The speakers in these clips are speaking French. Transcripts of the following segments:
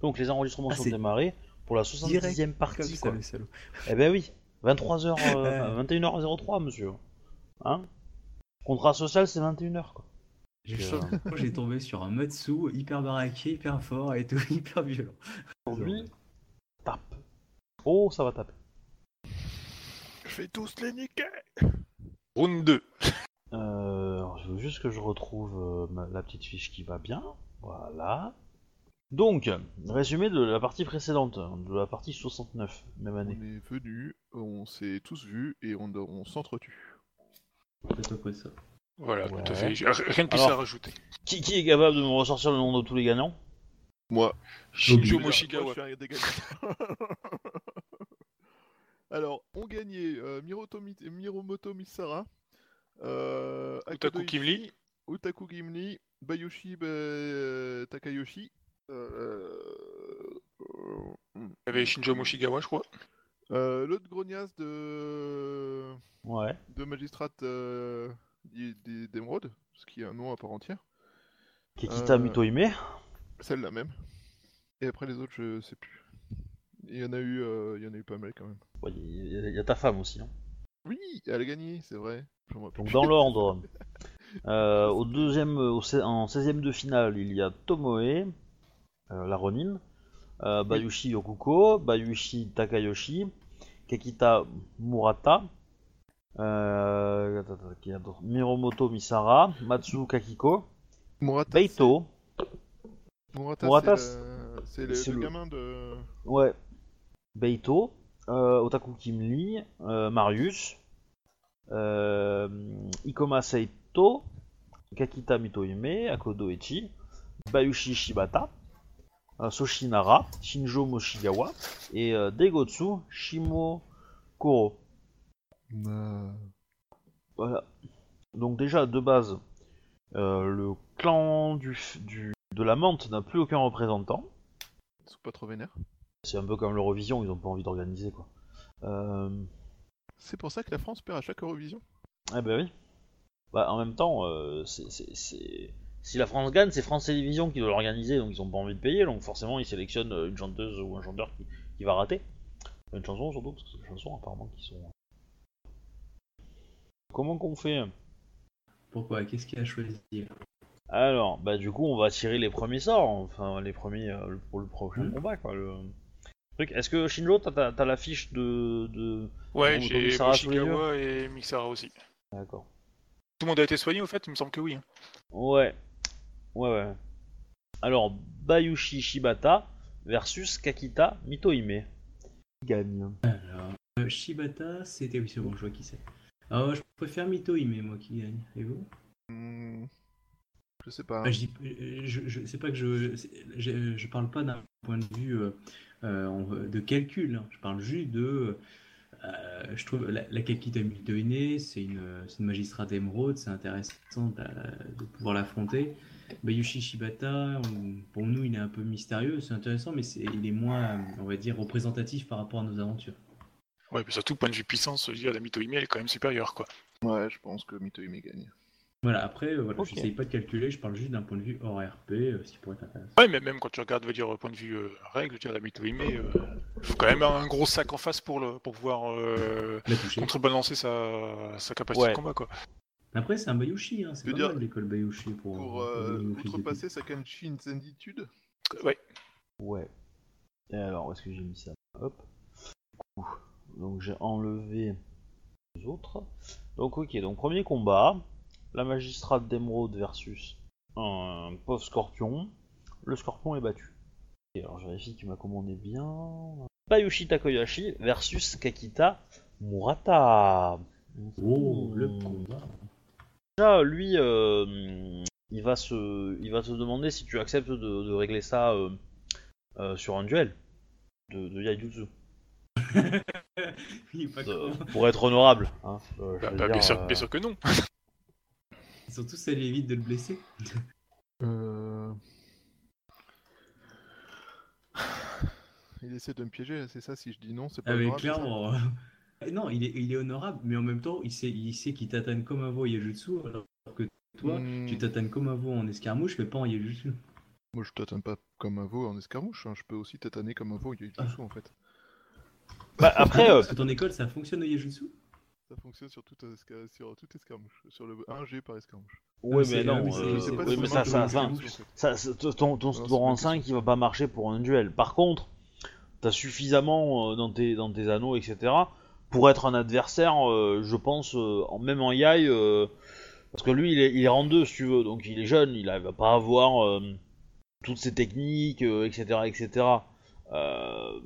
donc les enregistrements Ah, sont c'est démarrés pour la Direct 70e Comme partie. ça, Quoi. les salauds. Eh ben oui, euh, 23h, 21h03, monsieur. Hein Contrat social, c'est 21h. Quoi. J'ai Euh. changé- j'ai tombé sur un Matsu hyper baraqué, hyper fort et tout, hyper violent. Aujourd'hui, tape. Oh, ça va taper. Je vais tous les niquer Round 2. Euh, alors, je veux juste que je retrouve euh, ma- la petite fiche qui va bien. Voilà. Donc, résumé de la partie précédente, hein, de la partie 69, même On année. est venus, on s'est tous vus et on, on s'entretue. C'est à peu près ça. Voilà, Ouais. tout à fait. J'ai- Rien de plus Alors- à rajouter. Qui, qui est capable de me ressortir le nom de tous les gagnants Moi, Shinjo Moi, Moshigawa. je suis un des gagnants. Alors, on gagnait euh, Miroto Mi- Miromoto Misara, euh, Otaku Akado Ishi- Kimli. Otaku Gimli, Bayoshi Ba- Takayoshi. euh, euh, Il y avait Shinjo Moshigawa, je crois. euh, L'autre grognasse de, Ouais. de magistrate euh, d'I- d'I- d'Emeraude, ce qui est un nom à part entière. Kekita Euh. Mitohime Celle-là même. Et après les autres, je sais plus. Il y en a eu, euh, il y en a eu pas mal quand même. Ouais, Il y, a- il y a ta femme aussi. hein. Oui, elle a gagné, c'est vrai. Je me rappelle Donc plus. dans l'ordre, euh, au deuxième, au se- en 16e de finale, il y a Tomoe, euh, la Ronin, euh, Bayushi Yokuko, Bayushi Takayoshi, Kekita Murata, euh, attends, attends, qui y a d'autre Miromoto Misara, Matsu Kakiko, Murata, Beito, c'est- Murata, Murata, c'est le- c'est le, c'est le le- gamin de. ouais, Beito, euh, Otaku Kimli, euh, Marius, euh, Ikoma Seito, Kakita Mitohime, Akodo Echi, Bayushi Shibata, euh, Soshinara, Shinjo Moshigawa et euh, Degotsu Shimokuro. Voilà. Donc déjà, de base, euh, le clan du, f- du- de la menthe n'a plus aucun représentant. Ils sont pas trop vénères. C'est un peu comme l'Eurovision, ils n'ont pas envie d'organiser quoi. Euh, C'est pour ça que la France perd à chaque Eurovision. Eh ben oui. Bah, en même temps, euh, c'est- c'est- c'est- si la France gagne, c'est France Télévisions qui doit l'organiser, donc ils ont pas envie de payer, donc forcément ils sélectionnent euh, une chanteuse ou un chanteur qui, qui va rater. Une chanson surtout, parce que c'est des chansons apparemment qui sont. euh, Comment qu'on fait Pourquoi Qu'est-ce qu'il a choisi Alors, bah du coup, on va tirer les premiers sorts, enfin les premiers euh, le- pour le prochain Mhm. combat, quoi. Le... truc. Est-ce que Shinjo, t'as- t'as t'as la fiche de. de... Ouais, Bon, j'ai Moshigawa sous les Moshigawa et Mixara aussi. D'accord. Tout le monde a été soigné, au fait Il me semble que oui. hein. Ouais. Ouais, ouais. Alors, Bayushi Shibata versus Kakita Mitohime. Gagne. Alors, euh, Shibata, c'était. Oui, c'est bon, je vois qui c'est. Alors, je préfère Mitohime, moi, qui gagne. Et vous Hmm, Je sais pas. Bah, je, dis- euh, je, je- c'est pas que je, c'est- je. je parle pas d'un point de vue euh, euh, on- de calcul. hein. Je parle juste de. euh, je trouve la, la Kakita Mitohime, c'est une, euh, c'est une magistrate émeraude, c'est intéressant de, la- de pouvoir l'affronter. Bayushi Shibata, on- pour nous, il est un peu mystérieux, c'est intéressant, mais c'est- il est moins, on va dire, représentatif par rapport à nos aventures. Ouais, puis surtout, point de vue puissance, je veux dire, la Mitohime, elle est quand même supérieure, quoi. Ouais, je pense que Mitohime gagne. Voilà, après, euh, voilà, Ok. j'essaye pas de calculer, je parle juste d'un point de vue hors RP, euh, ce qui pourrait être intéressant. Ouais, mais même quand tu regardes, je veux dire, point de vue euh, règle, je veux dire, la Mitohime, euh, faut quand même un gros sac en face pour, le, pour pouvoir euh, La toucher. contrebalancer sa, sa capacité Ouais. de combat, quoi. Après, c'est un Bayushi, hein, Je c'est veux pas dire, mal l'école Bayushi pour, Pour euh, euh, donner une prise de outrepasser sa Kanchi Insenditude, Ouais, Ouais. Et alors, où est-ce que j'ai mis ça Hop. Du coup, Donc, j'ai enlevé les autres. Donc, ok, donc premier combat. La magistrate d'émeraude versus un pauvre scorpion. Le scorpion est battu. Et alors, je vérifie qu'il m'a commandé bien. Bayushi Takoyashi versus Kakita Murata. tête. Oh, le Hmm. combat. Déjà, lui, euh, il, va se, il va se demander si tu acceptes de, de régler ça euh, euh, sur un duel de, euh, de Yaijutsu. Il est pas Euh, con. pour être honorable. hein, euh, je Bah, veux bah, dire, bien, sûr, euh, bien sûr que non. Surtout, ça lui évite de le blesser. Euh, Il essaie de me piéger, là, c'est ça Si je dis non, c'est pas Avec grave, c'est ça Ah, clairement. euh, Non, il est, il est honorable, mais en même temps, il sait, il sait qu'il t'attane comme un veau en Yajutsu, alors que toi, Hmm, tu t'attanes comme un veau en escarmouche, mais pas en Yajutsu. Moi, je t'atteins pas comme un veau en escarmouche. hein. Je peux aussi tataner comme un veau il y a en fait. Bah, après, euh, Parce que ton école, ça fonctionne au Yajutsu Ça fonctionne sur toute, esca- sur toute escarmouche. Sur le 1G par escarmouche. ouais, c'est- mais non, oui, c'est- euh, c'est pas oui, si mais ça, simple ça, que ça, vous ça- ça- ton, ton c'est tour en pas 5, il va pas marcher pour un duel. Par contre, t'as suffisamment euh, dans, tes, dans tes anneaux, etc., pour être un adversaire, euh, je pense, euh, en- même en Yai, euh, parce que lui, il est, il est rang 2, si tu veux, donc il est jeune, il a- il va pas avoir euh, toutes ses techniques, euh, etc., etc. Euh,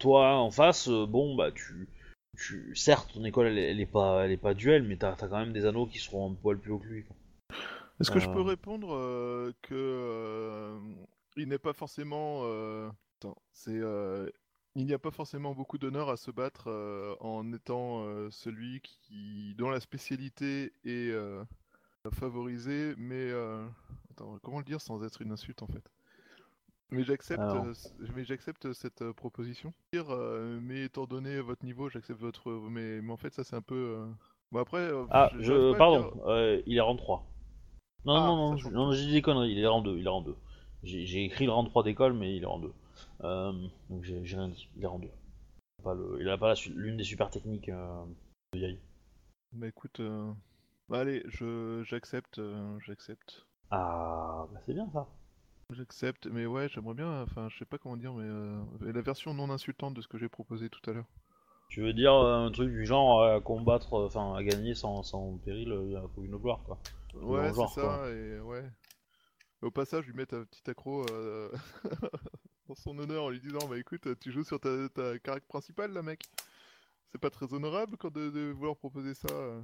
toi, en face, euh, bon, bah, tu... tu- certes, ton école, elle, est- elle est pas, elle est pas duel, mais t'as t'as quand même des anneaux qui seront un poil plus haut que lui. quoi. Est-ce que je peux Euh. répondre euh, que euh, il n'est pas forcément euh, attends, c'est euh, il n'y a pas forcément beaucoup d'honneur à se battre euh, en étant euh, celui qui dont la spécialité est euh, favorisée, mais euh, attends, comment le dire sans être une insulte en fait. Mais j'accepte, Alors. euh, c- mais j'accepte cette euh, proposition. Dire, euh, mais étant donné votre niveau, j'accepte votre, mais, mais en fait ça c'est un peu. euh, Bon après. euh, Ah, j'arrive pas à je, dire- pardon, euh, il est rang 3. Non, Ah, non, non, ça je- change. non, j'ai dit des conneries, il est rang 2, il est rang 2. J'ai j'ai écrit le rang 3 d'école, mais il est rang 2. Euh, donc j'ai j'ai rien dit, il est rang 2. Pas le- il a pas la su- l'une des super techniques euh, de Yai. Bah écoute, euh, bah allez, je j'accepte, euh, j'accepte, Ah, bah c'est bien ça. j'accepte. Mais ouais, j'aimerais bien. Enfin, je sais pas comment dire, mais euh, la version non insultante de ce que j'ai proposé tout à l'heure. Tu veux dire euh, un truc du genre à combattre, euh, enfin à gagner sans, sans péril, euh, il faut une gloire quoi. dans le Ouais, genre, c'est ça. Et ouais. Au passage, lui mettre un petit accro euh, dans son honneur en lui disant, bah écoute, tu joues sur ta, ta caract principale, là, mec. C'est pas très honorable quand de, de vouloir proposer ça. euh.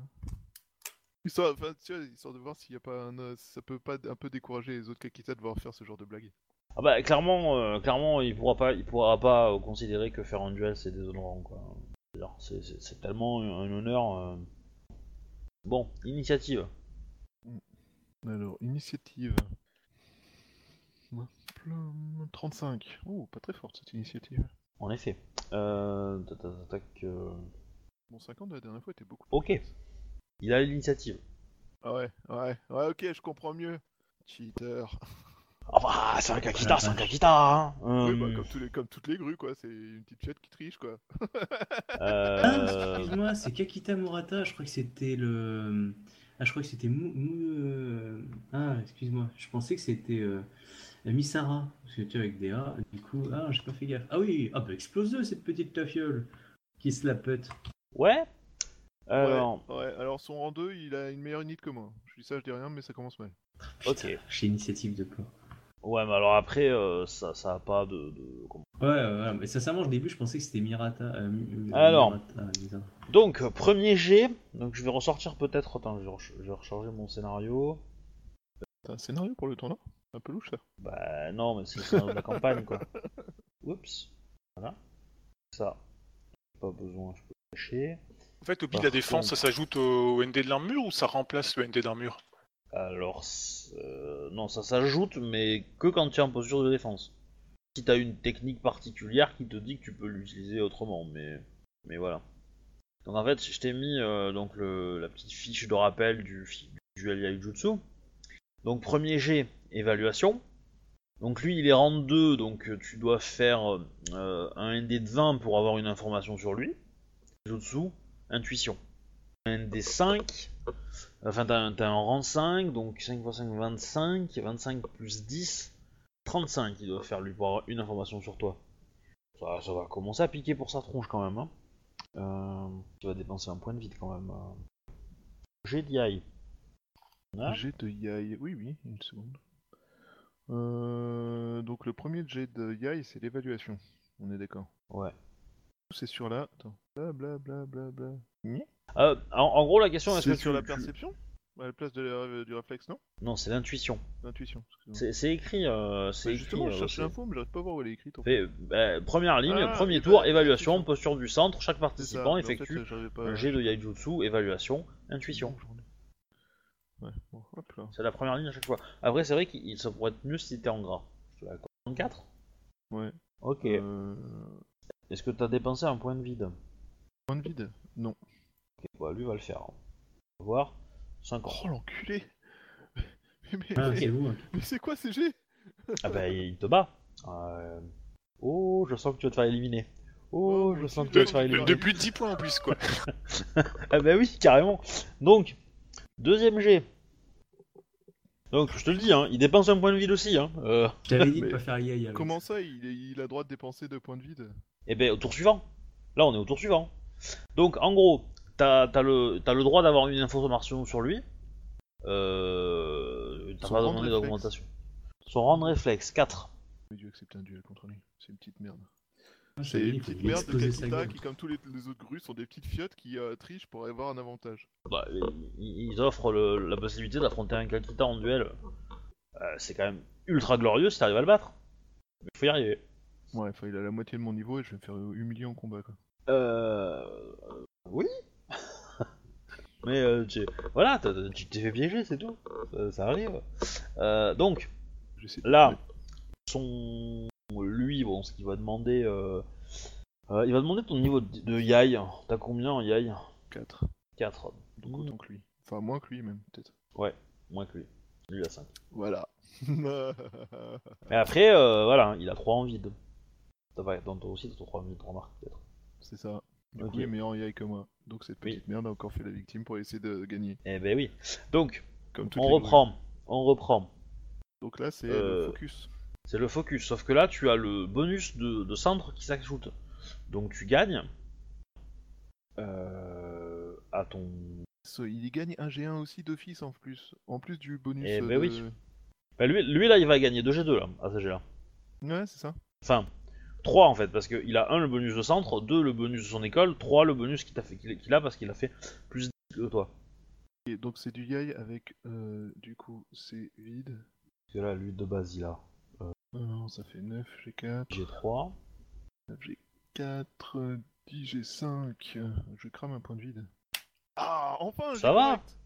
Histoire, enfin, tu vois, histoire de voir s'il y a pas un, euh, ça peut pas un peu décourager les autres Kakita de voir faire ce genre de blague. Ah bah clairement, euh, clairement, il pourra pas, il pourra pas euh, considérer que faire un duel c'est déshonorant quoi. C'est-à-dire, c'est- C'est c'est tellement un, un honneur. euh. Bon, initiative. Alors, initiative. Moi, plum, 35. Oh, pas très forte cette initiative. En effet. Euh, tac, tac, tac, euh, Mon 50 de la dernière fois était beaucoup. plus Ok. basse. Il a l'initiative. Ah ouais, ouais, ouais, ok, je comprends mieux. Cheater. Ah bah c'est un Kakita, Ouais, c'est un Kakita. Hein Oui, Euh, bah, comme, tous les, comme toutes les grues, quoi, c'est une petite chatte qui triche, quoi. bah, Ah, euh, excuse-moi, c'est Kakita Murata, je crois que c'était le. Ah, je crois que c'était Mou. Mou- euh, Ah, excuse-moi, je pensais que c'était euh, Misara, parce que tu es avec des A, du coup, ah, j'ai pas fait gaffe. Ah oui, ah bah explose cette petite tafiole qui se la pète. Ouais. Alors, Ouais, ouais, alors son rang 2, il a une meilleure unité que moi. Je dis ça, je dis rien, mais ça commence mal. ok. Chez Initiative de quoi Ouais, mais alors après, euh, ça, ça a pas de, de- comment- Ouais, ouais, mais sincèrement, au début, je pensais que c'était Mirata. euh, Mi- euh, Alors. Mirata, Misara. Donc, euh, premier jet, donc je vais ressortir peut-être. Attends, je vais, re- je vais recharger mon scénario. T'as un scénario pour le tournoi Un peu louche, ça. Bah non, mais c'est le scénario de la campagne quoi. Oups. Voilà. Ça, pas besoin, je peux le cacher. En fait, au bill de Par la défense, ça s'ajoute au ND de l'armure ou ça remplace le ND d'armure Alors, c'est- euh, non, ça s'ajoute, mais que quand tu es en posture de défense. Si t'as une technique particulière qui te dit que tu peux l'utiliser autrement, mais, mais voilà. Donc en fait, je t'ai mis euh, donc le, la petite fiche de rappel du, fi- du duel Yaijutsu. Donc premier G, évaluation. Donc lui, il est rang 2, donc euh, tu dois faire euh, un ND de 20 pour avoir une information sur lui. Jutsu, intuition. Un ND 5, Enfin, t'as un, t'as un rang 5, donc 5 x 5, 25, et 25 plus 10, 35 il doit faire lui pour avoir une information sur toi. Ça, ça va commencer à piquer pour sa tronche quand même. Hein. Euh, tu vas dépenser un point de vide quand même. euh. J'ai DI. Ah. Jet de Yai. Oui, oui, une seconde. Euh, donc le premier jet de Yai, c'est l'évaluation. On est d'accord. Ouais. C'est sur la. Attends. Bla bla bla bla bla. Euh, en, en gros, la question est-ce que C'est tu- sur la tu- perception À la place de la- du réflexe, non Non, c'est l'intuition. L'intuition. excusez-moi. C'est c'est écrit. euh, Mais c'est écrit. Bah, justement, euh, je cherche c'est- l'info, mais j'arrive pas à voir où elle est écrite. en fait. fait, bah, première ligne, Ah, premier éva- tour, évaluation, évaluation. posture du centre. Chaque C'est ça, participant mais en fait, effectue euh, j'arrivais pas à- un jet de Yaijutsu, évaluation, intuition. Ouais, bon, hop là. C'est la première ligne à chaque fois. Après, c'est vrai qu'il ça pourrait être mieux si t'étais en gras. Je te l'accorde. 34 Ouais. Ok. Euh, Est-ce que t'as dépensé un point de vide Point de vide Non. Ok, bah lui va le faire. On va voir. 50. Oh l'enculé Mais, mais- Ah, mais- c'est vous. hein. mais c'est quoi ces jets Ah bah, il te bat. Euh, Oh, je sens que tu vas te faire éliminer. Oh, je sens que tu vas te faire De- éliminer. Depuis 10 points en plus, quoi. Ah bah oui, carrément. Donc, deuxième G. Donc, je te le dis, hein, il dépense un point de vie aussi. Hein. Euh, Je t'avais dit de Mais pas faire yaya. avec Comment ça, il, est- il a droit de dépenser deux points de vide et ben, au tour suivant. Là, on est au tour suivant. Donc, en gros, t'as as le, t'as le droit d'avoir une info martiaux sur lui. Euh, t'as Son pas rang de demandé réflexe. d'augmentation. Son rang de réflexe, 4. J'ai dû accepter un duel contre lui. C'est une petite merde. ça. Ah, Je C'est t'avais Ah, dit, une il faut petite lui merde de exploser sa Kakita gueule. qui, comme tous les, les autres grues, sont des petites fiottes qui euh, trichent pour avoir un avantage. Bah, ils- ils offrent le- la possibilité d'affronter un Kakita en duel. Euh, c'est quand même ultra glorieux si t'arrives à le battre. Il faut y arriver. Ouais, enfin, il a la moitié de mon niveau et je vais me faire humilier en combat. Quoi. Euh. Oui Mais euh, tu... voilà, t'as- t'as- tu t'es fait piéger, c'est tout. Ça, ça arrive. Euh, donc, J'essaie de- là, son. Lui, bon, ce qu'il va demander. euh, euh, il va demander ton niveau de, de yai. T'as combien en yai 4. 4. Donc autant que lui. Enfin, moins que lui, même, peut-être. Moins que lui. Lui, il a 5. Voilà. Mais après, euh, voilà, il a 3 en vide. Ça va, dans toi aussi, t'as 3 en vide, remarque peut-être. c'est ça. Du Ok. coup, il est meilleur en yai que moi. Donc cette Oui. petite merde a encore fait la victime pour essayer de gagner. Eh ben oui. Donc, Comme toutes on les grues. reprend. On reprend. Donc là, c'est Euh, le focus. C'est le focus, sauf que là tu as le bonus de, de centre qui s'ajoute. Donc tu gagnes euh, à ton. So, il y gagne un G1 aussi d'office en plus. En plus du bonus. Eh euh, ben de- oui. Bah, lui, lui, là il va gagner 2G2 là, à ce G là. Ouais, c'est ça. Enfin, 3 en fait, parce qu'il a 1 le bonus de centre, 2 le bonus de son école, 3 le bonus qu'il a, fait, qu'il- qu'il a parce qu'il a fait plus de que toi. Et donc c'est du yai avec euh, du coup c'est vide. Parce que là lui de base il a Non, non, ça fait 9 G4, G3. 9 G4, 10 G5. Euh, Je crame un point de vide. Ah, enfin un Ça G va. correct.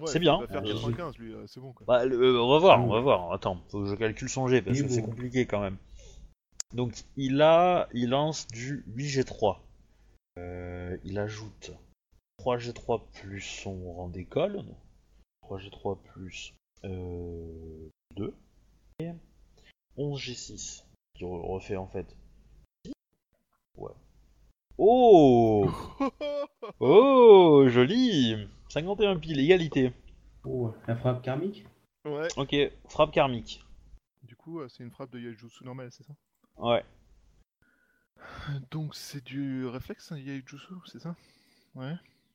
Ouais, C'est bien. Il va faire Euh, 95 lui, euh, c'est bon quoi. Bah, le- euh, on va voir, on va voir. Attends, faut que je calcule son G parce Il est que c'est beau. compliqué quand même. Donc il a, il lance du 8G3. Euh, il ajoute 3G3 plus son rang d'école. donc 3G3 plus euh, 2. Et 11G6. Qui re- refait en fait. Ouais. Oh Oh Joli 51 piles, égalité. Oh, la frappe karmique ouais. Ok, frappe karmique. Du coup, euh, c'est une frappe de yaijutsu normal, c'est ça Euh, Ouais. Donc c'est du réflexe hein, yaijutsu, c'est ça Ouais.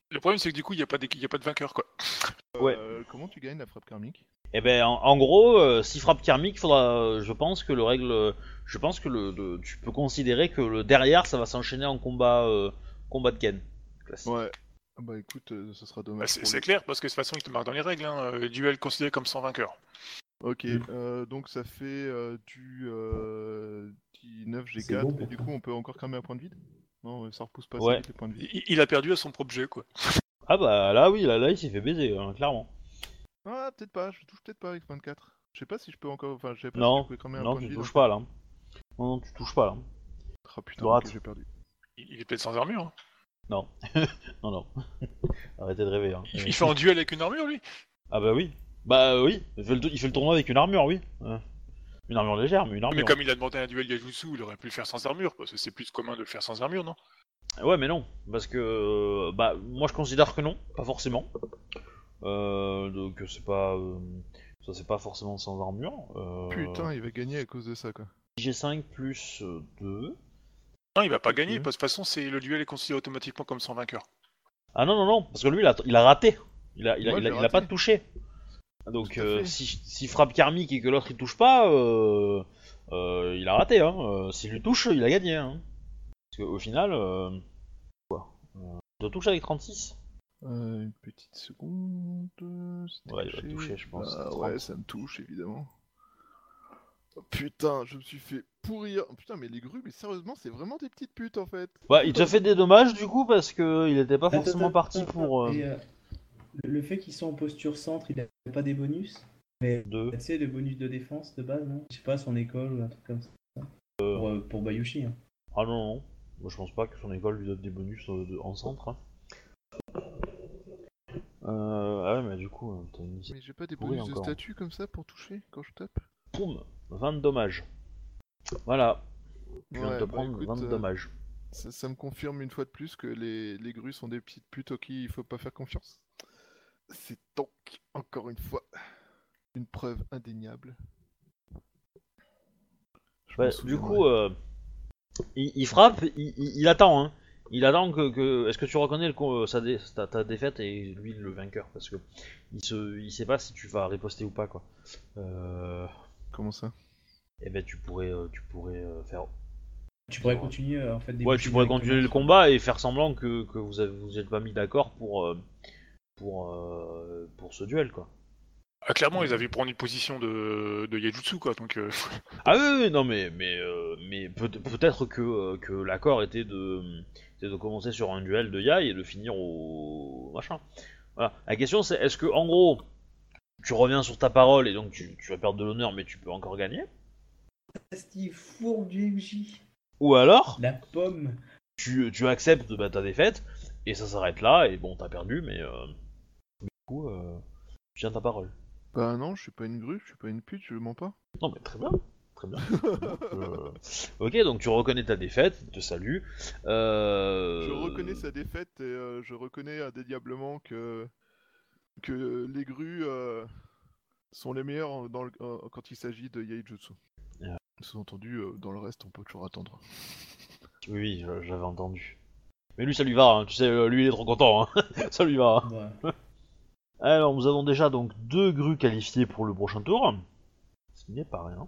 Le problème, c'est que du coup, il n'y a, pas d'équ- il y a pas de vainqueur, quoi. Ouais. Euh, comment tu gagnes la frappe karmique Eh ben, en, en gros, euh, si frappe karmique, faudra. euh, je pense que le règle, je pense que le, de- tu peux considérer que le derrière, ça va s'enchaîner en combat, euh, combat de Ken. Classique. Ouais. Ah Bah écoute, euh, ce sera dommage. Bah, c'est pour c'est lui. clair, parce que de toute façon, il te marque dans les règles. Hein. euh, Duel considéré comme sans vainqueur. Ok, Mm. euh, donc ça fait euh, du euh, 19 C'est G4, bon, et du pourtant. coup on peut encore cramer un point de vide Non, euh, ça repousse pas Ouais. ça vite les points de vide. Il, il a perdu à son propre jeu, quoi. Ah bah là, oui, là, là, il s'est fait baiser, hein, clairement. Ah, peut-être pas, je touche peut-être pas avec 24. Je sais pas si je peux encore. Enfin, je sais pas Non, si je peux cramer un hein. non, point de tu vide. touches pas là. Non, non, tu touches pas là. Ah putain, Tu rates. ok, j'ai perdu. Il il est peut-être sans armure. hein. Non, non, non. Arrêtez de rêver. Hein. Il, il fait en duel avec une armure, lui. Ah bah oui, bah oui. Il fait le, tou- il fait le tournoi avec une armure, oui. Ouais. Une armure légère, mais une armure. hein. Mais comme il a demandé un duel Yajutsu, il aurait pu le faire sans armure, parce que c'est plus commun de le faire sans armure, non Ouais, mais non, parce que euh, bah moi je considère que non, pas forcément. Euh, donc c'est pas euh, ça c'est pas forcément sans armure. Euh, Putain, il va gagner à cause de ça quoi. G5 plus euh, 2. Non, il va pas Ok. gagner, parce que de toute façon, c'est le duel est considéré automatiquement comme sans vainqueur. Ah non non non, parce que lui il a, il a raté. Il a il a, Ouais, il a- j'ai il a pas raté. touché. Donc Tout à euh, fait. si, si frappe karmique et que l'autre il touche pas, euh, euh, il a raté. Hein. Euh, S'il lui touche, il a gagné. Hein. Parce qu'au final, euh, quoi Euh, Il doit toucher avec 36. Euh, une petite seconde. c'était Ouais, il va toucher, je pense, Bah, à 30. ouais, ça me touche évidemment. Oh, Putain, je me suis fait pourrir. Putain, mais les grues, mais sérieusement, c'est vraiment des petites putes en fait. Bah, il te fait des dommages du coup parce que il était pas Attends, forcément attends, parti attends, pour. euh, Et, euh, le- le fait qu'ils sont en posture centre, il n'a pas des bonus Mais deux. tu sais, le bonus de défense de base, non Je sais pas, son école ou un truc comme ça. Pour, euh, pour Bayushi. hein. Ah non, non. Moi, je pense pas que son école lui donne des bonus euh, de- en centre. hein. Euh, ah ouais, mais du euh, coup, euh, t'as une... Mais j'ai pas des Pourri bonus de encore. hein. statut comme ça pour toucher quand je tape Poum 20 de dommages. Voilà. Tu viens de Ouais, te bah prendre écoute, 20 de euh, dommages. Ça, ça me confirme une fois de plus que les, les grues sont des petites putes aux qui il faut pas faire confiance. C'est donc, encore une fois, une preuve indéniable. Je Ouais, m'en du souviendrai. coup, euh, il, il frappe, il, il- il attend. hein. Il attend que. que- Est-ce que tu reconnais le, co- sa dé- ta, ta défaite et lui le vainqueur Parce que il, se, il sait pas si tu vas riposter ou pas, quoi. Euh, Comment ça et ben tu pourrais, euh, tu pourrais euh, faire. Tu pourrais continuer euh, en fait. Ouais, déboucher tu pourrais directement continuer le sur- combat et faire semblant que, que vous avez, vous êtes pas mis d'accord pour. euh, pour, euh, pour ce duel, quoi. Ah, clairement, ils avaient prendre une position de, de Yajutsu, quoi. Donc, euh, Ah oui, oui, non, mais, mais, euh, mais peut- peut-être que, euh, que l'accord était de, c'était de commencer sur un duel de Yai et de finir au machin. Voilà. La question c'est est-ce que en gros tu reviens sur ta parole et donc tu, tu vas perdre de l'honneur mais tu peux encore gagner Asti, fourbe du MJ. Ou alors La pomme. tu, tu acceptes bah, ta défaite et ça s'arrête là et bon t'as perdu mais euh, du coup euh, tu tiens ta parole. Bah non, je suis pas une grue, je suis pas une pute, je mens pas. Non mais très bien. Très bien. Euh, ok, donc tu reconnais ta défaite, il te salue. Euh, Je reconnais sa défaite et euh, je reconnais indéniablement que, que les grues euh, sont les meilleures dans le- euh, quand il s'agit de Yaijutsu. Euh. Sous-entendu, euh, dans le reste, on peut toujours attendre. Oui, oui, je- j'avais entendu. Mais lui, ça lui va, hein, tu sais, euh, lui, il est trop content, hein. ça lui va. hein. Ouais. Alors, nous avons déjà donc deux grues qualifiées pour le prochain tour. Ce qui n'est pas rien.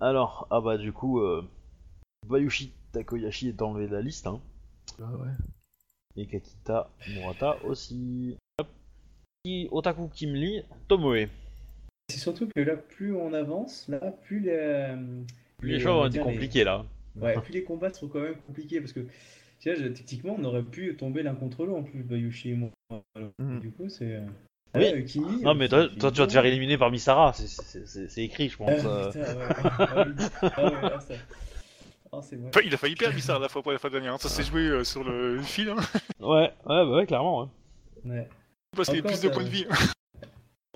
Alors, ah bah du coup, euh, Bayushi Takoyashi est enlevé de la liste, hein, Ah ouais. et Kakita Murata aussi. Hop. Ki- Otaku Kimli, Tomoe. C'est surtout que là, plus on avance, là, plus les, euh, Les les- choses on va ont été dire les- compliquées là. Ouais, plus les combats sont quand même compliqués parce que tu vois, je- techniquement, on aurait pu tomber l'un contre l'autre en plus, Bayushi et moi. Alors, Mhm. Du coup, c'est. euh, Oui. ah, euh, Kimi, Non euh, mais qui- toi, qui- toi, tu vas te faire éliminer par Misara, c'est- c'est c'est- c'est écrit je pense. Ah, euh. putain, ouais, ouais. Ah oui. Ah ouais, ah, ça- ah, c'est moche. enfin, il a failli perdre, ça, la fois, la fois dernière. hein. Ça s'est joué euh, sur le le fil. Hein. Ouais, ouais, bah ouais, clairement. ouais. Ouais. Parce qu'il y a Encore, plus de ça- points de vie.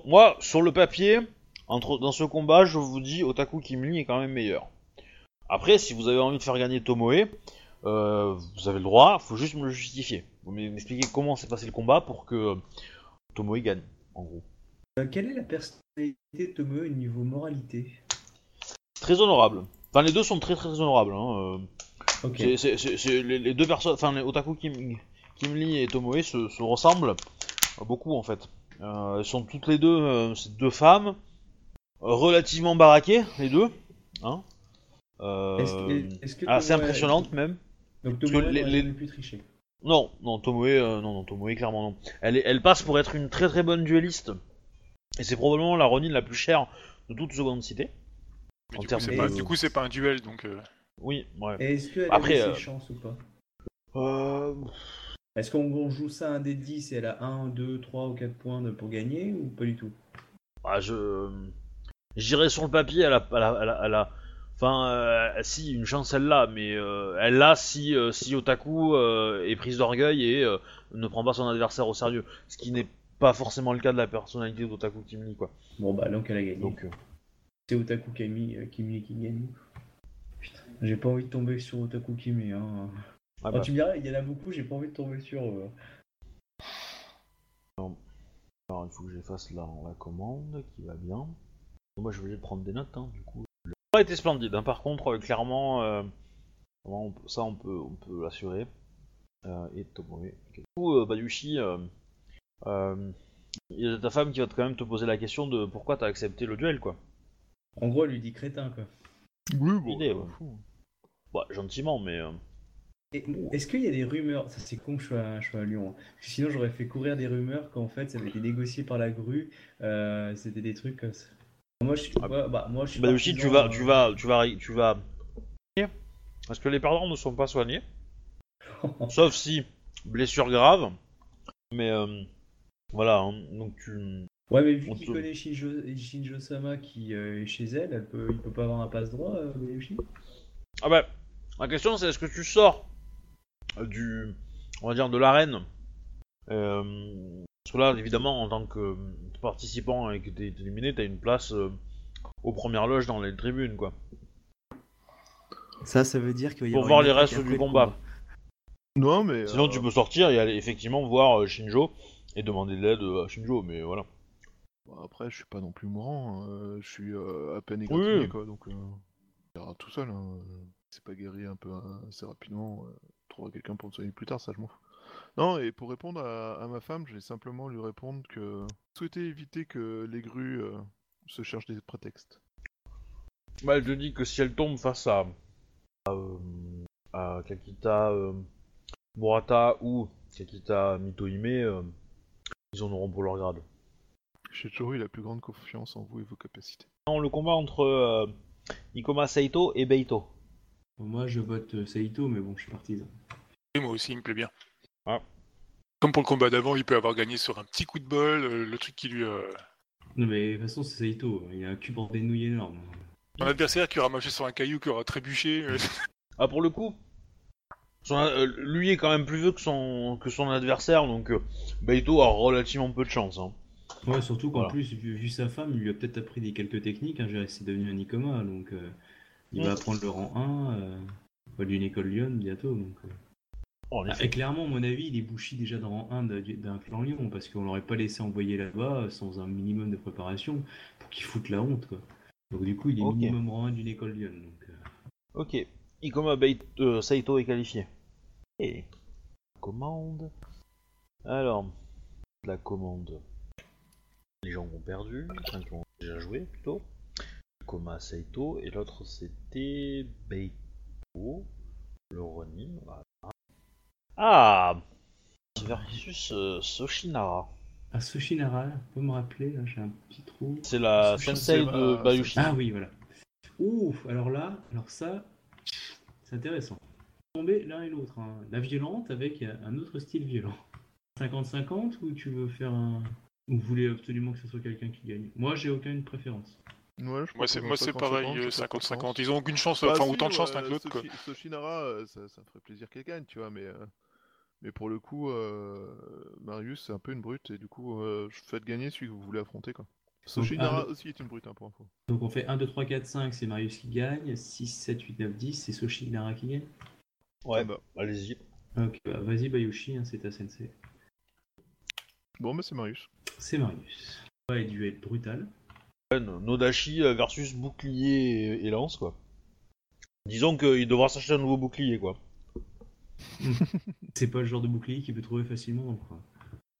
Moi, sur le papier, entre, dans ce combat, je vous dis Otaku Kimli est quand même meilleur. Après, si vous avez envie de faire gagner Tomoe, euh, vous avez le droit, faut juste me le justifier. Vous m'e- m'expliquez comment s'est passé le combat pour que Tomoe gagne, en gros. Euh, quelle est la personnalité de Tomoe au niveau moralité Très honorable. Enfin, les deux sont très très honorables. hein, euh. Ok. C'est- c'est- c'est- c'est les, les deux personnes, enfin, les Otaku Kim, Kimli et Tomoe se, se ressemblent beaucoup en fait. Euh, elles sont toutes les deux, euh, c'est deux femmes, euh, relativement baraquées, les deux. Hein Euh, Est-ce que- est-ce que assez Tomoe- impressionnantes même. Donc Parce Tomoe que les- n'aurait les- jamais pu tricher. Non, non, Tomoe, euh, non, non, Tomoe, clairement non. Elle, est- elle passe pour être une très très bonne duelliste. Et c'est probablement la Ronin la plus chère de toute seconde cité. Mais En du, coup, termes c'est de- pas, du coup, c'est pas un duel, donc. euh, Oui, ouais. Et Est-ce qu'elle Après, a ses euh, chances ou pas Euh, Est-ce qu'on on joue ça un des 10 et elle a 1, 2, 3 ou 4 points de- pour gagner ou pas du tout Bah, je. J'irai sur le papier, elle a. Elle a, elle a- elle a- Enfin, euh, si, une chance elle l'a, mais euh, elle l'a si, euh, si Otaku euh, est prise d'orgueil et euh, ne prend pas son adversaire au sérieux. Ce qui n'est pas forcément le cas de la personnalité d'Otaku Kimli, quoi. Bon bah donc elle a gagné. Donc, euh, C'est Otaku Kimi, euh, Kimi qui gagne. Putain, j'ai pas envie de tomber sur Otaku Kimi. Hein. ah Enfin, bah, tu me diras, il y en a beaucoup, j'ai pas envie de tomber sur. euh, alors, il faut que j'efface la, la commande qui va bien. Moi, je voulais prendre des notes, hein, du coup. Le combat était splendide, hein. par contre, euh, clairement, euh, vraiment, on peut- ça on peut, on peut l'assurer. Euh, et Tomoe. ok. Du coup, euh, Bayushi, euh, euh, il y a ta femme qui va te- quand même te poser la question de pourquoi t'as accepté le duel, quoi. En gros, elle lui dit crétin quoi. Oui, bon. Idée, on s'en ouais. fout. Bah, gentiment, mais. euh, Et Est-ce qu'il y a des rumeurs Ça c'est con que je sois, à- je sois à Lyon. hein. Parce que Sinon j'aurais fait courir des rumeurs qu'en fait ça avait été négocié par la grue. euh, C'était des trucs comme ça. Moi je suis. Ah. moi- bah, moi, je suis Bayushi, tu partisan, vas, euh, tu vas, tu vas, tu vas. Parce que les perdants ne sont pas soignés. euh, Sauf si blessure grave. Mais euh, voilà, hein, donc tu. Ouais, mais vu On qu'il te- connaît Shinjo, Shinjo Sama qui euh, est chez elle, elle peut, il peut pas avoir un passe droit, euh, Bayushi Ah bah, la question c'est est-ce que tu sors du, on va dire de l'arène euh, Parce que là, évidemment, en tant que participant et que t'es t'es éliminé, t'as une place euh, aux premières loges dans les tribunes, quoi. Ça, ça veut dire qu'il va y Pour avoir voir une les attaque restes après du le combat. Non, mais. Sinon, euh, tu peux sortir et aller effectivement voir euh, Shinjo et demander de l'aide euh, à Shinjo, mais voilà. bah, Après, je suis pas non plus mourant. euh, je suis euh, à peine Oui, oui. égratigné, quoi. Donc, euh, ça ira tout seul. hein. C'est pas guéri un peu hein, assez rapidement. euh, trouver quelqu'un pour me soigner plus tard, ça je m'en fous. Non, et pour répondre à, à ma femme, je vais simplement lui répondre que souhaiter éviter que les grues euh, se cherchent des prétextes. Bah, elle te dit que si elle tombe face à, à, euh, à Kakita euh, Murata ou Kakita Mitohime, euh, ils en auront pour leur grade. J'ai toujours eu la plus grande confiance en vous et vos capacités. Non, le combat entre euh, Nikoma Saito et Beito. Bon, Moi, je vote euh, Saito, mais bon, je suis partisan. Et moi aussi, il me plaît bien. Ah. Comme pour le combat d'avant, il peut avoir gagné sur un petit coup de bol, euh, le truc qui lui. euh, Non, mais de toute façon, c'est Saito. hein. Il a un cube en dénouille énorme. hein. Un adversaire qui aura marché sur un caillou, qui aura trébuché. euh, Ah, pour le coup, son- euh, lui est quand même plus vieux que son, que son adversaire, donc euh, Beito a relativement peu de chance. hein. Ouais, surtout qu'en Voilà. plus, vu, vu sa femme, il lui a peut-être appris des quelques techniques. Hein, je dirais que c'est devenu un Ikoma, donc euh, il Mm. va apprendre le rang 1, euh, pas d'une école Lyon bientôt. Donc, euh. En Ah, effet. et clairement, à mon avis, il est bouchi déjà dans rang 1 de- d'un clan Lyon, parce qu'on l'aurait pas laissé envoyer là-bas euh, sans un minimum de préparation pour qu'il foute la honte. Quoi. Donc du coup, il est Ok. minimum rang 1 d'une école Lyon. Donc, euh, Ok. Ikoma Bait- euh, Saito est qualifié. Et commande. Alors, la commande. Les gens qui ont perdu, enfin qui ont déjà joué plutôt. Ikoma Saito et l'autre c'était Beito, le Ronin. voilà. Ah Versus euh, Soshinara. Ah, Soshinara, là, vous me rappeler, là, j'ai un petit trou. C'est la Soshinara, sensei c'est de ma- Bayushi. Ah oui, voilà. Ouf, alors là, alors ça, c'est intéressant. Tomber l'un et l'autre. hein. La violente avec un autre style violent. 50-50 ou tu veux faire un. Ou vous voulez absolument que ce soit quelqu'un qui gagne Moi, j'ai aucune préférence. Ouais, je Moi, c'est, propose moi, c'est 50-50, pareil, j'ai euh, pas 50-50. confiance. Ils ont aucune chance, Bah enfin si, autant de chance ouais, l'un que l'autre. quoi. Soshi- Soshinara, euh, ça, ça me ferait plaisir qu'elle gagne, tu vois, mais, euh, mais pour le coup, euh, Marius, c'est un peu une brute, et du coup, euh, je fais de gagner celui que vous voulez affronter, quoi. Soshinara ah, aussi est une brute, hein, pour info. Donc on fait 1, 2, 3, 4, 5, c'est Marius qui gagne. 6, 7, 8, 9, 10, c'est Soshi Inara qui gagne. Ouais, Ah bah. allez-y. Ok, bah, vas-y Bayushi, hein, c'est ta sensei. Bon, mais c'est Marius. C'est Marius. Ouais, il dû être brutal. Ouais, no- Nodashi euh, versus bouclier et- et lance, quoi. Disons qu'il devra s'acheter un nouveau bouclier, quoi. C'est pas le genre de bouclier qu'il peut trouver facilement dans le coin.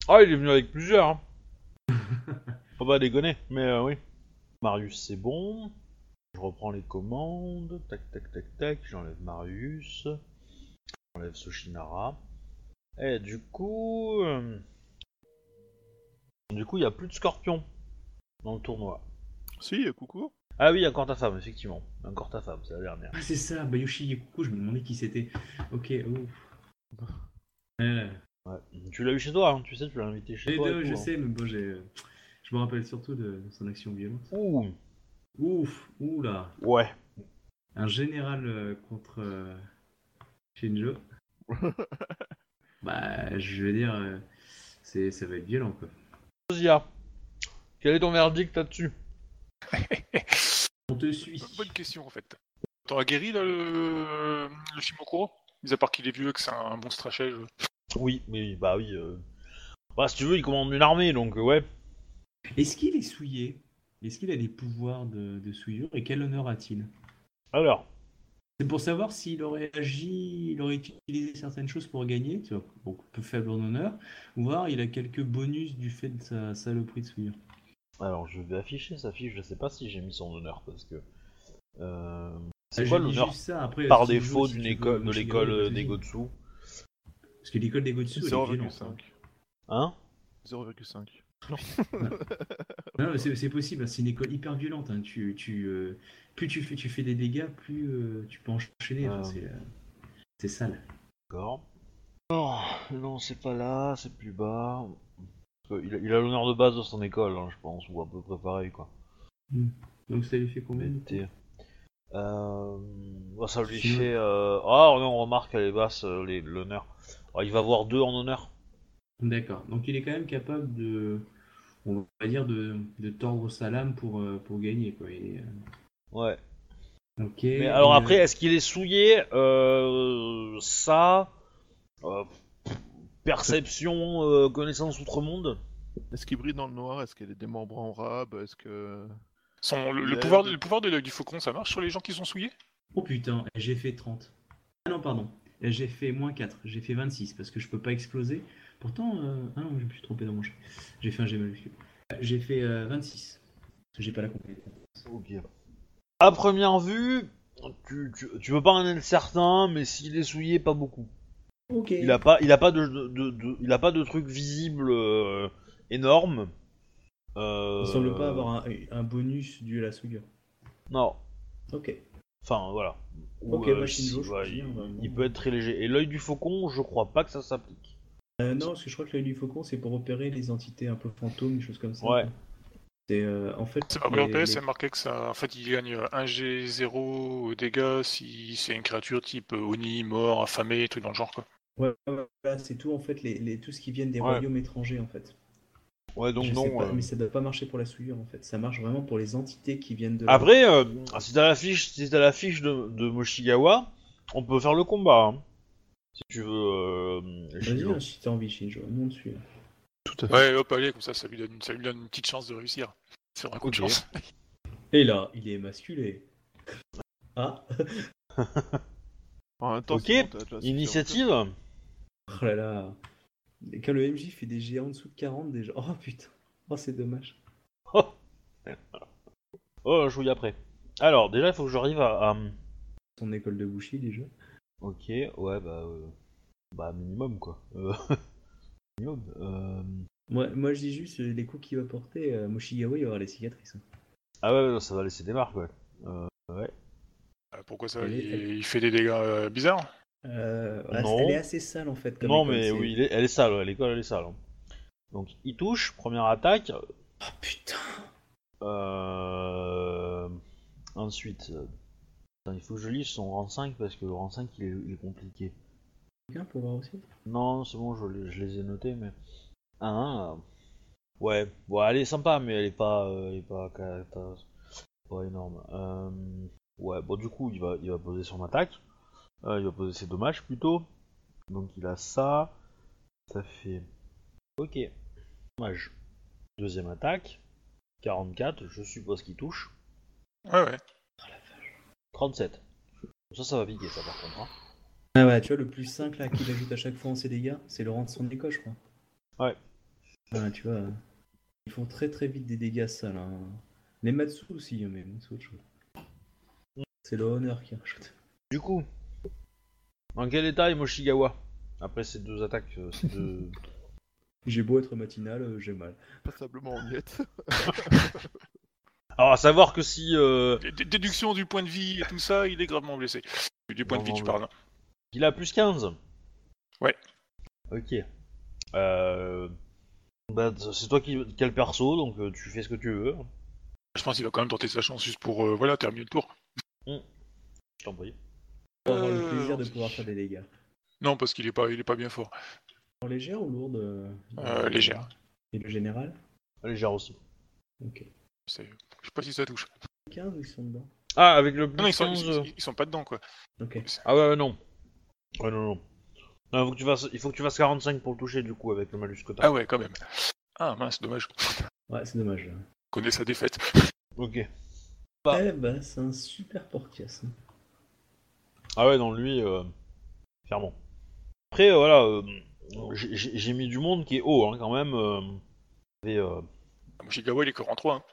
Ah, il est venu avec plusieurs, hein. Faut pas déconner, mais euh, oui. Marius, c'est bon. Je reprends les commandes. Tac, tac, tac, tac. J'enlève Marius. J'enlève Soshinara. Et du coup... euh, Du coup, il n'y a plus de scorpion dans le tournoi. Si, euh, coucou. Ah oui, encore ta femme, effectivement. Encore ta femme, c'est la dernière. Ah, c'est ça, Bayushi Yekuko, je me demandais qui c'était. Ok, ouf. Euh, Ouais. Tu l'as eu chez toi, hein, tu sais, tu l'as invité chez les toi. et deux, tout, je hein. sais, mais bon, j'ai. Je me rappelle surtout de son action violente. Ouh, Ouf, oula. ouais. Un général euh, contre euh, Shinjo. bah, je veux dire, euh, c'est, ça va être violent, quoi. Zosia, quel est ton verdict là-dessus On te suit. Bonne question en fait. T'en as guéri là, le, le Shimokuro Mis à part qu'il est vieux et que c'est un, un bon strachège. Oui, oui, bah oui. euh. Bah, si tu veux, il commande une armée, donc euh, ouais. Est-ce qu'il est souillé Est-ce qu'il a des pouvoirs de, de souillure et quel honneur a-t-il Alors, C'est pour savoir s'il aurait agi, il aurait utilisé certaines choses pour gagner, tu vois, donc peu faible en honneur, ou voir il a quelques bonus du fait de sa saloperie de souillure. alors je vais afficher sa fiche, je sais pas si j'ai mis son honneur, parce que... euh, Ah, C'est quoi j'ai dit l'honneur juste ça, après, par si tu défaut veux, si d'une tu veux, école, de je l'école dirais, euh, vas-y. des Gotsu Parce que l'école des Gotsu, elle est violente, hein. 0,5. Hein 0,5. Non, mais c'est c'est possible, hein, c'est une école hyper violente. hein, Tu, tu, euh, plus tu fais, tu fais des dégâts, plus euh, tu peux enchaîner. enfin, Ah. c'est, euh, c'est sale. D'accord. Oh, non, c'est pas là, c'est plus bas. Euh, Il a il a l'honneur de base de son école, hein, je pense, ou à peu près pareil, quoi. Donc ça lui fait combien du coup Mettez. Euh... bah, ça lui Si. fait. euh, Ah non, on remarque elle est basse euh, les- l'honneur. Ah, il va avoir deux en honneur. D'accord. Donc il est quand même capable de. on va dire, de, de tordre sa lame pour, euh, pour gagner. Quoi. Et, Ouais. euh, ok. Mais alors Et, après, est-ce qu'il est souillé Euh, Ça. euh, perception, euh, connaissance outre-monde Est-ce qu'il brille dans le noir Est-ce qu'il est démembré en rab Est-ce que. Son- le, Il le a pouvoir, l'air de- le pouvoir de l'œil du faucon, ça marche sur les gens qui sont souillés Oh putain, j'ai fait 30. Ah non, pardon. J'ai fait moins 4, j'ai fait 26 parce que je peux pas exploser. Pourtant, euh, ah non, je me suis trompé dans mon jet. J'ai fait un jet majuscule. Euh, J'ai fait euh, 26. Parce que j'ai pas la compétence. Ok. À première vue, tu, tu, tu veux pas en être certain, mais s'il est souillé, pas beaucoup. Ok. Il a pas, il a pas de, de- de- de- il a pas de truc visible euh, énorme. Euh, Il semble pas avoir un, un bonus dû à la souillure. Non. Ok. Enfin, voilà. Ou, Ok, euh, bah, Shinjo, si, je ouais, suis il, bien, bah, il peut être très léger. Et l'œil du faucon, je crois pas que ça s'applique. Euh, non, parce que je crois que l'œil du faucon, c'est pour repérer les entités un peu fantômes, des choses comme ça. Ouais. C'est euh, en fait. C'est pas les- présenté, les- c'est marqué que ça. En fait, il gagne euh, 1G0 au dégâts si c'est une créature type euh, Oni, mort, affamé, tout dans le genre quoi. Ouais, ouais, ouais, voilà, c'est tout en fait, les, les- tout ce qui vient des Ouais. royaumes étrangers en fait. Ouais, donc Je sais non. pas, euh, Mais ça doit pas marcher pour la souillure en fait. Ça marche vraiment pour les entités qui viennent de. Après, euh, si t'as la fiche, si t'as la fiche de, de Moshigawa, on peut faire le combat. hein. Si tu veux. euh, Vas-y, Shinjo. hein, si t'as envie, Shinjo, monte dessus. Tout à Ouais, hop, allez, comme ça, ça lui donne une, ça lui donne une petite chance de réussir. Sur un coup de Ok. chance. Et là, il est émasculé. Ah En même temps, Ok, Ah, c'est bon, t'as déjà suffisamment fait. Initiative Oh là là Et Quand le MJ fait des géants en dessous de 40 déjà. Oh putain Oh c'est dommage. Oh, je vous dis après. Alors, déjà, il faut que j'arrive à. à- Son école de Bushi déjà. Ok, ouais, bah. euh, Bah, minimum, quoi. Euh, minimum. euh, Moi, moi je dis juste euh, les coups qu'il va porter, euh, Moshigawa il aura les cicatrices. hein. Ah, ouais, ouais, non, ça va laisser des marques, ouais. Euh, ouais. Euh, Pourquoi ça Elle est- il, il fait des dégâts euh, bizarres Euh, ouais, Non. Elle est assez sale en fait. Comme Non, école, mais c'est- oui, il est- elle est sale, ouais, l'école, elle est sale. hein. Donc, il touche, première attaque. Oh putain Euh... Ensuite, euh, attends, il faut que je lise son rang 5 parce que le rang 5 il est, il est compliqué. Quelqu'un pour voir aussi Non, c'est bon, je, les- je les ai notés, mais. Ah, ouais, bon, elle est sympa, mais elle est pas, euh, elle est pas, cata- pas énorme. Euh, Ouais, bon, du coup, il va, il va poser son attaque, Euh, il va poser ses dommages plutôt. Donc, il a ça, ça fait. Ok, dommage. Deuxième attaque, 44, je suppose qu'il touche. Ouais, ouais. 37. Ça, ça va piquer, ça, par contre. hein. Ah ouais, tu vois, le plus 5 là qu'il ajoute à chaque fois en ses dégâts, c'est le rang de son école, je crois. Ouais. Ouais, tu vois, ils font très très vite des dégâts sales. hein. Les Matsu aussi, hein, mais bon, c'est autre chose. C'est le honneur qui rajoute. Du coup, dans quel état est Moshigawa Après ces deux attaques, euh, ces deux- J'ai beau être matinal, euh, j'ai mal. Passablement en miettes. Alors, à savoir que si euh, Dé- dé- Déduction du point de vie et tout ça, il est gravement blessé. Du point de vie, tu Gravement parles. hein. il a plus 15. Ouais. Ok. Euh, bah, c'est toi qui, qui as le perso, donc euh, tu fais ce que tu veux. Je pense qu'il va quand même tenter sa chance juste pour euh, voilà, terminer le tour. Je t'en prie. Pour avoir le Euh, plaisir de on- pouvoir faire des dégâts. Non, parce qu'il est pas, il est pas bien fort. En légère ou lourde euh, Euh, légère. Et le général Allez, gère aussi. Ok. C'est- Je sais pas si ça touche. 15 ils sont dedans Ah, avec le plus Non, ils sont, 15. ils- ils- ils sont pas dedans quoi. Ok. Ah, ouais, ouais, non. Ouais, non, non. Non, faut que tu fasses, il faut que tu fasses 45 pour le toucher, du coup, avec le malus que t'as. Ah ouais, quand même. Ah mince, dommage. Ouais, c'est dommage. là. connaît sa défaite. Ok. Bah. Eh ben, c'est un super portias. hein. Ah ouais, non, lui, euh, clairement. Après, euh, voilà, euh, j'ai- j'ai j'ai mis du monde qui est haut, hein, quand même. euh, et, euh, Ah, Moshigawa, il est que en 3.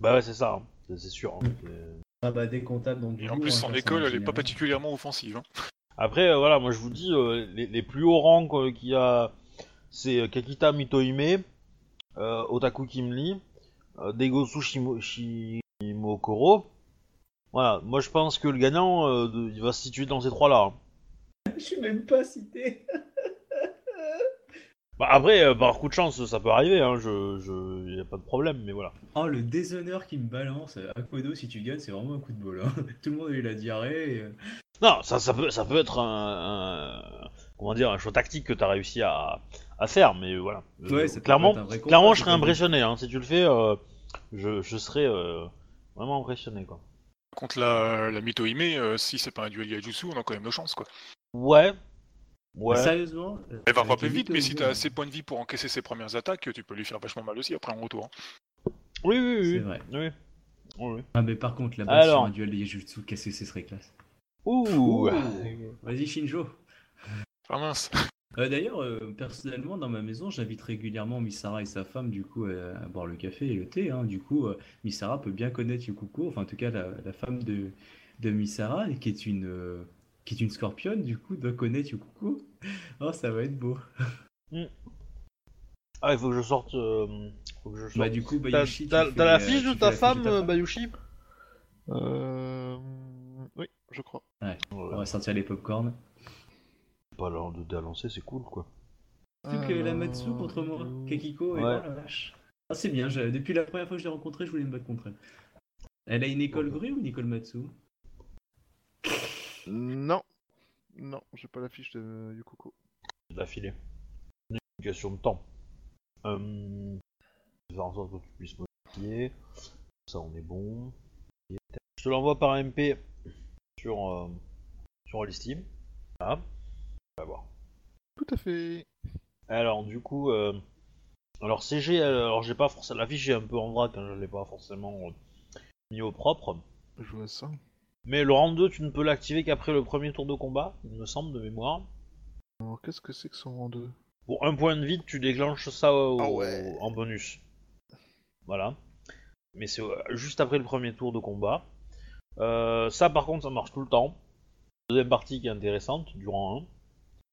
bah ouais, c'est ça, hein, c'est- c'est sûr. hein, c'est- Ah bah, des comptables dans du Et en lourd, plus, hein, son face à un école, elle est pas général. particulièrement offensive. hein. Après, euh, voilà, moi je vous dis, euh, les, les plus hauts rangs quoi, qu'il y a, c'est euh, Kakita Mitohime, euh, Otaku Kimli, euh, Degosu Shimo- Shimokoro. Voilà, moi je pense que le gagnant, euh, de- il va se situer dans ces trois-là. hein. Je suis même pas cité. Bah après, euh, par coup de chance, ça peut arriver, hein, je, je, y a pas de problème, mais voilà. Oh, le déshonneur qui me balance. Akodo, si tu gagnes, c'est vraiment un coup de bol. hein. Tout le monde a eu la diarrhée. et, euh, Non, ça, ça, peut, ça peut être un, un- comment dire, un choix tactique que t'as réussi à, à faire, mais euh, voilà. Je- Ouais, ça peut clairement, être un vrai combat, clairement, je serais c'est pas- impressionné. hein. Si tu le fais, euh, je, je serais euh, vraiment impressionné, quoi. Contre la, la Mitohime, euh, si c'est pas un duel Yajutsu, on a quand même nos chances, quoi. Ouais. Ouais. Sérieusement euh, Elle va avec frapper les vite, mais si t'as Mitohime, assez de points de vie pour encaisser ses premières attaques, tu peux lui faire vachement mal aussi après en retour. hein. Oui, oui, oui. C'est oui. vrai. Oui. Oui, oui. Ah, mais par contre, la bas Alors. sur un duel de Yajutsu, qu'est-ce que ce serait classe Ouh. Vas-y, Shinjo Ah mince. Euh, D'ailleurs, euh, personnellement, dans ma maison, j'invite régulièrement Misara et sa femme, du coup, euh, à boire le café et le thé. hein. Du coup, euh, Misara peut bien connaître Yukuko, enfin, en tout cas, la, la femme de, de Misara, et qui est une, euh, qui est une scorpionne, du coup, doit connaître Yukuko. Oh, ça va être beau. Ah, il faut que je sorte. euh, faut que je sorte. Bah, du coup, T'as- Bayushi, tu T'as fais euh, t'as la tu fiche fais de la ta femme, de ta femme. Bayushi Euh, Oui, je crois. On va sortir les popcorns. Pas l'heure de de la lancer, c'est cool, quoi. Plus que la Matsu Alors, contre moi, Yo- Kakiko et Ouais. oh la vache. Ah, c'est bien, j'ai- depuis la première fois que je l'ai rencontrée, je voulais me battre contre elle. Elle a une école grue ou une école Matsu Non. Non, j'ai pas la fiche de Yukiko. C'est d'affilée. C'est une question de temps. Euh, je vais faire en sorte que tu puisses modifier. Ça, on est bon. Je te l'envoie par MP sur, euh, sur Steam. Voilà. On va voir. Tout à fait. Alors du coup, euh, alors CG, euh, alors j'ai pas forcément la fiche est un peu en vrac, hein, je l'ai pas forcément euh, mis au propre. Je vois ça. Mais le round 2, tu ne peux l'activer qu'après le premier tour de combat, il me semble de mémoire. Alors, qu'est-ce que c'est que son rang 2 Pour un point de vide, tu déclenches ça au- Ah ouais. en bonus. Voilà. Mais c'est euh, juste après le premier tour de combat. Euh, ça, par contre, ça marche tout le temps. Deuxième partie qui est intéressante, durant 1,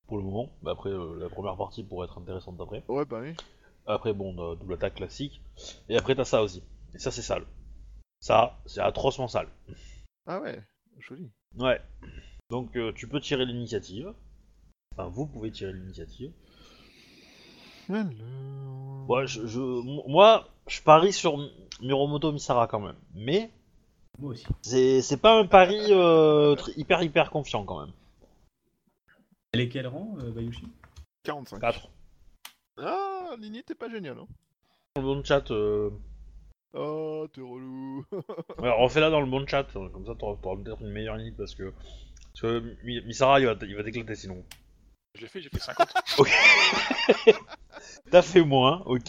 pour le moment. Mais après, euh, la première partie pourrait être intéressante après. Ouais, bah oui. Après, bon, euh, double attaque classique. Et après, t'as ça aussi. Et ça, c'est sale. Ça, c'est atrocement sale. Ah ouais, joli. Ouais. Donc, euh, tu peux tirer l'initiative. Enfin, vous pouvez tirer l'initiative. Alors... Ouais, je, je- m- moi, je parie sur M- Miromoto Misara quand même. Mais, Moi aussi. c'est c'est pas un pari euh, tr- hyper, hyper confiant quand même. Elle est quel rang, euh, Bayushi 45. 4. Ah, Lini, t'es pas génial, hein Dans le bon chat. euh, Oh, t'es relou. Alors, refais-la dans le bon chat. euh, Comme ça, t'auras t'auras peut-être une meilleure init parce que. Parce que Mi- Misara, il va t- il va t'éclater sinon. Je l'ai fait, j'ai fait 50. T'as fait moins, ok.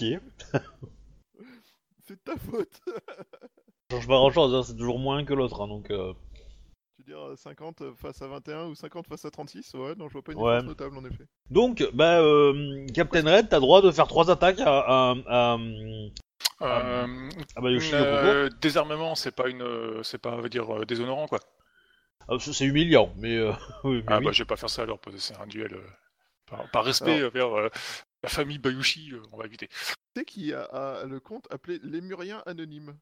c'est de ta faute. Ça change pas grand chose, c'est toujours moins que l'autre, hein, donc euh, tu veux dire 50 face à 21 ou 50 face à 36 Ouais, non, je vois pas une Ouais. différence notable en effet. Donc, bah, euh, Captain Red, t'as droit de faire trois attaques à, à, à, Euh, à Bayushi Yokoko. euh, désarmement, c'est pas une, euh, c'est pas, on va dire, euh, déshonorant, quoi. Ah, c'est- C'est humiliant, mais, euh, oui, mais Ah oui. bah je vais pas faire ça alors, parce que c'est un duel. euh, par, par respect euh, vers euh, la famille Bayushi, euh, on va éviter. Tu sais qui a, a le compte appelé Lémurien Anonyme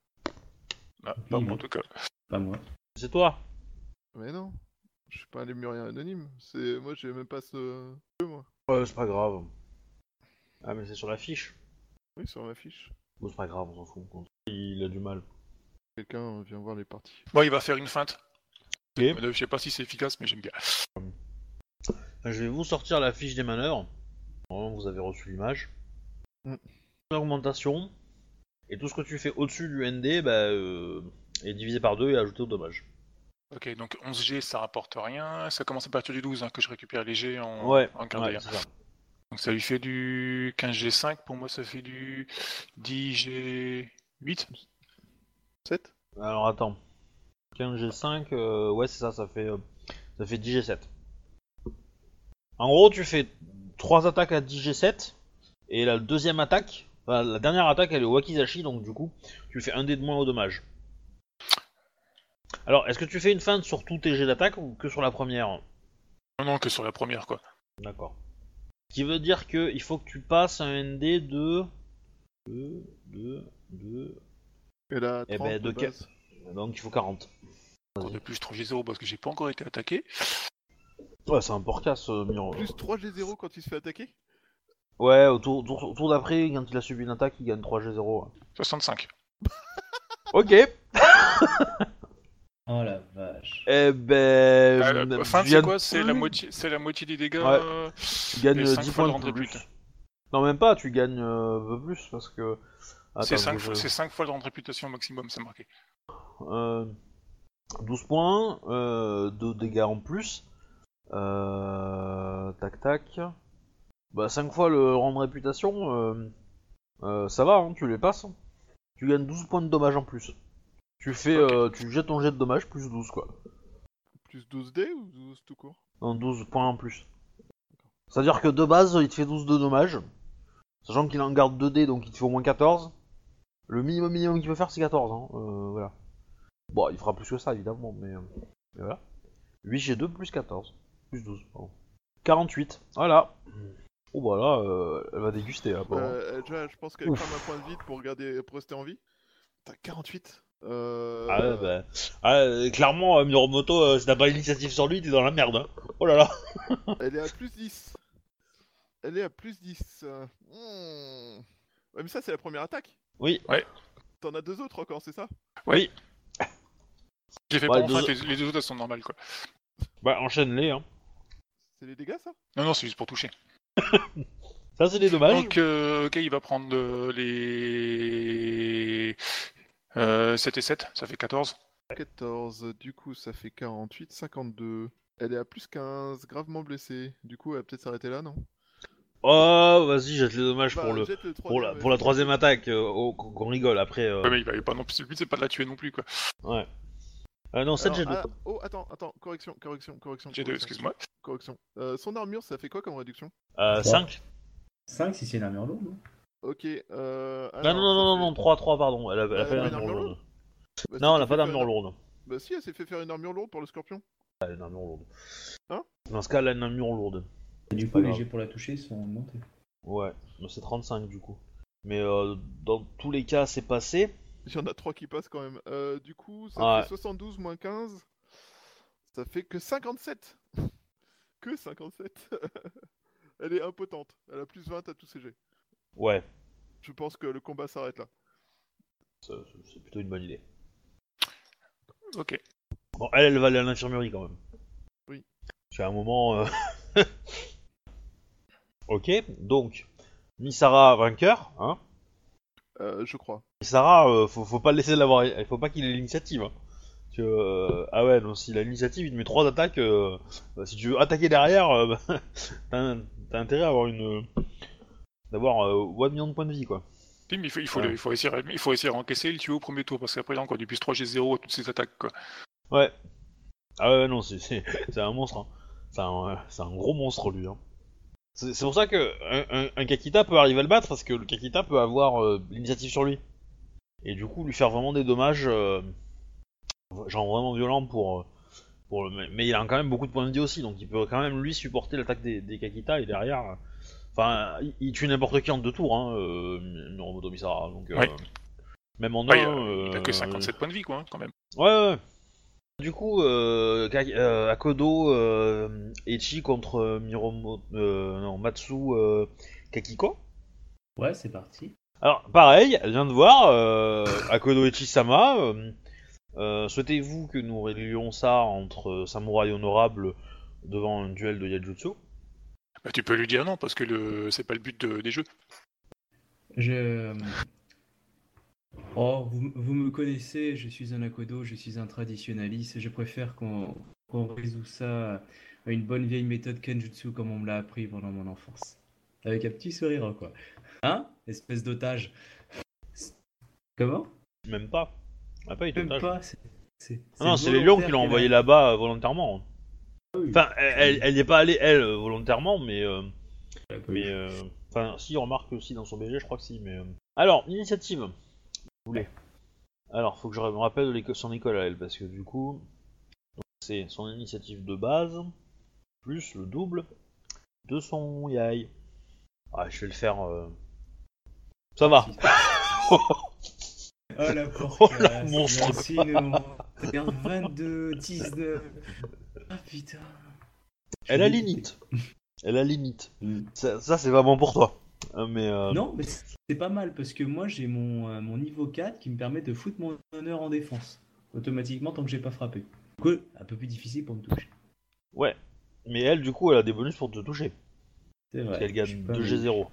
Ah, Oui, pas oui. moi, en tout cas. Pas moi. c'est toi. Mais non, je suis pas un Lémurien Anonyme. C'est Moi, j'ai même pas ce jeu, moi. Ouais, c'est pas grave. Ah, mais c'est sur la fiche. Oui, sur ma fiche. Bon, c'est pas grave, on s'en fout. Il a du mal. Quelqu'un vient voir les parties. Bon, il va faire une feinte. Euh, Ok. Je sais pas si c'est efficace, mais j'aime bien. Je vais vous sortir la fiche des manœuvres. Normalement, vous avez reçu l'image. Mm. L'augmentation. Et tout ce que tu fais au-dessus du ND bah, euh, est divisé par deux et ajouté au dommage. Ok, donc 11G, ça rapporte rien. Ça commence à partir du 12 hein, que je récupère les G en, en quart ouais, d'heure. c'est ça. Donc ça lui fait du 15G5. Pour moi, ça fait du 10G8. 7 Alors attends. 15G5, euh, ouais c'est ça, ça fait, euh, ça fait 10G7. En gros tu fais 3 attaques à 10G7, et la deuxième attaque, enfin, la dernière attaque elle est au Wakizashi, donc du coup tu fais un dé de moins au dommage. Alors est-ce que tu fais une feinte sur tous tes jets d'attaque ou que sur la première Non, non, que sur la première, quoi. D'accord. Ce qui veut dire que il faut que tu passes un ND de... 2, 2, 2... Et là, 30 Eh ben, de de quel- base. Donc il faut 40. Encore de plus, je trouve G0 parce que j'ai pas encore été attaqué. Ouais c'est un porcasse euh, Miro. Plus 3G0 quand il se fait attaquer Ouais, au tour, tour- tour d'après, quand il a subi une attaque, il gagne 3G0. ouais. 65. Ok Oh la vache. Eh ben. Ah, la fin, tu c'est gagnes- quoi C'est la, moitié... c'est la moitié des dégâts. Ouais. euh, Tu gagnes les euh, cinq 10 points fois le de rang de réputation. but. Non, même pas, tu gagnes euh, un peu plus parce que. C'est Attends, 5 je- fois, c'est cinq fois le rang de réputation maximum, c'est marqué. euh, 12 points, euh, 2 dégâts en plus. Euh, tac tac. Bah 5 fois le rang de réputation, euh, euh, ça va, hein, tu les passes. Tu gagnes 12 points de dommages en plus. Tu fais, Ok. euh, tu jettes ton jet de dommages plus 12 quoi. Plus 12 dés ou 12 tout court Non, 12 points en plus. C'est-à-dire que de base, il te fait 12 de dommages. Sachant qu'il en garde 2 dés, donc il te fait au moins 14. Le minimum minimum qu'il peut faire, c'est 14. Hein. euh, voilà. Bon, il fera plus que ça, évidemment, mais, euh, mais voilà. 8G2 plus 14. Plus 12, pardon. 48, voilà. Oh bah là, euh, elle va déguster, là, pauvre. Euh, euh, déjà, je pense qu'elle Ouf. crame un point de vide pour, garder, pour rester en vie. T'as 48 euh... Ah, ouais, bah, ah, euh, clairement, euh, Miromoto, euh, si t'as pas l'initiative sur lui, t'es dans la merde. hein. Oh là là. Elle est à plus 10. Elle est à plus 10. euh, hmm. Ouais, mais ça, c'est la première attaque. Oui. Ouais. T'en as deux autres encore, c'est ça Oui. J'ai fait Ouais, pas en deux fait, autres. les, les deux autres elles sont normales quoi. Bah, enchaîne-les. Hein. C'est les dégâts, ça Non, non, c'est juste pour toucher. Ça, c'est des dommages. Donc, euh, ok, il va prendre euh, les. euh, 7 et 7, ça fait 14. 14, du coup, ça fait 48, 52. Elle est à plus 15, gravement blessée. Du coup, elle va peut-être s'arrêter là, non Oh, vas-y, jette les dommages Bah, pour le. jette troisième, Pour la, ouais. pour la troisième attaque, euh, oh, qu'on qu'on rigole après. euh, Ouais, mais il va pas non plus. Le but c'est pas de la tuer non plus quoi. euh, non, 7 Alors, j'ai de ah, oh, attends, attends, correction, correction, correction. J'ai deux, correction, excuse-moi. Correction. Euh, son armure, ça fait quoi comme réduction euh, 5 5 si c'est une armure lourde. Ok, euh. Bah, Non, alors, non, non, non, ça non, 3, 3, pardon. Elle a, elle a Ah, Elle pas avait une d'armure armure lourde. fait- Non, bah, si, elle a tu pas fais faire d'armure une- lourde. Bah, si, elle s'est fait faire une armure lourde pour le scorpion. Elle a une armure lourde. Ah. Hein Dans ce cas, elle a une armure lourde. Et du coup, pas les grave. hein. jets pour la toucher sont montés. Ouais, mais c'est 35 du coup. Mais euh, dans tous les cas, c'est passé. Il y en a trois qui passent quand même. Euh, du coup, ça Ah ouais. fait 72 moins 15. Ça fait que 57. Que 57. Elle est impotente. Elle a plus 20 à tous ses jets. Ouais, Je pense que le combat s'arrête là. c'est c'est plutôt une bonne idée. Ok. Bon, elle, elle va aller à l'infirmerie quand même. Oui. C'est un moment. euh, ok, donc, Misara vainqueur, hein. Euh, je crois. Sarah, euh, faut, faut pas le laisser l'avoir. Il faut pas qu'il ait l'initiative. hein. Parce que, euh, ah ouais, donc s'il a l'initiative, il te met trois attaques. euh, bah, si tu veux attaquer derrière, euh, bah, t'as t'as intérêt à avoir une. d'avoir euh, 1 million de points de vie, quoi. Puis, mais il faut, il, faut, Ouais. le- il, faut essayer, à- il faut essayer à encaisser et le tuer au premier tour parce qu'après il a encore du plus 3 G0 à toutes ses attaques quoi. Ouais. Ah ouais, non, c'est- c'est c'est un monstre. hein. C'est un, euh, c'est un gros monstre, lui. hein. C'est c'est pour ça que un, un- un Kakita peut arriver à le battre, parce que le Kakita peut avoir euh, l'initiative sur lui. Et du coup, lui faire vraiment des dommages, euh, genre vraiment violents pour. euh, pour le... mais- Mais il a quand même beaucoup de points de vie aussi, donc il peut quand même lui supporter l'attaque des, des Kakita et derrière. euh, Enfin, il, il tue n'importe qui en deux tours, hein, euh, Miromoto Misara. Donc, euh, Ouais. Même en un. Ouais, il, a, il a euh, que 57 points de vie quoi hein, quand même. Ouais, ouais. Du coup, euh, Ka- euh, Akodo, euh, Echi contre euh, Miromo, euh, non, Matsu euh, Kakiko. Ouais, c'est parti. Alors, pareil, elle vient de voir, euh, Akodo Echi-sama, euh, euh, souhaitez-vous que nous réglions ça entre euh, samouraï honorable devant un duel de Yajutsu Bah, tu peux lui dire non parce que le... c'est pas le but de- des jeux. Je. Oh, vous, vous me connaissez, je suis un akodo, je suis un traditionnaliste. Je préfère qu'on qu'on résout ça à une bonne vieille méthode kenjutsu comme on me l'a appris pendant mon enfance. Avec un petit sourire, quoi. Hein Espèce d'otage. Comment Même pas. Ah, pas, il Même t'otage. pas. c'est- c'est- Ah non, c'est les lions qui l'ont envoyé volontaire Ah là-bas euh, volontairement. qu'elle a- Enfin, elle, elle, elle y est pas allée, elle, euh, volontairement, mais... euh, Ah oui, Mais euh, enfin, si on remarque aussi dans son BG, je crois que si. Mais euh. alors, initiative. Vous voulez Alors, faut que je me rappelle de l'éco- son école à elle parce que du coup, donc, c'est son initiative de base plus le double de son yai. Ah, je vais le faire. euh, Ça va. Oh la porte ah. Oh la monstre. Merci Léon. T'as bien 22, 19. Ah putain. elle a Je suis limite. Elle a limite. dégoûté. Ça, ça, c'est vraiment pour toi. Euh, Mais euh, Non, mais c'est pas mal parce que moi j'ai mon, euh, mon niveau 4 qui me permet de foutre mon honneur en défense. automatiquement tant que j'ai pas frappé. Du coup, un peu plus difficile pour me toucher. Ouais. Mais elle, du coup, elle a des bonus pour te toucher. C'est vrai. parce qu'elle je suis gagne pas- 2G0.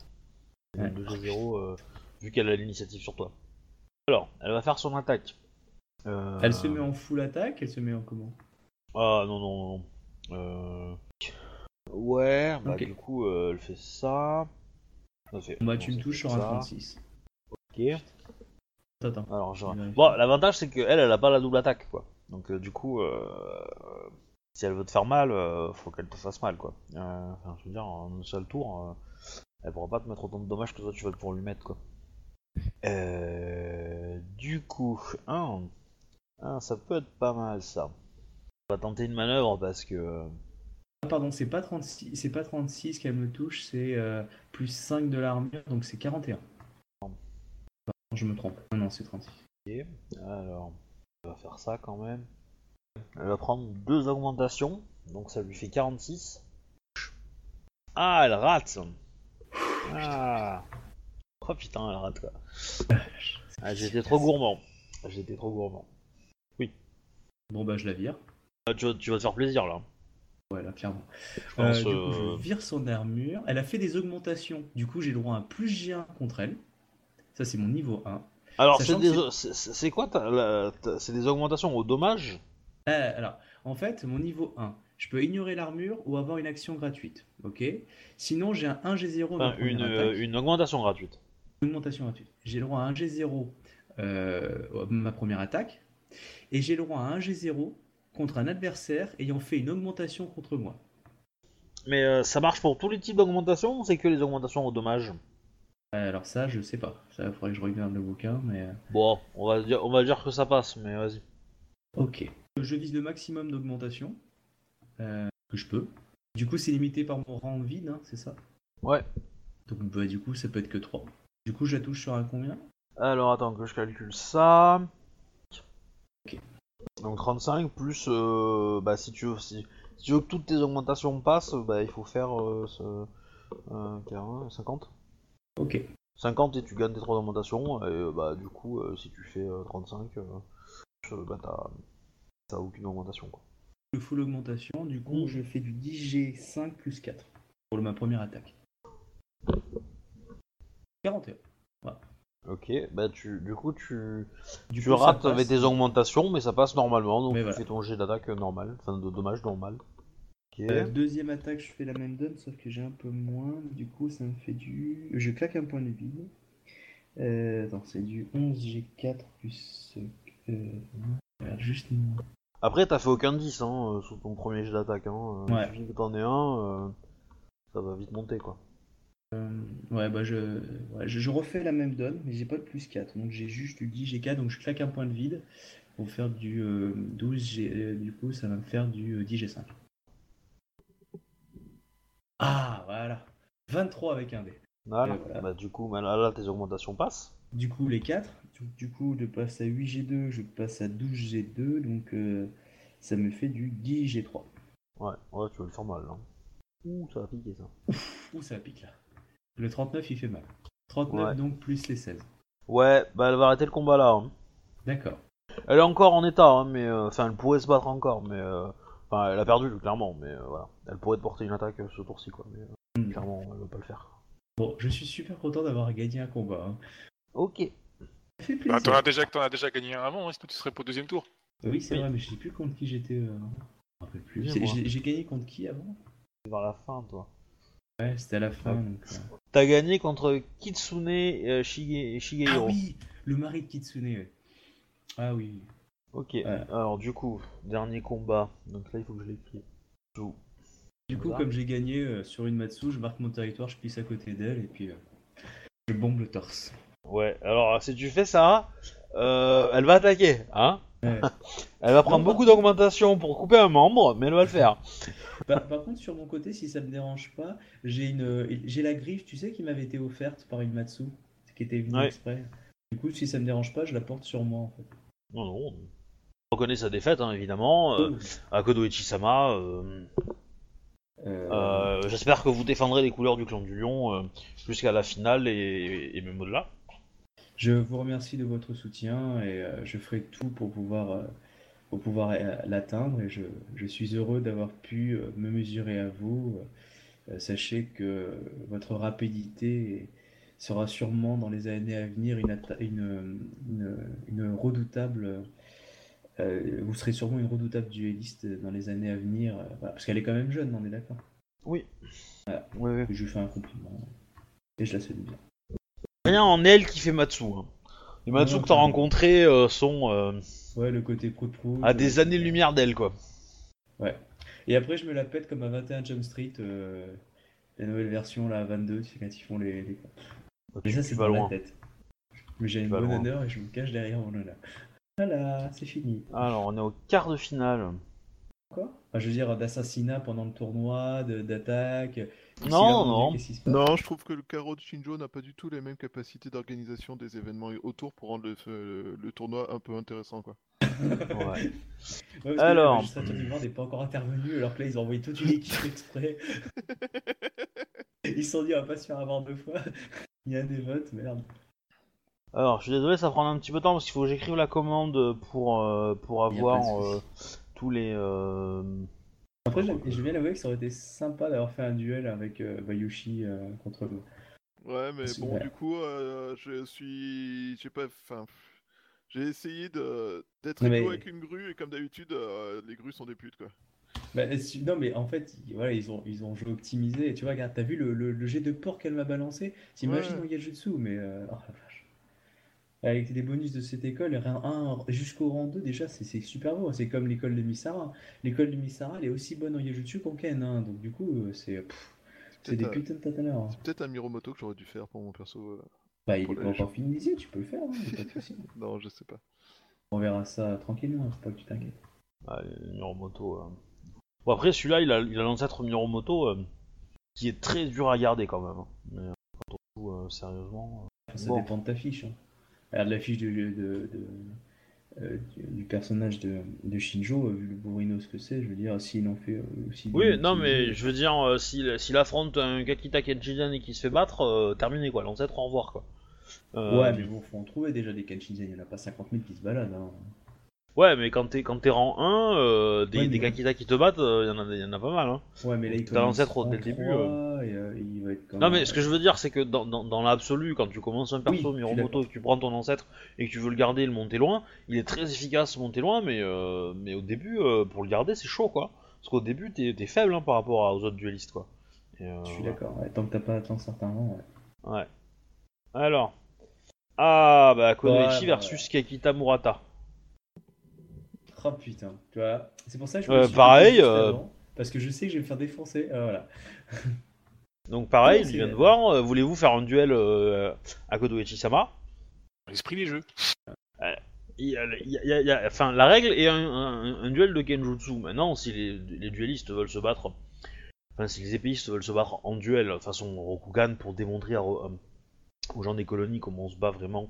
Elle Ouais. gagne 2G0 euh, vu qu'elle a l'initiative sur toi. Alors, elle va faire son attaque. Euh, Elle se met en full attaque, elle se met en comment Ah non, non, non. Euh, Ouais, bah Ok. du coup, euh, elle fait ça. Ça fait- Bah non, tu ça me fait touches sur un ça. 36. Ok. Attends, attends. Alors, genre... Ouais. Bon, l'avantage c'est qu'elle, elle a pas la double attaque, quoi. Donc, euh, du coup, euh, si elle veut te faire mal, euh, faut qu'elle te fasse mal, quoi. Euh, Enfin, je veux dire, en un seul tour, euh, elle pourra pas te mettre autant de dommages que toi tu vas pouvoir lui mettre, quoi. Euh, du coup, hein, hein, ça peut être pas mal, ça. On va tenter une manœuvre parce que. euh, Ah, pardon, c'est pas 36, c'est pas 36 qu'elle me touche, c'est euh, plus 5 de l'armure, donc c'est 41. Pardon, je me trompe. Ah Non, non, c'est 36. Alors, elle va faire ça quand même. Elle va prendre deux augmentations, donc ça lui fait 46. Ah, elle rate Ah Oh putain, elle rate quoi. Ah, J'étais trop gourmand. J'étais trop gourmand. Bon bah je la vire. Ah, tu, vas, tu vas te faire plaisir là. Voilà, clairement. Je Euh, pense. du coup, euh, je vire son armure. Elle a fait des augmentations. Du coup, j'ai le droit à un plus G1 contre elle. Ça, c'est mon niveau 1. Alors, c'est sachant des- que c'est c'est quoi ta- la- ta- C'est des augmentations au dommage Euh, alors, en fait, mon niveau 1, je peux ignorer l'armure ou avoir une action gratuite. Ok Sinon, j'ai un 1G0 dans Enfin, la une, première attaque. euh, une augmentation gratuite. Une augmentation gratuite. J'ai le droit à un G0 euh, ma première attaque. Et j'ai le droit à un G0 contre un adversaire ayant fait une augmentation contre moi. Mais euh, ça marche pour tous les types d'augmentations ou c'est que les augmentations au dommage Euh, alors, ça, je sais pas. Ça, il faudrait que je regarde le bouquin, mais. euh, Bon, on va, dire, on va dire que ça passe, mais vas-y. Ok. Je vise le maximum d'augmentation euh, que je peux. Du coup, c'est limité par mon rang vide, hein, c'est ça Ouais. Donc, bah, du coup, ça peut être que 3. Du coup, je la touche sur un combien Alors attends que je calcule ça. Ok. Donc 35 plus euh, bah si tu veux si, si tu veux que toutes tes augmentations passent, bah il faut faire euh, ce, euh, 40, 50. Ok. 50 et tu gagnes tes 3 augmentations et euh, bah du coup euh, si tu fais euh, 35 euh, euh, bah t'as t'as aucune augmentation quoi. Le full augmentation, du coup, je fais du 10G5 plus 4 pour ma première attaque. 41. Ok, bah tu du coup tu Du tu coup, ça rates passe. avec tes augmentations mais ça passe normalement donc Mais tu voilà. fais ton jet d'attaque euh, normal, enfin de dommage normal. Ok. Euh, deuxième attaque, je fais la même donne, sauf que j'ai un peu moins. Du coup, ça me fait du. Je claque un point de vie. Euh, attends, c'est du 11G4 plus. euh, merde, juste. Après, t'as fait aucun 10 hein, euh, sur ton premier jet d'attaque. Hein. Euh, Ouais. Il suffit que t'en aies un, euh, ça va vite monter quoi. Euh, ouais, bah je... ouais, je, je refais la même donne, mais j'ai pas de plus 4. Donc j'ai juste du 10G4, donc je claque un point de vide pour faire du euh, 12G. euh, du coup, ça va me faire du euh, 10G5. Ah, voilà. 23 avec un dé. Voilà. Et voilà. Bah, du coup, bah, là, là, tes augmentations passent. Du coup, les 4. Du coup, je passe à 8G2, je passe à 12G2, donc euh, ça me fait du 10G3. Ouais, ouais, tu vas le faire mal. Hein. Ouh, ça va piquer ça. Ouh, ça pique là. Le 39, il fait mal. 39 Ouais. donc plus les 16. Ouais, bah elle va arrêter le combat là. hein. D'accord. Elle est encore en état, hein, mais euh, enfin, elle pourrait se battre encore, mais euh, enfin, elle a perdu clairement, mais euh, voilà, elle pourrait te porter une attaque euh, ce tour-ci quoi, mais euh, Hmm. clairement, elle veut pas le faire. Bon, je suis super content d'avoir gagné un combat. hein. Ok. Ça fait Bah, plaisir. t'en as déjà, t'en as déjà gagné un avant, hein, sinon tu serais pas au deuxième tour. Oui, c'est Oui. vrai, mais je sais plus contre qui j'étais. euh, Je me rappelle plus. Oui, C'est- moi. J'ai j'ai gagné contre qui avant C'est vers la fin, toi. Ouais, c'était à la fin. Ouais. donc, euh. T'as gagné contre Kitsune euh, Shige- Ah Shigehiro. oui, le mari de Kitsune. ouais. Ah oui. Ok, Voilà. alors du coup, dernier combat. Donc là, il faut que je l'écris. Jou. Du coup, Voilà. comme j'ai gagné euh, sur une Matsu, je marque mon territoire, je pisse à côté d'elle et puis euh, je bombe le torse. Ouais, alors si tu fais ça, euh, elle va attaquer, hein Ouais. Elle va prendre beaucoup d'augmentation pour couper un membre, mais elle va le faire. par, par contre, sur mon côté, si ça me dérange pas, j'ai une, euh, j'ai la griffe, tu sais, qui m'avait été offerte par une Matsu, qui était venue Ouais. exprès. Du coup, si ça me dérange pas, je la porte sur moi en fait. Non, non. On reconnaît sa défaite, hein, évidemment. Euh, Akodo Ichisama, euh, Euh, euh, j'espère que vous défendrez les couleurs du clan du lion euh, jusqu'à la finale et, et même au-delà. Je vous remercie de votre soutien et euh, je ferai tout pour pouvoir euh, pour pouvoir euh, l'atteindre et je, je suis heureux d'avoir pu euh, me mesurer à vous. Euh, Sachez que votre rapidité sera sûrement dans les années à venir une, atta- une, une, une redoutable. euh, vous serez sûrement une redoutable duelliste dans les années à venir, euh, voilà, parce qu'elle est quand même jeune, on est d'accord. Oui, oui. Je lui fais un compliment et je la salue bien. Rien en elle qui fait Matsu. hein. Les Matsu Non, que t'as non. rencontrés euh, sont euh, Ouais, le côté prout-prout. à euh, Ah, des années-lumière d'elle, quoi. Et après, je me la pète comme à 21 Jump Street, euh, la nouvelle version, là, à 22, tu sais, quand ils font les. les... Mais ça, Tu c'est vas dans la loin. tête. Mais j'ai une vas bonne loin. honneur et je me cache derrière mon honneur. Voilà, c'est fini. Alors, on est au quart de finale. Quoi Enfin, Je veux dire, d'assassinat pendant le tournoi, de- d'attaque. Qu'est-ce Non, qu'il a vendu, non. qu'est-ce qui se passe Non, je trouve que le carreau de Shinjo n'a pas du tout les mêmes capacités d'organisation des événements autour pour rendre le, euh, le tournoi un peu intéressant. Quoi. Ouais. Ouais, parce que Alors. Le magistrateur du monde n'est pas encore intervenu alors que là, ils ont envoyé toute une équipe exprès. ils se sont dit, on va pas se faire avoir deux fois. Il y a des votes, merde. Alors, je suis désolé, ça prend un petit peu de temps parce qu'il faut que j'écrive la commande pour, euh, pour Y a pas de avoir souci. euh, tous les. euh, Après, j'ai- je viens d'avouer que ça aurait été sympa d'avoir fait un duel avec euh, Bayushi euh, contre moi. Ouais, mais C'est bon, vrai. du coup, euh, je suis. J'ai pas. Enfin. pff, J'ai essayé de- d'être Mais- égaux avec une grue et comme d'habitude, euh, les grues sont des putes, quoi. Bah, si- non, mais en fait, ils- voilà, ils ont, ils ont joué optimisé. Tu vois, regarde, t'as vu le, le, le jet de porc qu'elle m'a balancé? T'imagines Ouais. où il y a le jeu dessous, mais euh, oh la vache. Avec les bonus de cette école, rang 1 jusqu'au rang 2, déjà, c'est c'est super beau. C'est comme l'école de Misara. L'école de Misara, elle est aussi bonne en Yajutsu qu'en Ken. hein. Donc, du coup, euh, c'est pff, c'est des Peut-être, euh, putains de tatanards. hein. C'est peut-être un Miromoto que j'aurais dû faire pour mon perso. euh, Bah, il pour est pas les encore finalisé, tu peux le faire, hein, y a pas de souci. Non, je sais pas. On verra ça tranquillement, faut pas que tu t'inquiètes. ah, les Miromoto. euh. Bon, après, celui-là, il a, il a l'ancêtre Miromoto euh, qui est très dur à garder quand même. hein. Mais euh, quand on joue euh, sérieusement. euh, Ça Bon. dépend de ta fiche. hein. Regarde la fiche de, de- de- euh, du, du personnage de, de Shinjo, euh, vu le bourrino ce que c'est, je veux dire, s'il en fait euh, aussi. Oui, bien non, qu'il- mais je veux dire, euh, s'il s'il affronte un Kakita Kenjiden et qu'il se fait battre, euh, terminé quoi, l'ancêtre, au revoir quoi. Euh, Ouais, mais bon, faut en trouver déjà des Kenshizen, il n'y en a pas 50 000 qui se baladent. hein. ouais, mais quand t'es quand t'es rang 1, euh, des, Ouais, mais- des Kakita qui te battent, euh, y en a- y en a pas mal. Hein. Ouais, mais là, il T'as commence l'ancêtre dès le en début, trois, et, euh, il va être quand Non, même- mais ce que je veux dire, c'est que dans, dans, dans l'absolu, quand tu commences un perso Oui, je suis Miromoto et que tu prends ton ancêtre et que tu veux le garder et le monter loin, il est très efficace monter loin, mais, euh, mais au début, euh, pour le garder, c'est chaud quoi. Parce qu'au début, t'es t'es faible hein, par rapport à- aux autres duellistes quoi. Et, euh, Je suis voilà. d'accord, ouais, tant que t'as pas atteint certains rangs. ouais. Ouais. Alors. Ah, bah, Ouais, Kodoichi bah, versus Kakita Murata. Ah putain, tu vois, c'est pour ça que je Euh, me suis pareil, juste euh, avant, parce que je sais que je vais me faire défoncer. Ah, voilà. Donc, pareil, Ouais, il c'est- vient de voir. euh, Voulez-vous faire un duel euh, à Kodoichi-sama L'esprit des jeux. Il y a- il y a- il y a- il y a- Enfin, la règle est un, un- un duel de Genjutsu. Maintenant, si les, les duellistes veulent se battre, enfin, si les épéistes veulent se battre en duel façon Rokugan pour démontrer à Ro- euh, aux gens des colonies comment on se bat vraiment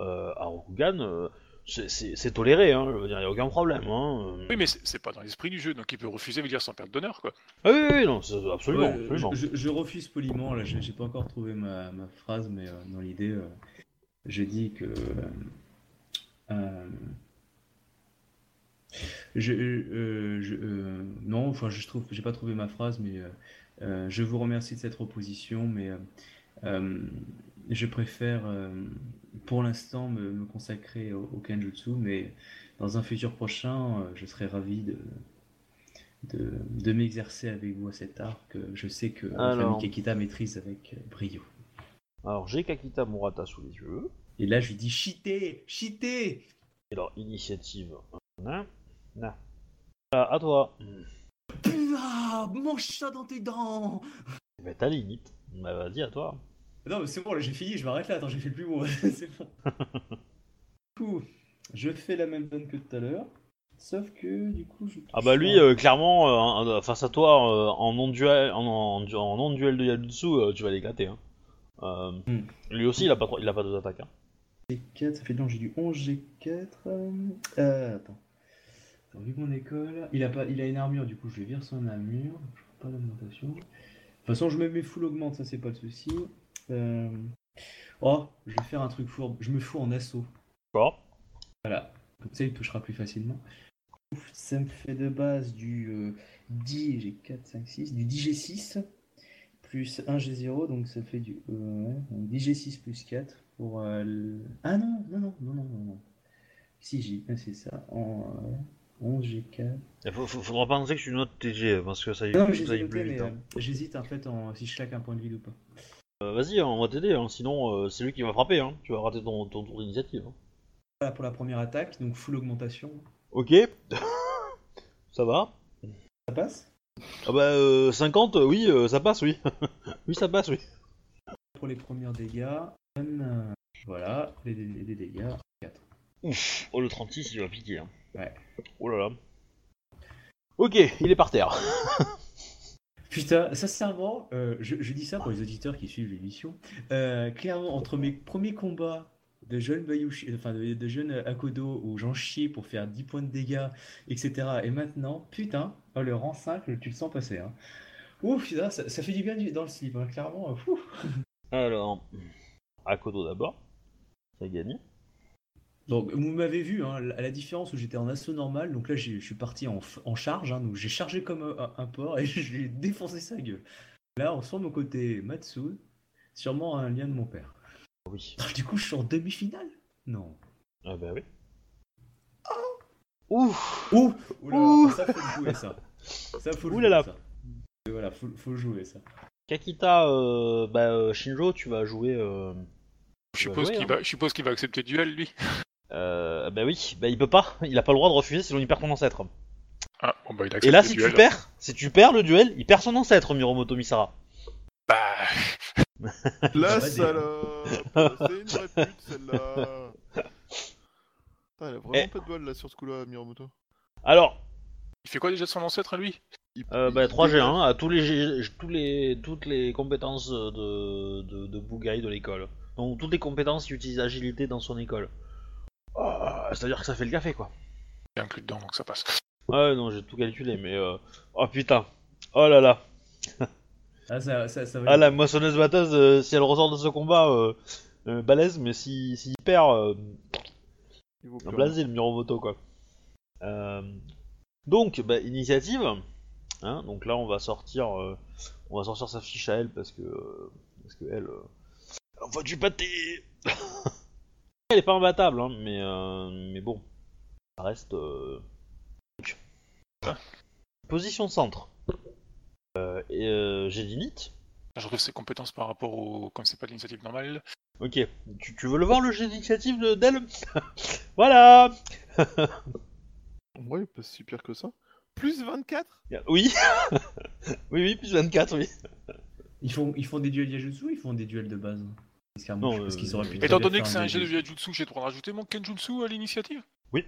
euh, à Rokugan, euh, c'est- c'est c'est toléré, hein, je veux dire, il n'y a aucun problème. Hein, euh. Oui, mais c'est c'est pas dans l'esprit du jeu, donc il peut refuser, veut dire sans perdre d'honneur, quoi. Ah oui, oui, oui, non, c'est- absolument, Ouais, absolument. Je, je- je refuse poliment, là, j'ai j'ai pas encore trouvé ma, ma phrase, mais euh, dans l'idée, euh, je dis que. euh, euh, je, euh, je- euh, non, enfin, je trouve, j'ai pas trouvé ma phrase, mais euh, euh, je vous remercie de cette proposition, mais euh, euh, je préfère euh, pour l'instant me, me consacrer au, au Kenjutsu, mais dans un futur prochain, euh, je serai ravi de, de, de m'exercer avec vous à cet art que je sais que la Alors. famille Kekita maîtrise avec euh, brio. Alors j'ai Kakita Murata sous les yeux. Et là, je lui dis cheater, cheater Et alors initiative. Na, na. Ah, à toi. Pouah, mange ça dans tes dents Ah Mais t'as limite. Bah vas-y à toi. Non, mais c'est bon, là j'ai fini, je m'arrête là. Attends, j'ai fait le plus beau. c'est bon. du coup, je fais la même donne que tout à l'heure. Sauf que du coup, je. Ah bah lui euh, clairement euh, en- en- face à toi euh, en non duel en, en, en non-duel de Yadutsu euh, tu vas l'éclater. Hein. Euh, Hmm. Lui aussi il a pas trois- il a pas deux attaques. Hein. G4, ça fait long, j'ai du 11 G4. euh, euh, attends. Attends, vu mon école. Il a, pas, il a une armure, du coup, je vais virer son armure. Je prends pas l'augmentation. De toute façon, je me mets full augmente, ça c'est pas le souci. Euh, Oh, je vais faire un truc fourbe. Je me fous en assaut. D'accord. Voilà. Comme ça, il touchera plus facilement. ça me fait de base du euh, 10, j'ai 4, 5, 6, du 10G6 plus 1G0, donc ça fait du euh, ouais, donc 10G6 plus 4 pour. euh, le- Ah non, non, non, non, non, non, non. 6J, ouais, c'est ça, en euh, 11G4. Il faut- faut- faudra penser que tu notes tes G, parce que ça y Non, mais j'ai ça y est noté, plus mais vite. hein. euh, j'hésite en fait en, si je claque un point de vide ou pas. Euh, Vas-y, hein, on va t'aider, hein, sinon euh, c'est lui qui va frapper, hein. tu vas rater ton, ton tour d'initiative. hein. Voilà pour la première attaque, donc full augmentation. Ok, ça va. Ça passe Ah bah euh, 50, euh, oui, euh, ça passe, oui. oui, ça passe, oui. Pour les premiers dégâts, donne, euh, voilà, les, les- les dégâts. Ouf, oh le 36 il va piquer. Hein. Ouais. Oh là là. Ok, il est par terre. Putain, sincèrement, euh, je, je dis ça pour les auditeurs qui suivent l'émission. Euh, clairement, entre mes premiers combats de jeune Bayouchi, enfin de, de jeune Akodo où j'en chiais pour faire 10 points de dégâts, etc. Et maintenant, putain, oh, le rang 5, tu le sens passer. Hein. Ouf, putain, ça, ça fait du bien du- dans le slip, hein, clairement. euh, fou. Alors, Akodo d'abord. Ça gagne. Donc, vous m'avez vu, hein, la la différence où j'étais en assaut normal, donc là j'ai- je suis parti en, f- en charge, hein, donc j'ai chargé comme un, un- un porc et je lui ai défoncé sa gueule. Là, on sent mon côté Matsu, sûrement un lien de mon père. Oui. Ah, Du coup, je suis en demi-finale Non. Ah bah oui. Ouf Ouh Ouh. Ça, faut le jouer, ça. Ça, faut le Ouh jouer, là là. ça. Et voilà, faut, faut le jouer, ça. Kakita, euh, bah euh, Shinjo, tu vas jouer. Euh, Je Tu vas suppose jouer, qu'il hein. va, je suppose qu'il va accepter le duel, lui. euh, bah oui, bah il peut pas, il a pas le droit de refuser sinon il perd ton ancêtre. Ah, bon, bah, il accepte Et là, le si duel. tu perds, si tu perds le duel, il perd son ancêtre, Miromoto Misara. Bah, Ah, La va, des- salope C'est une vraie pute, celle-là Putain, Elle a vraiment Eh. pas de bol, là, sur ce coup-là, Miramoto. Alors, il fait quoi déjà de son ancêtre, lui Il- Euh, il- bah, il 3G1 à tous les, G- tous les, toutes les compétences de, de, de Bougaï de l'école. Donc toutes les compétences qui utilisent agilité dans son école. Ah, C'est-à-dire que ça fait le café quoi. Il est inclus dedans, donc ça passe. Ouais, non, j'ai tout calculé, mais. euh, Oh putain. Oh là là. Ah, ça, ça, ça va Ah être- la moissonneuse batteuse, euh, si elle ressort de ce combat, euh, euh, balèze, mais si, si il perd, euh, il vaut plus rien. blasé le Muromoto quoi. Euh, donc, bah, initiative. Hein, donc là, on va sortir, euh, on va sortir sa fiche à elle parce que, euh, parce que elle, euh, elle envoie du pâté. elle est pas imbattable, hein, mais, euh, mais bon, ça reste. euh, donc. Position centre. Euh, et euh, j'ai limite. Je retrouve ses compétences par rapport au. Comme c'est pas de l'initiative normale. Ok, tu, tu veux le voir le jet d'initiative de- d'elle Voilà Ouais, pas si pire que ça. Plus 24 Oui Oui, oui, plus 24, oui. ils, font, ils font des duels Yajutsu ou ils font des duels de base hein Parce qu'à un moment, Non, je pense euh, qu'ils auraient pu Et très Étant bien donné que faire c'est un jet de Yajutsu. Yajutsu, j'ai le droit de rajouter mon Kenjutsu à l'initiative Oui.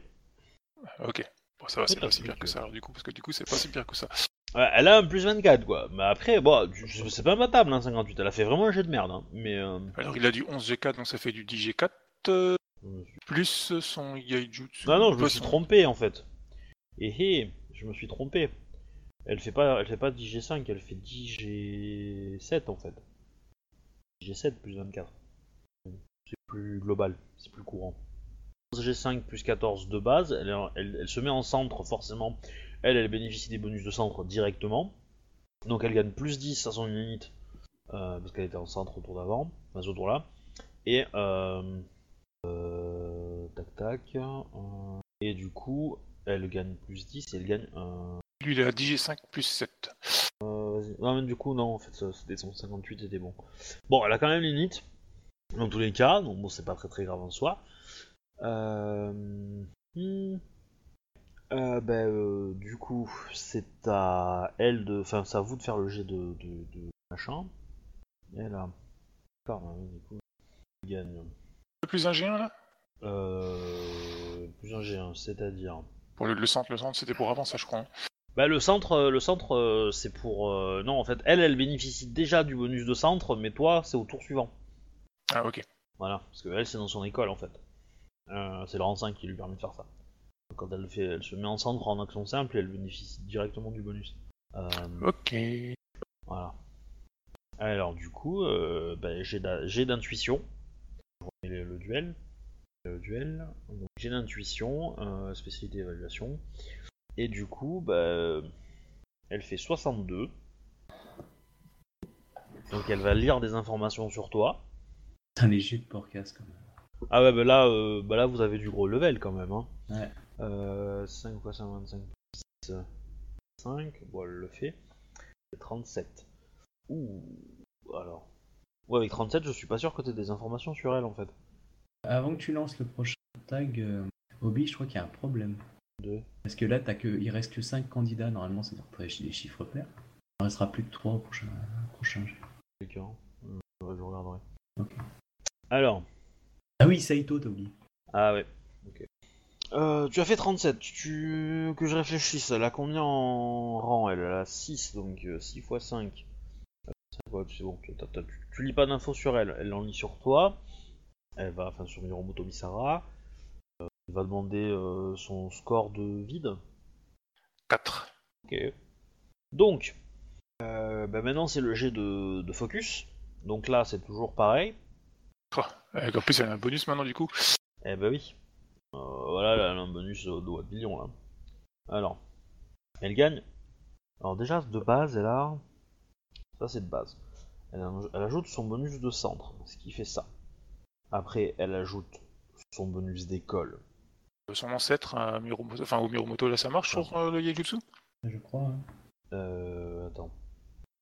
Ok. Bon, ça va, c'est Oui, pas parce si pire que- que ça, alors, du coup, parce que du coup, c'est pas si pire que ça. Ouais, elle a un plus 24, quoi. Mais après, bon, tu- c'est c'est pas imbattable, hein, 58. Elle a fait vraiment un jet de merde, hein. Mais. euh, Alors, il a du 11G4, donc ça fait du 10G4, euh, plus son Yajutsu. Non, non, je me Pas suis son- trompé, en fait. Eh eh, je me suis trompé. Elle fait pas, elle fait pas 10G5, elle fait 10G7, en fait. 10G7 plus 24. C'est plus global, c'est plus courant. 11G5 plus 14 de base, elle, est en- elle- elle se met en centre, forcément. Elle, elle bénéficie des bonus de centre directement. Donc elle gagne plus 10 à son unit, euh, parce qu'elle était en centre au tour d'avant, enfin ce tour-là. Et euh, euh, tac tac. euh, et du coup, elle gagne plus 10 et elle gagne un. Lui, il a 10G5 plus 7. Euh, vas-y. non, mais du coup, non, en fait, ça, c'était son 58, c'était bon. Bon, elle a quand même limite. Dans tous les cas, donc bon, c'est pas très très grave en soi. Euh. hmm. Euh, ben, euh, du coup, c'est à elle de. Enfin, c'est à vous de faire le jet de, de, de machin. Et elle a. D'accord, ben, du coup, elle gagne. Le plus 1G1, là Euh, plus un G1, c'est-à-dire. Pour le, le centre, le centre, c'était pour avant, ça, je crois. hein. Bah le centre, euh, le centre, euh, c'est pour. euh, Non, en fait, elle, elle bénéficie déjà du bonus de centre, mais toi, c'est au tour suivant. Ah, ok. Voilà, parce que elle, c'est dans son école en fait. Euh, c'est le rang 5 qui lui permet de faire ça. Quand elle le fait, elle se met en centre en action simple, et elle bénéficie directement du bonus. Euh, Ok. Voilà. Alors du coup, euh, bah, j'ai d'a- j'ai d'intuition. Je remets Le, le duel. Le duel. Donc, J'ai d'intuition, euh, spécialité évaluation. Et du coup, bah, euh, elle fait 62. Donc elle va lire des informations sur toi. Putain, les jets de porcasse, quand même. Ah ouais, bah là, euh, bah là vous avez du gros level quand même. Hein. Ouais. Euh, 5 quoi, 125 plus 5, bon, elle le fait. C'est 37. Ouh, alors. Ouais, avec 37, je suis pas sûr que t'aies des informations sur elle en fait. Avant que tu lances le prochain tag, euh, Obi, je crois qu'il y a un problème. De... Parce que là, t'as que... il reste que 5 candidats, normalement, c'est des chiffres pairs. Il en restera plus que 3 au prochain, prochain jet. Quelqu'un Euh, Je regarderai. Ok. Alors. Ah oui, Saito, t'as oublié. Ah ouais. Ok. Euh, tu as fait 37. Tu... Que je réfléchisse, elle a combien en rang Elle Elle a 6, donc euh, 6 x 5. Euh, c'est bon, t'as- t'as- t'as- tu, tu lis pas d'infos sur elle. Elle en lit sur toi. Elle va, enfin sur Miromoto Misara. Euh, elle va demander euh, son score de vide. 4. Ok. Donc, euh, bah maintenant c'est le jet de, de focus. Donc là, c'est toujours pareil. Euh, en plus, elle a un bonus maintenant, du coup. Eh ben oui. Euh, voilà, là, elle a un bonus euh, de doigt de million, là. Alors, elle gagne. Alors déjà, de base, elle a... Ça, c'est de base. Elle, a- elle ajoute son bonus de centre, ce qui fait ça. Après, elle ajoute son bonus d'école. Euh, Son ancêtre, à Miromoto, enfin, au Miromoto, là, ça marche sur euh, le Yaijutsu Je crois. hein. Euh... Attends.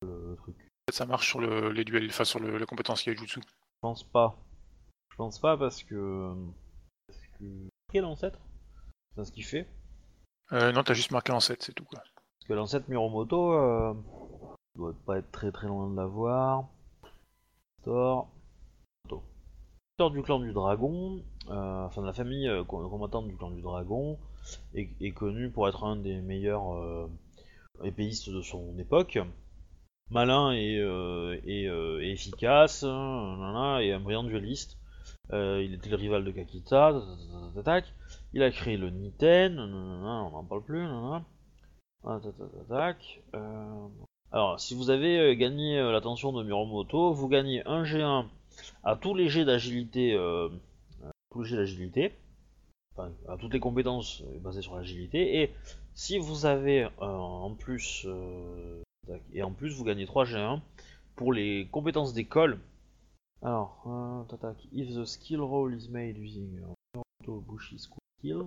Le truc. Je Peut-être ça marche sur le- les duels, enfin, sur le- la compétence Yaijutsu. pense pas. Je pense pas parce que... Parce que... Quel ancêtre C'est ce qu'il fait. Euh, non, t'as juste marqué en 7, c'est tout, quoi. Parce que l'ancêtre Miromoto euh, doit pas être très très loin de l'avoir. Thor. Thor. Thor du clan du dragon, euh, enfin de la famille euh, com- combattante du clan du dragon, est, est connu pour être un des meilleurs euh, épéistes de son époque. Malin et, euh, et, euh, et efficace, hein, nanana, et un brillant dueliste. Euh, il était le rival de Kakita, tatatatatatac. il a créé le Niten, nanana, on n'en parle plus. nanana. Ah, tac, tac, tac, tac. Euh, Alors, si vous avez euh, gagné euh, l'attention de Miromoto, vous gagnez un G1 à tous les jets d'agilité, euh, euh, tous les jets d'agilité, enfin, à toutes les compétences euh, basées sur l'agilité, et si vous avez euh, en plus, euh, tac, et en plus vous gagnez 3 G1 pour les compétences d'école. Alors, euh, tac, tac, if the skill roll is made using euh, Miromoto Bushi School Skill.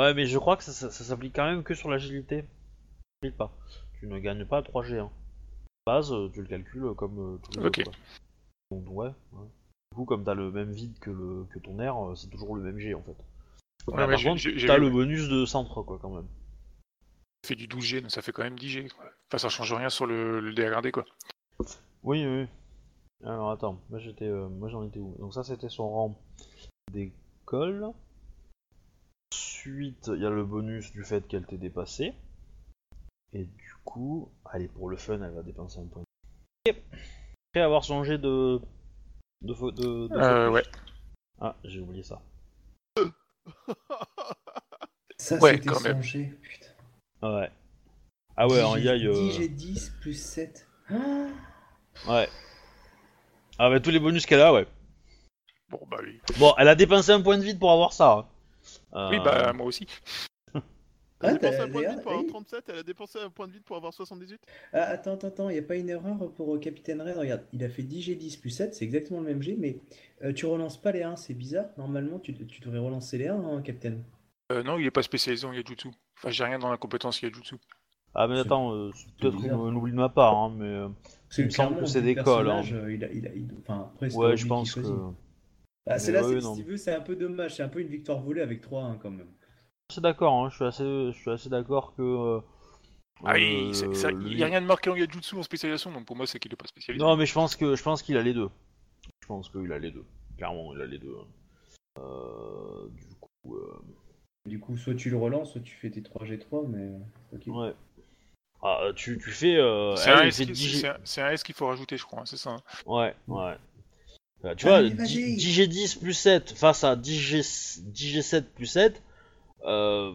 Ouais, mais je crois que ça, ça- ça s'applique quand même que sur l'agilité. Ça s'applique pas. Tu ne gagnes pas 3G1. Base, euh, tu le calcules comme euh, tous les Ok. autres, quoi. Donc, ouais, ouais. Du coup, comme t'as le même vide que, le- que ton air, euh, c'est toujours le même G en fait. Voilà, mais Ah, par j'ai- contre, j'ai- j'ai t'as vu. le bonus de centre, quoi, quand même. Ça fait du 12G, donc ça fait quand même 10G, quoi. Enfin, ça change rien sur le, le DRD, quoi. Oui, oui. Alors, attends, moi j'étais, euh, moi j'en étais où Donc ça, c'était son rang d'école. Ensuite, il y a le bonus du fait qu'elle t'ait dépassé. Et du coup, allez, pour le fun, elle va dépenser un point. Et après avoir changé de... De, fo- de, de Euh, focus. ouais. Ah, j'ai oublié ça. Ça, Ouais, c'était quand son même. jet, putain. Ouais. Ah ouais, 10 en G- yai... 10 euh, G 10 plus Ah, 7. Ouais. Ah bah tous les bonus qu'elle a, ouais. Bon, bah oui. Bon, elle a dépensé un point de vide pour avoir ça. hein. Oui, Euh, bah, moi aussi. Elle Ah, a dépensé t'as- un point de regarde, vide pour avoir hey. 37, elle a dépensé un point de vide pour avoir 78. Ah, attends, attends, attends, il n'y a pas une erreur pour euh, Capitaine Red. Regarde, il a fait 10 G10 plus 7, c'est exactement le même G, mais euh, tu relances pas les 1, c'est bizarre. Normalement, tu, tu devrais relancer les 1, hein, Capitaine. Euh, non, il est pas spécialisé en Yaijutsu. Enfin, j'ai rien dans la compétence Yaijutsu. Ah mais C'est- attends, euh, c'est peut-être bizarre. un oubli de ma part, hein, mais euh, Parce que Il me semble clairement, que au c'est vu du des cols, hein. personnage, euh, il a- il a- il- enfin, après, c'est ouais, lui je qui pense que choisit. Ah, c'est Mais là, ouais, c'est- non. si tu veux, c'est un peu dommage, c'est un peu une victoire volée avec 3 1 quand même. je suis d'accord. hein, je suis assez, je suis assez d'accord que. euh, Ah, il euh, n'y lui- a rien de marqué en Yaijutsu en spécialisation, donc pour moi, c'est qu'il est pas spécialisé. Non, mais je pense que, je pense qu'il a les deux. Je pense qu'il a les deux. Clairement, il a les deux. hein. Euh, du coup, euh, Du coup, soit tu le relances, soit tu fais tes 3 G3, mais. euh, ok. ouais. Ah, tu, tu fais. euh, C'est elle, un, elle S fait qui- 10 c'est un- c'est un S qu'il faut rajouter, je crois, hein, c'est ça. hein. Ouais, ouais. Euh, tu Ah, vois, mais vas-y. 10 G10 plus 7 face à 10 G7 plus 7, euh,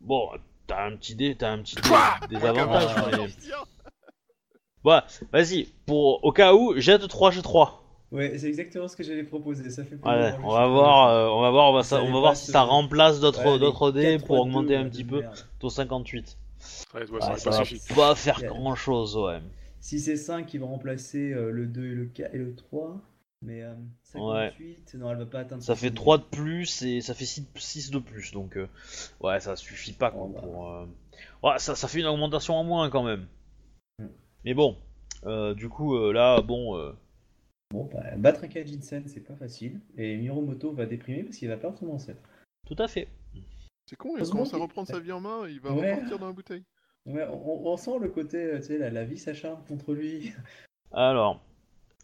bon, t'as un petit dé, t'as un petit dé- Quoi des Ouais, avantages. comment mais- Tiens, Voilà, vas-y, pour au cas où, jette 3 G3. Ouais, c'est exactement ce que j'allais proposer. Ça fait plaisir. Ouais, Je on suis va content. voir, euh, on va voir, on va, Ça sa- on va dépasse, voir si ça euh, remplace d'autres Ouais, d'autres les dés 4, pour 3, augmenter 2, un ouais, petit de peu euh, merde. ton 58. Ouais, ouais, Ouais, ça aurait Ah, ça pas va suffi. pas faire Yeah. grand chose, ouais. Si c'est 5 qui va remplacer euh, le 2 et le 4 et le 3, mais euh, 58, non, elle va pas atteindre. Ça fait 70. 3 de plus et ça fait 6, de plus, donc euh, ouais, ça suffit pas quoi, Oh, bah. pour. euh, ouais, ça, ça fait une augmentation en moins quand même. Mm. Mais bon, euh, du coup euh, là, bon, euh, Bon, bah, battre un Kajinsen, c'est pas facile. Et Miromoto va déprimer parce qu'il va perdre son ancêtre. tout à fait. C'est con, il Heureusement commence à qu'il- reprendre sa vie en main, il va Ouais. repartir dans la bouteille. Ouais, on, on sent le côté, euh, tu sais, la, la vie s'acharne contre lui. Alors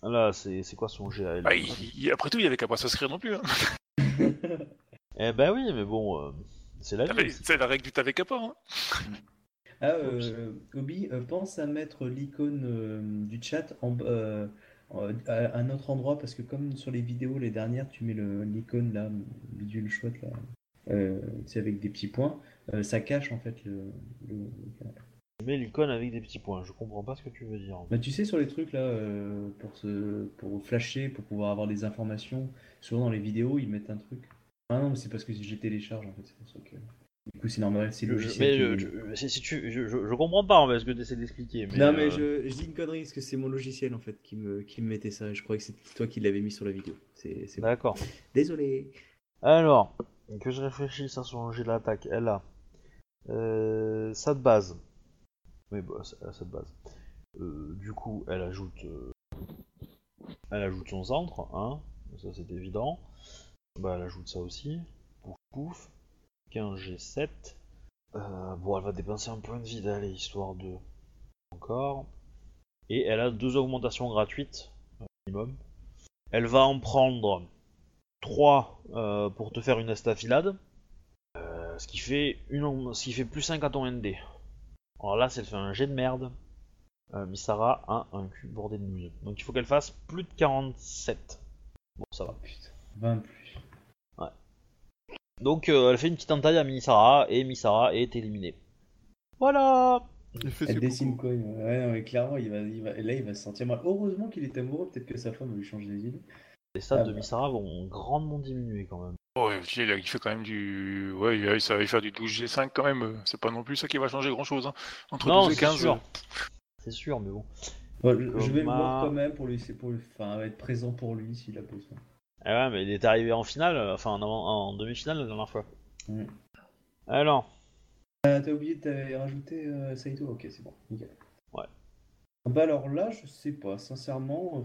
là, c'est c'est quoi son GAL Bah, il- il- après tout, il y avait qu'à pas s'inscrire non plus. Hein. Eh ben oui, mais bon, euh, c'est la vie. T'avais- C'est la règle du t'avais qu'à pas. Hein. Ah, euh, Obi, euh, pense à mettre l'icône euh, du chat en, euh, en- à un autre endroit parce que, comme sur les vidéos, les dernières, tu mets le- l'icône là, bidule chouette là, euh, tu sais, avec des petits points, euh, ça cache en fait le. le- Je mets l'icône avec des petits points, je comprends pas ce que tu veux dire. Bah, tu sais, sur les trucs là, euh, pour, se, pour flasher, pour pouvoir avoir des informations, souvent dans les vidéos, ils mettent un truc. Ah non, mais c'est parce que j'ai télécharge en fait, c'est pour ça que. Du coup, c'est normal, c'est Je- logiciel. mais qui- je, je- si- si tu- je, je- je comprends pas en fait ce que tu essaies d'expliquer. Mais, Non, mais euh, je, je dis une connerie parce que c'est mon logiciel en fait qui me, qui me mettait ça. et Je croyais que c'était toi qui l'avais mis sur la vidéo. C'est c'est bon. D'accord. Désolé. Alors, que je réfléchisse hein, à son jet d'attaque, elle a Eh, euh, ça de base. Mais bon, ça ça de base. Euh, du coup, elle ajoute, euh, elle ajoute son centre, hein, ça c'est évident. Bah, elle ajoute ça aussi. Pouf pouf. 15 G7. Euh, bon, elle va dépenser un point de vie, allez, histoire de. Encore. Et elle a deux augmentations gratuites, euh, minimum. Elle va en prendre 3 pour te faire une estafilade. Euh, ce, qui fait une, aug- ce qui fait plus 5 à ton ND. Alors là, si elle fait un jet de merde, euh, Misara a un cul bordé de mouille. Donc il faut qu'elle fasse plus de 47. Bon, ça va. Oh putain, 20 plus. Donc euh, elle fait une petite entaille à Misara et Misara est éliminée. Voilà Il fait Elle ses dessine coucous. quoi il- Ouais, non, mais clairement, il va, il va, là, il va se sentir mal. Heureusement qu'il est amoureux, peut-être que sa femme va lui changer les idées. Les stats Ah de bah. Misara vont grandement diminuer quand même. Oh, et puis, il, a- il fait quand même du. Ouais, il a- ça va lui faire du 12G5 quand même. euh, C'est pas non plus ça qui va changer grand chose. Entre Non, 12 et c'est 15. sûr. euh, C'est sûr, mais bon. Bon, je, je vais le Thomas. voir quand même pour lui, c'est pour, enfin, être présent pour lui s'il a besoin. Ah ouais, mais il est arrivé en finale, euh, enfin en, avant- en demi-finale la dernière fois. Mm. Alors, Ah, t'as oublié, t'avais rajouté euh, Saito, ok, c'est bon, nickel. Ouais. Ah Bah alors là, je sais pas, sincèrement, euh,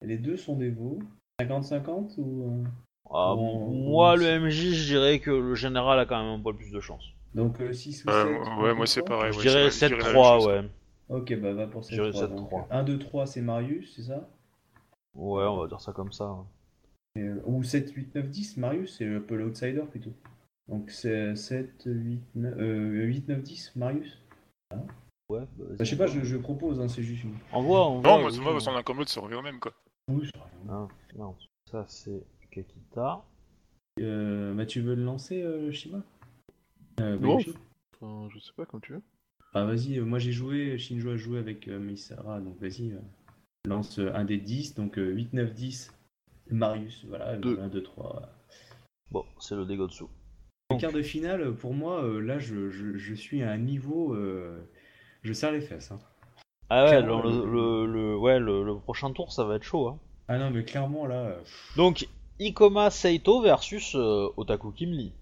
les deux sont des veaux. 50-50 ou... euh, Ah, Bon, moi, bon, le MJ, je dirais que le général a quand même un peu plus de chance. Donc euh, 6 ou 7 euh, ouais, moi c'est pareil. je ouais, dirais je dirais la même 7-3, chose. ouais. Ok, bah va pour 7-3. J'irais 7-3. 1, 2, 3, c'est Marius, c'est ça Ouais, on va dire ça hein. comme ça. Et, euh, Ou 7, 8, 9, 10, Marius, c'est un peu l'outsider plutôt. Donc c'est 7, 8, 9, euh, 8, 9, 10. Marius Ouais, vas-y. Bah, Je sais pas, je, je propose, hein, c'est juste une... Envoie, envoie. Non, moi, oui, moi, oui. sans un comme l'autre, ça revient au même quoi. Hein, euh, non, ça c'est Kakita. Euh, bah tu veux le lancer, euh, Shima euh, Non. Boyashi Enfin, je sais pas, comme tu veux. Ah vas-y, euh, moi j'ai joué, Shinjo a joué avec euh, Misara, donc vas-y, euh, lance euh, un des 10, donc euh, 8, 9, 10, Marius, voilà, Deux. 1, 2, 3. Bon, c'est le Degotsu. Le Donc. quart de finale, pour moi, euh, là je, je- je suis à un niveau, euh, je serre les fesses. hein. Ah ouais, le, Clairement, le, le, le- ouais le, le prochain tour, ça va être chaud. Hein. Ah non, mais clairement là, euh, pff, Donc, Ikoma Saito versus euh, Otaku Kimli.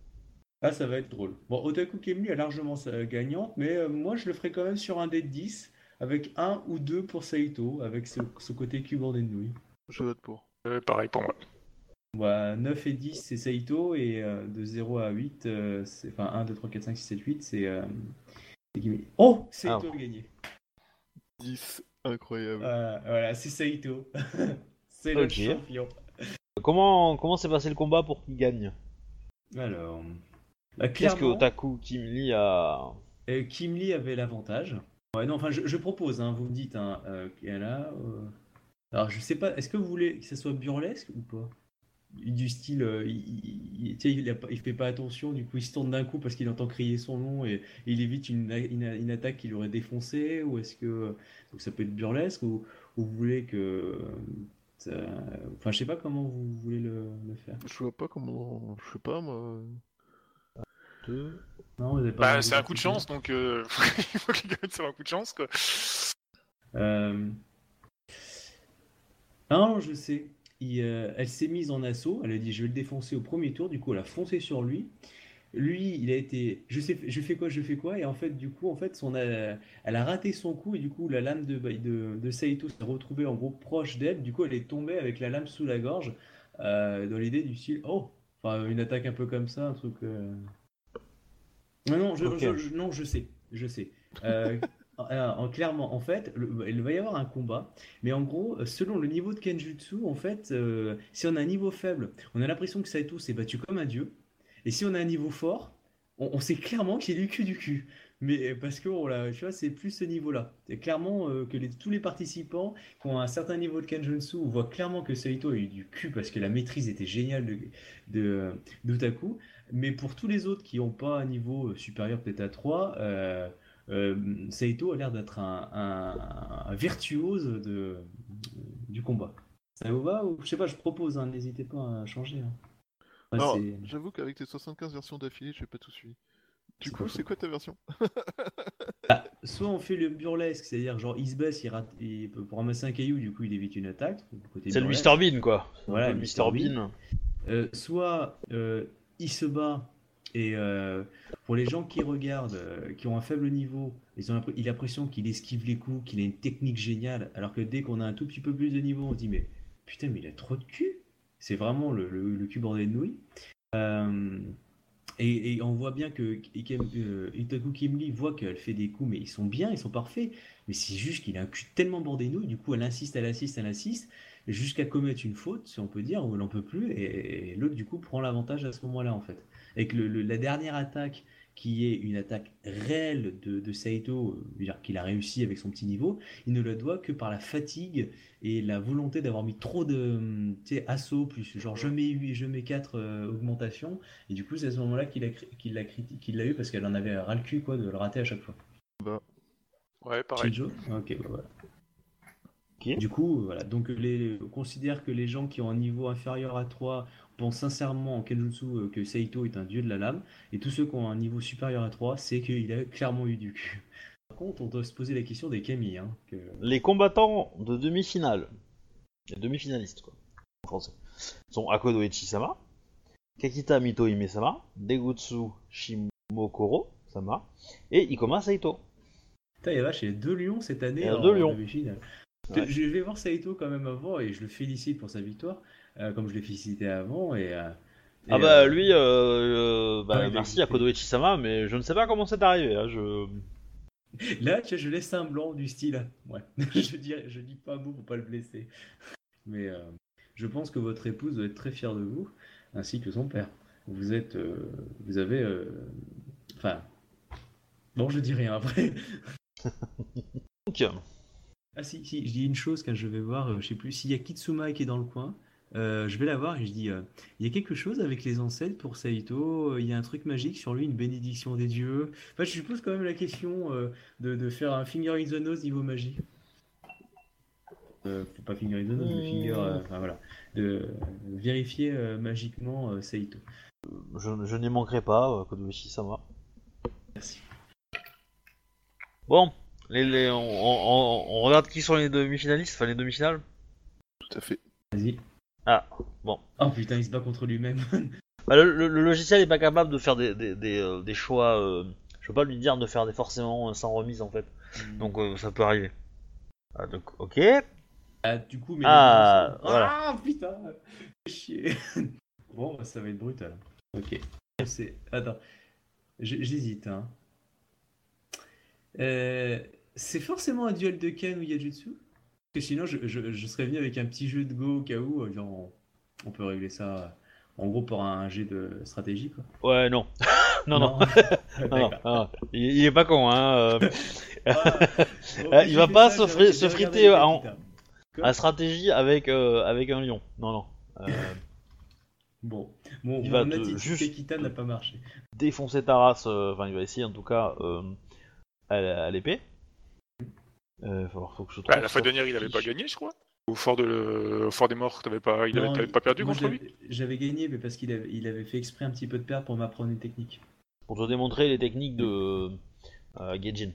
ah, ça va être drôle. Bon, Otaku Kemli est largement euh, gagnante, mais euh, moi je le ferai quand même sur un des 10, avec un ou deux pour Saito, avec ce, ce côté cul bordé de nouilles. Je vote pour. Euh, pareil pour moi. Bah, 9 et 10, c'est Saito, et euh, de 0 à 8, euh, c'est... enfin 1, 2, 3, 4, 5, 6, 7, 8, c'est. euh, c'est Kimi. Oh! Ah. Saito a gagné. 10, incroyable. Voilà, voilà, c'est Saito. C'est le Ok. champion. Comment comment s'est passé le combat pour qu'il gagne Alors. Bah, Qu'est-ce que clairement, Otaku Kimli a. euh, Kim Lee avait l'avantage. Ouais, non, enfin, je, je propose, hein, vous me dites, hein, euh, qu'elle a, euh, Alors, je sais pas, est-ce que vous voulez que ça soit burlesque ou pas? Du style, euh, il, il- il- tu sais, il a pas- il fait pas attention, du coup, il se tourne d'un coup parce qu'il entend crier son nom et il évite une, une- une attaque qui l'aurait défoncé, ou est-ce que. Donc, ça peut être burlesque, ou, ou vous voulez que, Euh, Enfin, je sais pas comment vous voulez le, le faire. Je vois pas comment. Je sais pas moi. Deux. Non, vous avez pas Bah, envie c'est un coup de faire. chance, donc euh, il faut qu'il gagne sur un coup de chance, quoi. Euh... Non, je sais. Il, euh, elle s'est mise en assaut. Elle a dit, je vais le défoncer au premier tour. Du coup, elle a foncé sur lui. Lui, il a été, je sais, je fais quoi, je fais quoi. Et en fait, du coup, en fait, son, euh, elle a raté son coup. Et du coup, la lame de, bah, de, de Saito s'est retrouvée en gros proche d'elle. Du coup, elle est tombée avec la lame sous la gorge. euh, dans l'idée du style, oh, enfin, une attaque un peu comme ça, un truc. euh. Non, non, je, Ok. je- je- non, je sais, je sais. Euh, Euh, en- clairement, en fait, le- bah, il va y avoir un combat, mais en gros, selon le niveau de Kenjutsu, en fait, euh, si on a un niveau faible, on a l'impression que Saito s'est battu comme un dieu, et si on a un niveau fort, on, on sait clairement qu'il est du cul du cul. Mais euh, parce que, on l'a- tu vois, c'est plus ce niveau-là. C'est clairement euh, que les- tous les participants qui ont un certain niveau de Kenjutsu voient clairement que Saito a eu du cul parce que la maîtrise était géniale de, de, d'Otaku, mais pour tous les autres qui n'ont pas un niveau euh, supérieur peut-être à 3, euh, euh, Saito a l'air d'être un, un- un virtuose de, du combat. Ça vous va ou je sais pas, je propose, hein, n'hésitez pas à changer. hein. Ouais, Alors, c'est- j'avoue qu'avec tes 75 versions d'affilée, j'ai pas tout suivi. Du C'est coup, pas c'est quoi ta version Soit on fait le burlesque, c'est-à-dire genre il se baisse, il, rate, il peut pour ramasser un caillou, du coup il évite une attaque. côté C'est le burlesque. Mr Bean quoi. Voilà, le Mr. Mr Bean. Bean. Euh, soit euh, il se bat et euh, pour les gens qui regardent, euh, qui ont un faible niveau, ils ont l'impr- il a l'impression qu'il esquive les coups, qu'il a une technique géniale, alors que dès qu'on a un tout petit peu plus de niveau, on se dit mais putain mais il a trop de cul. C'est vraiment le, le, le cul bordé de nouilles. Euh, et, et on voit bien que Ikem- euh, Itaku Kimli voit qu'elle fait des coups, mais ils sont bien, ils sont parfaits. Mais c'est juste qu'il a un cul tellement bordé de nouilles, du coup elle insiste, elle insiste, elle insiste jusqu'à commettre une faute, si on peut dire, où elle n'en peut plus, et, et l'autre, du coup, prend l'avantage à ce moment-là, en fait. Et que le- le- la dernière attaque, qui est une attaque réelle de, de Saito, euh, je veux dire qu'il a réussi avec son petit niveau, il ne la doit que par la fatigue et la volonté d'avoir mis trop de hum, tu sais, assauts, plus genre je mets 8, je mets 4 euh, augmentations, et du coup, c'est à ce moment-là qu'il a cri- qu'il l'a criti- qu'il l'a eu, parce qu'elle en avait ras le cul, quoi, de le rater à chaque fois. Ouais, pareil. Shinjo Ok, bah voilà. Ok. Du coup, voilà. Donc, les, on considère que les gens qui ont un niveau inférieur à 3 pensent sincèrement en Kenjutsu euh, que Saito est un dieu de la lame. Et tous ceux qui ont un niveau supérieur à 3, c'est qu'il a clairement eu du cul. Par contre, on doit se poser la question des Camille. Hein, que... Les combattants de demi-finale, les demi-finalistes quoi, en français, sont Akodo Ichisama, Kakita Mito Ime-sama, Degutsu Shimokoro Sama et Ikoma Saito. Putain, la vache, il y a deux lions cette année. hein, Il y a en deux lions. demi-finale. Ouais. Je vais voir Saito quand même avant et je le félicite pour sa victoire, euh, comme je l'ai félicité avant. Et, euh, et, Ah bah euh, lui, euh, euh, bah, Ah oui, merci Degutsu. Akodo Ichisama, mais je ne sais pas comment c'est arrivé. hein, je... Là, tu vois, je laisse un blanc du style. Ouais. je dis, je dis pas un mot pour pas le blesser. Mais euh, je pense que votre épouse doit être très fière de vous, ainsi que son père. Vous êtes, euh, vous avez, euh, enfin, bon, je dis rien après. Donc, Ah si, si, je dis une chose quand je vais voir, euh, je sais plus, s'il y a Kitsuma qui est dans le coin, euh, je vais la voir et je dis, euh, il y a quelque chose avec les ancêtres pour Saito, euh, il y a un truc magique sur lui, une bénédiction des dieux. Enfin, je lui pose quand même la question euh, de, de faire un finger in the nose niveau magie. Euh, faut pas finger in the nose, mais finger, euh, enfin voilà, de vérifier euh, magiquement euh, Saito. je, je n'y manquerai pas, euh, Akodo Ichisama. Merci. Bon, les, les- on, on- on- on regarde qui sont les demi-finalistes, enfin les demi-finales. Tout à fait. Vas-y. Ah, bon. Oh putain, il se bat contre lui-même. Bah, le, le- le logiciel est pas capable de faire des, des, des, euh, des choix. euh, je peux pas lui dire de faire des forcément euh, sans remise en fait. Donc euh, ça peut arriver. Ah, donc ok. Ah, du coup, mais. Ah, Ah, voilà. putain Fais Chier Bon, bah, ça va être brutal. Ok. C'est... Attends. J- J'hésite, hein. Euh, c'est forcément un duel de Ken ou Yajutsu Parce que sinon, je, je- je serais venu avec un petit jeu de Go au cas où. euh, genre, on, on peut régler ça euh, en gros par un jet de stratégie, quoi. Ah, Ouais non. non non. non, Euh, non, D'accord. non. Il, il est pas con hein. euh, Ah, bon, Euh, il j'ai va fait pas ça, se j'ai- fri- j'ai se regardé friter les en- résultats. la stratégie avec euh, avec un lion. Non non. Euh, Bon, bon Il on va a te- dit juste- que Kita n'a pas marché. défoncer ta race. euh, Enfin il va essayer en tout cas euh, à, la- à l'épée. Euh, faut, faut que je trouve Bah, la sa Bah, fois dernière, il avait pas fiche. gagné, je crois. Au fort, de, au fort des morts, t'avais pas, il Non, avait- t'avais pas perdu moi, contre lui j'avais- J'avais gagné, mais parce qu'il avait, il avait fait exprès un petit peu de perdre pour m'apprendre une technique. pour te démontrer les techniques de euh, Gaijin.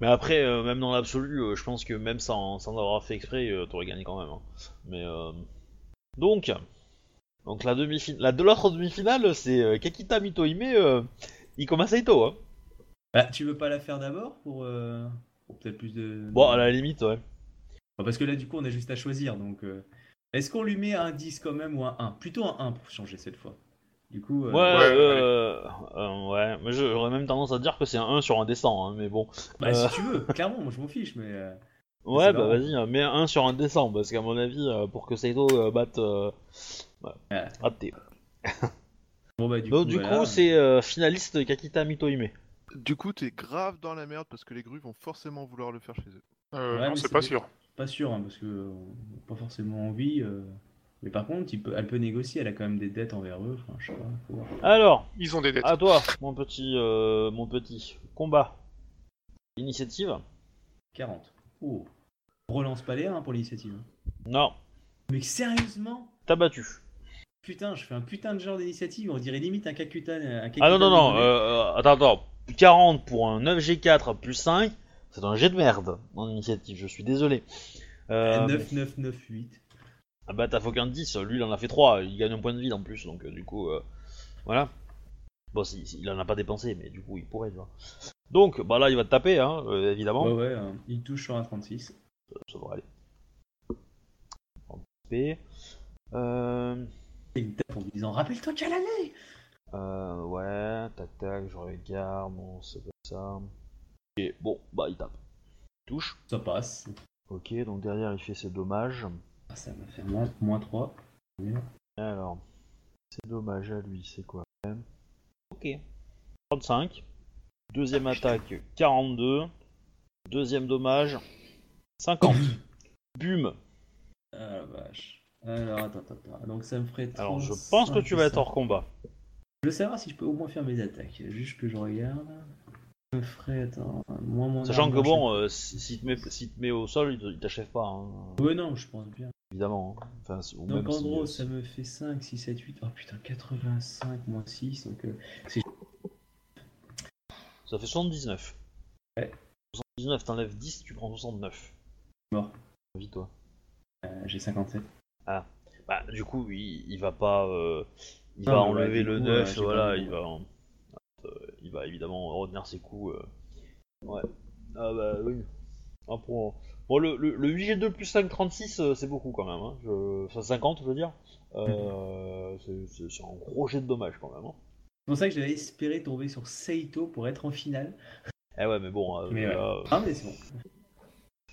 Mais après, euh, même dans l'absolu, euh, je pense que même sans, sans avoir fait exprès, euh, t'aurais gagné quand même. hein. Mais euh, donc, donc la demi la de l'autre demi-finale, c'est euh, Kakita Mitohime euh, Ikoma Saito. Hein. Bah, tu veux pas la faire d'abord pour, euh, pour peut-être plus de. Bon, à la limite, ouais. Enfin, Parce que là, du coup, on a juste à choisir. Donc, euh, est-ce qu'on lui met un 10 quand même ou un 1 Plutôt un 1 pour changer cette fois. Du coup, euh, Ouais, euh, euh, ouais. Mais je- j'aurais même tendance à dire que c'est un 1 sur un décent, hein, mais bon. bah, euh. si tu veux, clairement, moi je m'en fiche, mais. euh, Ouais, C'est bah marrant. vas-y, hein, mets un 1 sur un décent, parce qu'à mon avis, euh, pour que Saito euh, batte. Euh, ouais, Ouais. raté. Bon, bah, du Donc coup, du voilà. coup, c'est euh, finaliste Kakita Mitohime. Du coup, t'es grave dans la merde parce que les grues vont forcément vouloir le faire chez eux. Euh, Ouais, Non, mais c'est c'est pas des- sûr. Pas sûr, hein, parce que euh, on n'a pas forcément envie. euh, Mais par contre, il peut- elle peut négocier, elle a quand même des dettes envers eux. Enfin, je sais pas, faut voir. Alors, Ils ont des dettes. à toi, mon petit, euh, mon petit combat. Initiative 40. Oh. Relance pas les 1 pour l'initiative. Non, Mais sérieusement t'as battu. Putain, je fais un putain de genre d'initiative, on dirait limite un Kakuta. Un Ah non, non, non, Kakuta- euh, euh, attends, attends. 40 pour un 9G4 plus 5, c'est un jet de merde en initiative, je suis désolé. Euh, 9, 9, 9, 8. Ah bah t'as faut qu'un 10, lui il en a fait 3, il gagne un point de vie en plus, donc euh, du coup, euh, voilà. Bon, si, si- il en a pas dépensé, mais du coup il pourrait, tu vois. Donc, bah là il va te taper, hein, euh, évidemment. Ouais, ouais, euh, il touche sur un 36. Ça devrait aller. On va taper. Euh... Et il tape en lui disant Rappelle-toi qu'elle allait Euh, ouais, tac tac, je regarde, bon, c'est comme ça. Ok, bon, bah il tape. Il touche. Ça passe. Ok, donc derrière il fait ses dommages. Ah, ça m'a fait moins, moins 3. Alors, ses dommages à lui, c'est quoi Ok. 35. Deuxième attaque, 42. Deuxième dommage, 50. Bum Ah la vache. Alors, attends, attends, attends. Donc ça me ferait. Alors je pense que tu vas être hors combat. Je veux savoir si je peux au moins faire mes attaques. Juste que je regarde. Ça me ferait, attends, moins moins. Sachant que bon, euh, si, si te met, si te met au sol, il te- il t'achève pas, hein, Ouais, non, je pense bien. évidemment. hein. Enfin, c'est- ou Donc même en si- euh, gros, ça me fait 5, 6, 7, 8. Oh putain, 85 moins 6. Donc euh, Ça fait 79. Ouais. 79, t'enlèves 10, tu prends 69. Mort. Vite toi. euh, j'ai 57. Bah, du coup, il, il va pas. euh, il Non, va mais ouais, enlever du le coup, 9, euh, j'ai voilà, pas mis il mon- va. en- euh, il va évidemment retenir ses coups. euh. Ouais. Ah bah oui. Ah, pour- Bon, le, le, le 8G2 plus 5, 36, euh, c'est beaucoup quand même. Hein. Je... Enfin, 50, je veux dire. Euh, c'est- c'est c'est un gros jet de dommage quand même. hein. C'est pour ça que j'avais espéré tomber sur Saito pour être en finale. Eh ouais, mais bon. euh, Mais ouais. là, euh, Ah, mais c'est bon.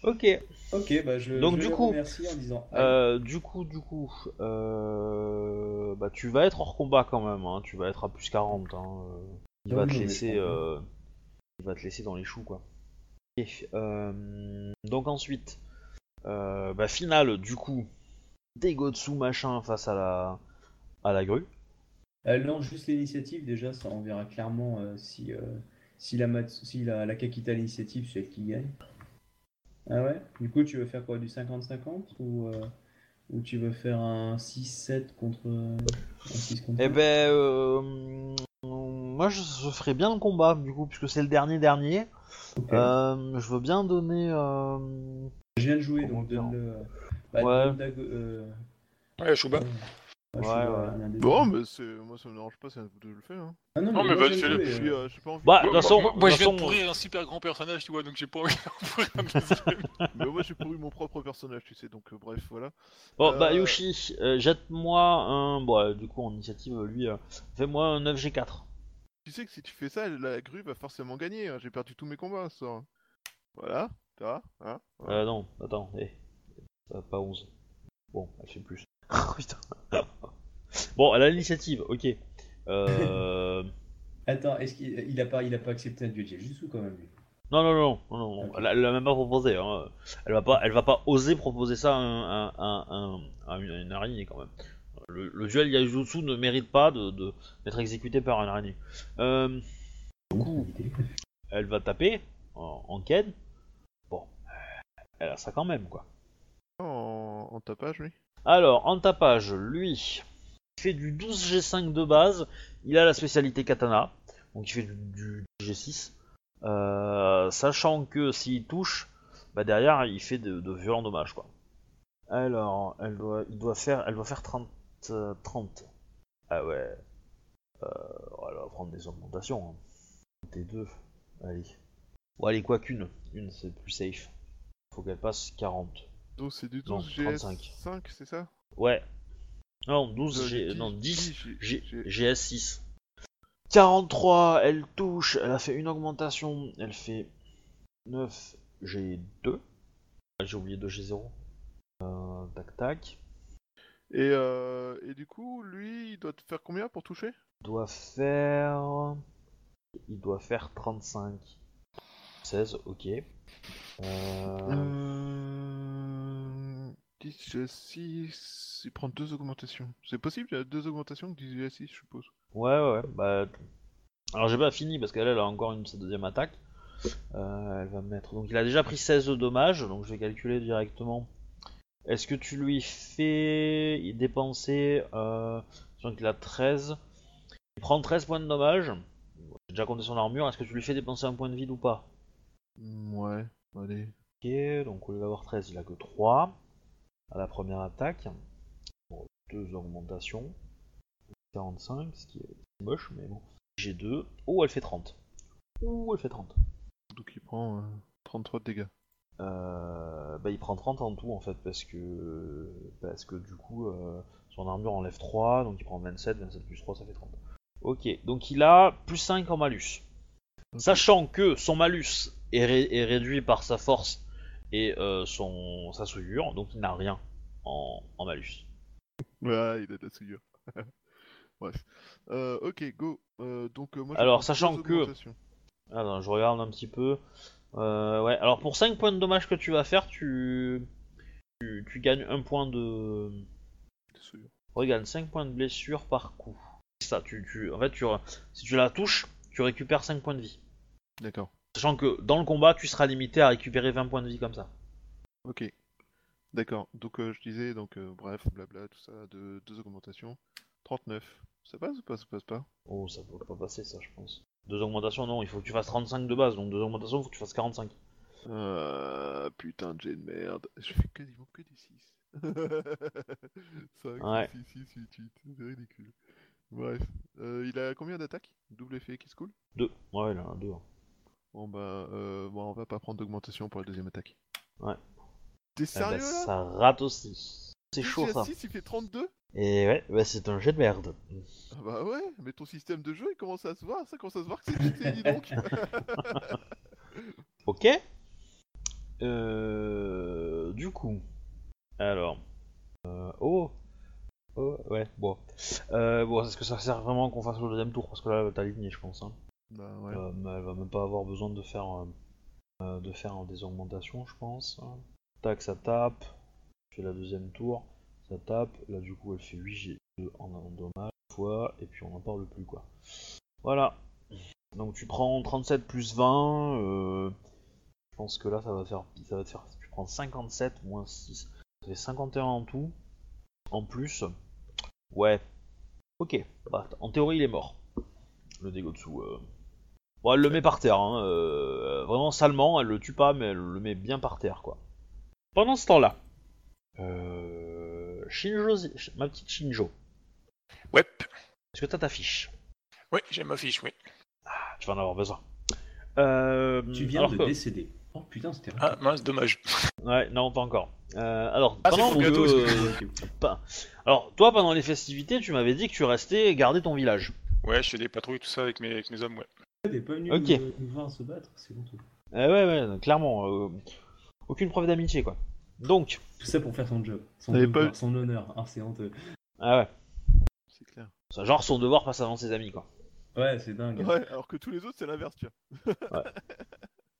Ok. Ok, bah je. Donc, je du les coup, remercie en disant. Euh, du coup, du coup, euh, bah, tu vas être hors combat quand même, hein, tu vas être à plus 40. Hein, euh, il, Ah va oui, te non, mais laisser, je comprends. euh, il va te laisser dans les choux, quoi. Ok, euh, donc ensuite, euh, bah, finale, du coup, Degotsu machin face à la, à la grue. Euh, non, juste l'initiative, déjà, ça, on verra clairement euh, si, euh, si, la mat- si la, la Kakita l'initiative, c'est elle qui gagne. Ah ouais? Du coup, tu veux faire quoi? Du 50-50 ou, euh, ou tu veux faire un 6-7 contre euh, un 6 contre Eh un ben, euh, moi je, je ferais bien le combat, du coup, puisque c'est le dernier dernier. Ok. Euh, je veux bien donner. euh, Je viens de jouer, comment donc dire donne-le. euh, bah, Ouais. donne Dago- euh, Ouais, Chouba. Bah, euh, ah, je Ouais, suis, euh, ouais. un des Bon, deux. mais c'est... moi ça me dérange pas, c'est à vous de le faire. Hein. Ah non, Non, mais mais moi, bah, je viens de fais-le. jouer, Je suis, euh. euh, j'ai pas envie. Bah, de Moi- toute façon, moi, de moi, toute je viens façon- de euh, pourrir un super grand personnage, tu vois, donc j'ai pas envie d'en pourrir un deuxième. Mais moi j'ai pourri mon propre personnage, tu sais, donc euh, bref, voilà. Bon, Euh, bah Yoshi, euh, jette-moi un. Bon, euh, du coup, en initiative, lui, euh, fais-moi un 9G4. Tu sais que si tu fais ça, la grue va forcément gagner. hein. J'ai perdu tous mes combats, ça. Voilà, tu vois, hein. Euh, non, attends, eh. Euh, pas 11. Bon, elle fait plus. Oh, Putain. bon, elle a l'initiative, ok. Euh... Attends, est-ce qu'il il a pas, il a pas accepté un duel Jujutsu quand même, lui? non, non, non, non, non, non, Ok. elle, a- elle l'a même pas proposé. Hein. Elle va pas, elle va pas oser proposer ça à, un- à- à- à- à une, à une araignée quand même. Le, le duel Yajutsu ne mérite pas de- de- d'être exécuté par une araignée. Euh... coup, elle va taper en, en Ken. Bon, elle a ça quand même, quoi. en, en tapage, lui Alors, en tapage, lui, il fait du 12G5 de base. Il a la spécialité katana, donc il fait du, du G6. Euh, sachant que s'il touche, bah derrière, il fait de, de violents dommages, quoi. Alors, elle doit, il doit faire, elle doit faire 30. euh, 30. Ah ouais. Euh, elle va prendre des augmentations. hein. T2. Allez. Ou allez, quoi qu'une. Une, c'est plus safe. Faut qu'elle passe 40. Donc c'est du Non, 12 GS 35. 5, c'est ça Ouais. Non, 12, Euh, G... dix, non 10, dix, G- j'ai- j'ai- GS6. 43, elle touche, elle a fait une augmentation, elle fait 9, G2. Ah, J'ai oublié 2, G0. Euh, tac tac. Et, euh, et du coup, lui, il doit te faire combien pour toucher Il doit faire. Il doit faire 35. 16, ok. Euh, Euh, 10 GS6, il prend deux augmentations. C'est possible, il y a deux augmentations que 10 GS6, je suppose. Ouais, ouais, ouais, bah. Alors j'ai pas fini parce qu'elle elle a encore une sa deuxième attaque. Euh, elle va me mettre. Donc il a déjà pris 16 de dommages, donc je vais calculer directement. Est-ce que tu lui fais dépenser. Euh... sachant qu'il a 13. Il prend 13 points de dommages. J'ai déjà compté son armure. Est-ce que tu lui fais dépenser un point de vide ou pas Mm, Ouais, allez. Ok, donc au lieu d'avoir 13, il a que 3 à la première attaque. Bon, deux augmentations. 45, ce qui est moche, mais bon. J'ai 2. Oh, elle fait 30. Ouh, elle fait 30. Donc il prend euh, 33 de dégâts. Euh, bah, il prend 30 en tout, en fait, parce que, parce que du coup, euh, son armure enlève 3, donc il prend 27. 27 plus 3, ça fait 30. Ok, donc il a plus 5 en malus. Ok. Sachant que son malus est, ré- est réduit par sa force et euh, son, sa souillure, donc il n'a rien en, en malus. Ouais, ah, il a de la souillure. Bref. Euh, ok, go. Euh, donc, euh, moi, je Alors, prends sachant deux que- augmentations. Attends, je regarde un petit peu. Euh, ouais, alors pour 5 points de dommage que tu vas faire, tu, tu, tu gagnes 1 point de. Des souillures. Regarde, 5 points de blessure par coup. C'est ça, tu, tu, en fait, tu, si tu la touches, tu récupères 5 points de vie. D'accord. Sachant que dans le combat, tu seras limité à récupérer 20 points de vie comme ça. Ok. D'accord. Donc, euh, je disais, donc, euh, bref, blabla, tout ça, deux, deux augmentations. 39. Ça passe ou pas Ça passe pas Oh, ça peut pas passer, ça, je pense. Deux augmentations, non, il faut que tu fasses 35 de base, donc deux augmentations, il faut que tu fasses 45. Euh, Putain de jet de merde. Je fais quasiment que des 6. 5, Ouais. 6, 6, 8, 8. C'est ridicule. Bref. Euh, il a combien d'attaques Double effet qui se coule Deux. Ouais, là, deux. hein. Bon, bah, euh, bon, on va pas prendre d'augmentation pour la deuxième attaque. Ouais. Eh T'es ben, sérieux là ça rate aussi. C'est chaud, ça. 6 il fait 32 Et ouais, bah, c'est un jet de merde. Ah bah ouais, mais ton système de jeu il commence à se voir, ça commence à se voir que c'est cheaté, dis donc Ok. Euh, du coup. Alors. Euh, oh. Oh, ouais, bon. Euh, bon, est-ce que ça sert vraiment qu'on fasse le deuxième tour Parce que là, t'as ligné, je pense. Hein. Bah ouais. Euh, mais elle va même pas avoir besoin de faire, euh, euh, de faire euh, des augmentations, je pense. hein. Tac, ça tape. Je fais la deuxième tour. Ça tape. Là, du coup, elle fait 8 G2 en en dommage. Fois, et puis on n'en parle plus, quoi. Voilà. Donc tu prends 37 plus 20. euh, je pense que là, ça va faire. Ça va te faire tu prends 57 moins 6. Ça fait 51 en tout. En plus. Ouais. Ok. Bah, en théorie, il est mort. Le Degotsu. Euh... Bon, elle le met par terre, hein, euh, vraiment salement, elle le tue pas, mais elle le met bien par terre, quoi. Pendant ce temps-là, euh, Shinjo, ma petite Shinjo, Ouais, est-ce que t'as ta fiche ouais j'ai ma fiche, oui. Ah, Tu vas en avoir besoin. Euh, Tu viens alors de que- décéder. Oh putain, c'était Ah mince, dommage. Ouais, non, pas encore. Euh, alors, Ah, c'est pendant pour que- bientôt, euh, alors, toi, pendant les festivités, tu m'avais dit que tu restais garder ton village. Ouais, je fais des patrouilles, tout ça avec mes, avec mes hommes, ouais. T'es pas venu Ok. nous, nous voir se battre, c'est bon tout. Euh, ouais, ouais, clairement. euh, aucune preuve d'amitié, quoi. Donc, Tout ça pour faire son job, son, T'avais devoir, pas- son honneur. Ah, c'est honteux. ah ouais. C'est clair. Ça, Genre, son devoir passe avant ses amis, quoi. Ouais, c'est dingue. Ouais, alors que tous les autres c'est l'inverse, tu vois.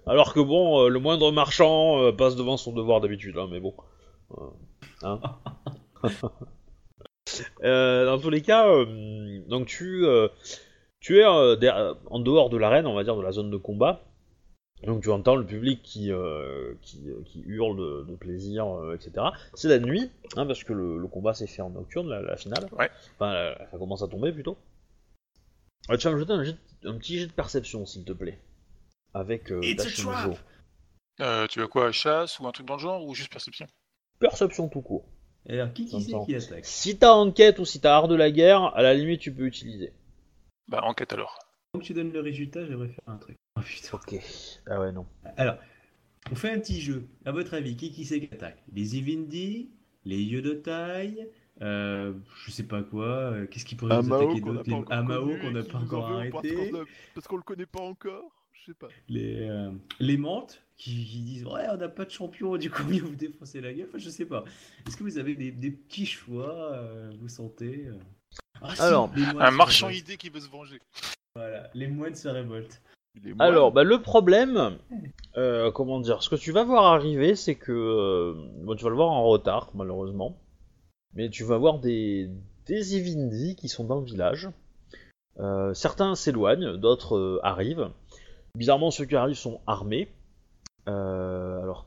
Alors que bon, euh, le moindre marchand euh, passe devant son devoir d'habitude, hein, mais bon. Euh, hein. Euh, dans tous les cas, euh, donc tu, euh, tu es euh, der- euh, en dehors de l'arène, on va dire, de la zone de combat. Donc tu entends le public qui, euh, qui, qui hurle de, de plaisir, euh, etc. C'est la nuit, hein, parce que le, le combat s'est fait en nocturne, la, la finale. Ouais. Enfin, la- ça commence à tomber plutôt. Euh, tu vas me jeter un, jet- un petit jet de perception, s'il te plaît. Avec euh, It's a Dash trap. Mojo. Euh, tu veux quoi, chasse ou un truc dans le genre ou juste perception Perception tout court. Et Alors, qui, qui c'est J'entends. qui attaque Si t'as enquête ou si t'as art de la guerre, à la limite tu peux utiliser. Bah enquête alors. Quand tu donnes le résultat, j'aimerais faire un truc. Oh, putain. Ok. Ah ouais, non. Alors, on fait un petit jeu. À votre avis, qui, qui c'est qui attaque Les Ivindi Les Yeux de Taille euh, Je sais pas quoi. euh, Qu'est-ce qui pourrait nous Amao attaquer Ah, qu'on n'a d'autre Les- pas encore Amao connu qu'on et n'a qui pas nous en encore veut parce qu'on arrêté. l'a- Parce qu'on le connaît pas encore, je sais pas. les, euh, les mentes qui, qui disent ouais on n'a pas de champion du coup on vient vous défoncer la gueule Enfin, je sais pas est-ce que vous avez des, des petits choix euh, vous sentez euh Ah, si, Alors, les moines un se marchand révoltent. idée qui veut se venger. Voilà, les moines se révoltent Il est Alors, moine. bah, le problème, euh, comment dire, ce que tu vas voir arriver, c'est que euh, bon, tu vas le voir en retard, malheureusement, mais tu vas voir des, des Ivindi qui sont dans le village. Euh, certains s'éloignent, d'autres euh, arrivent. Bizarrement, ceux qui arrivent sont armés. Euh, alors,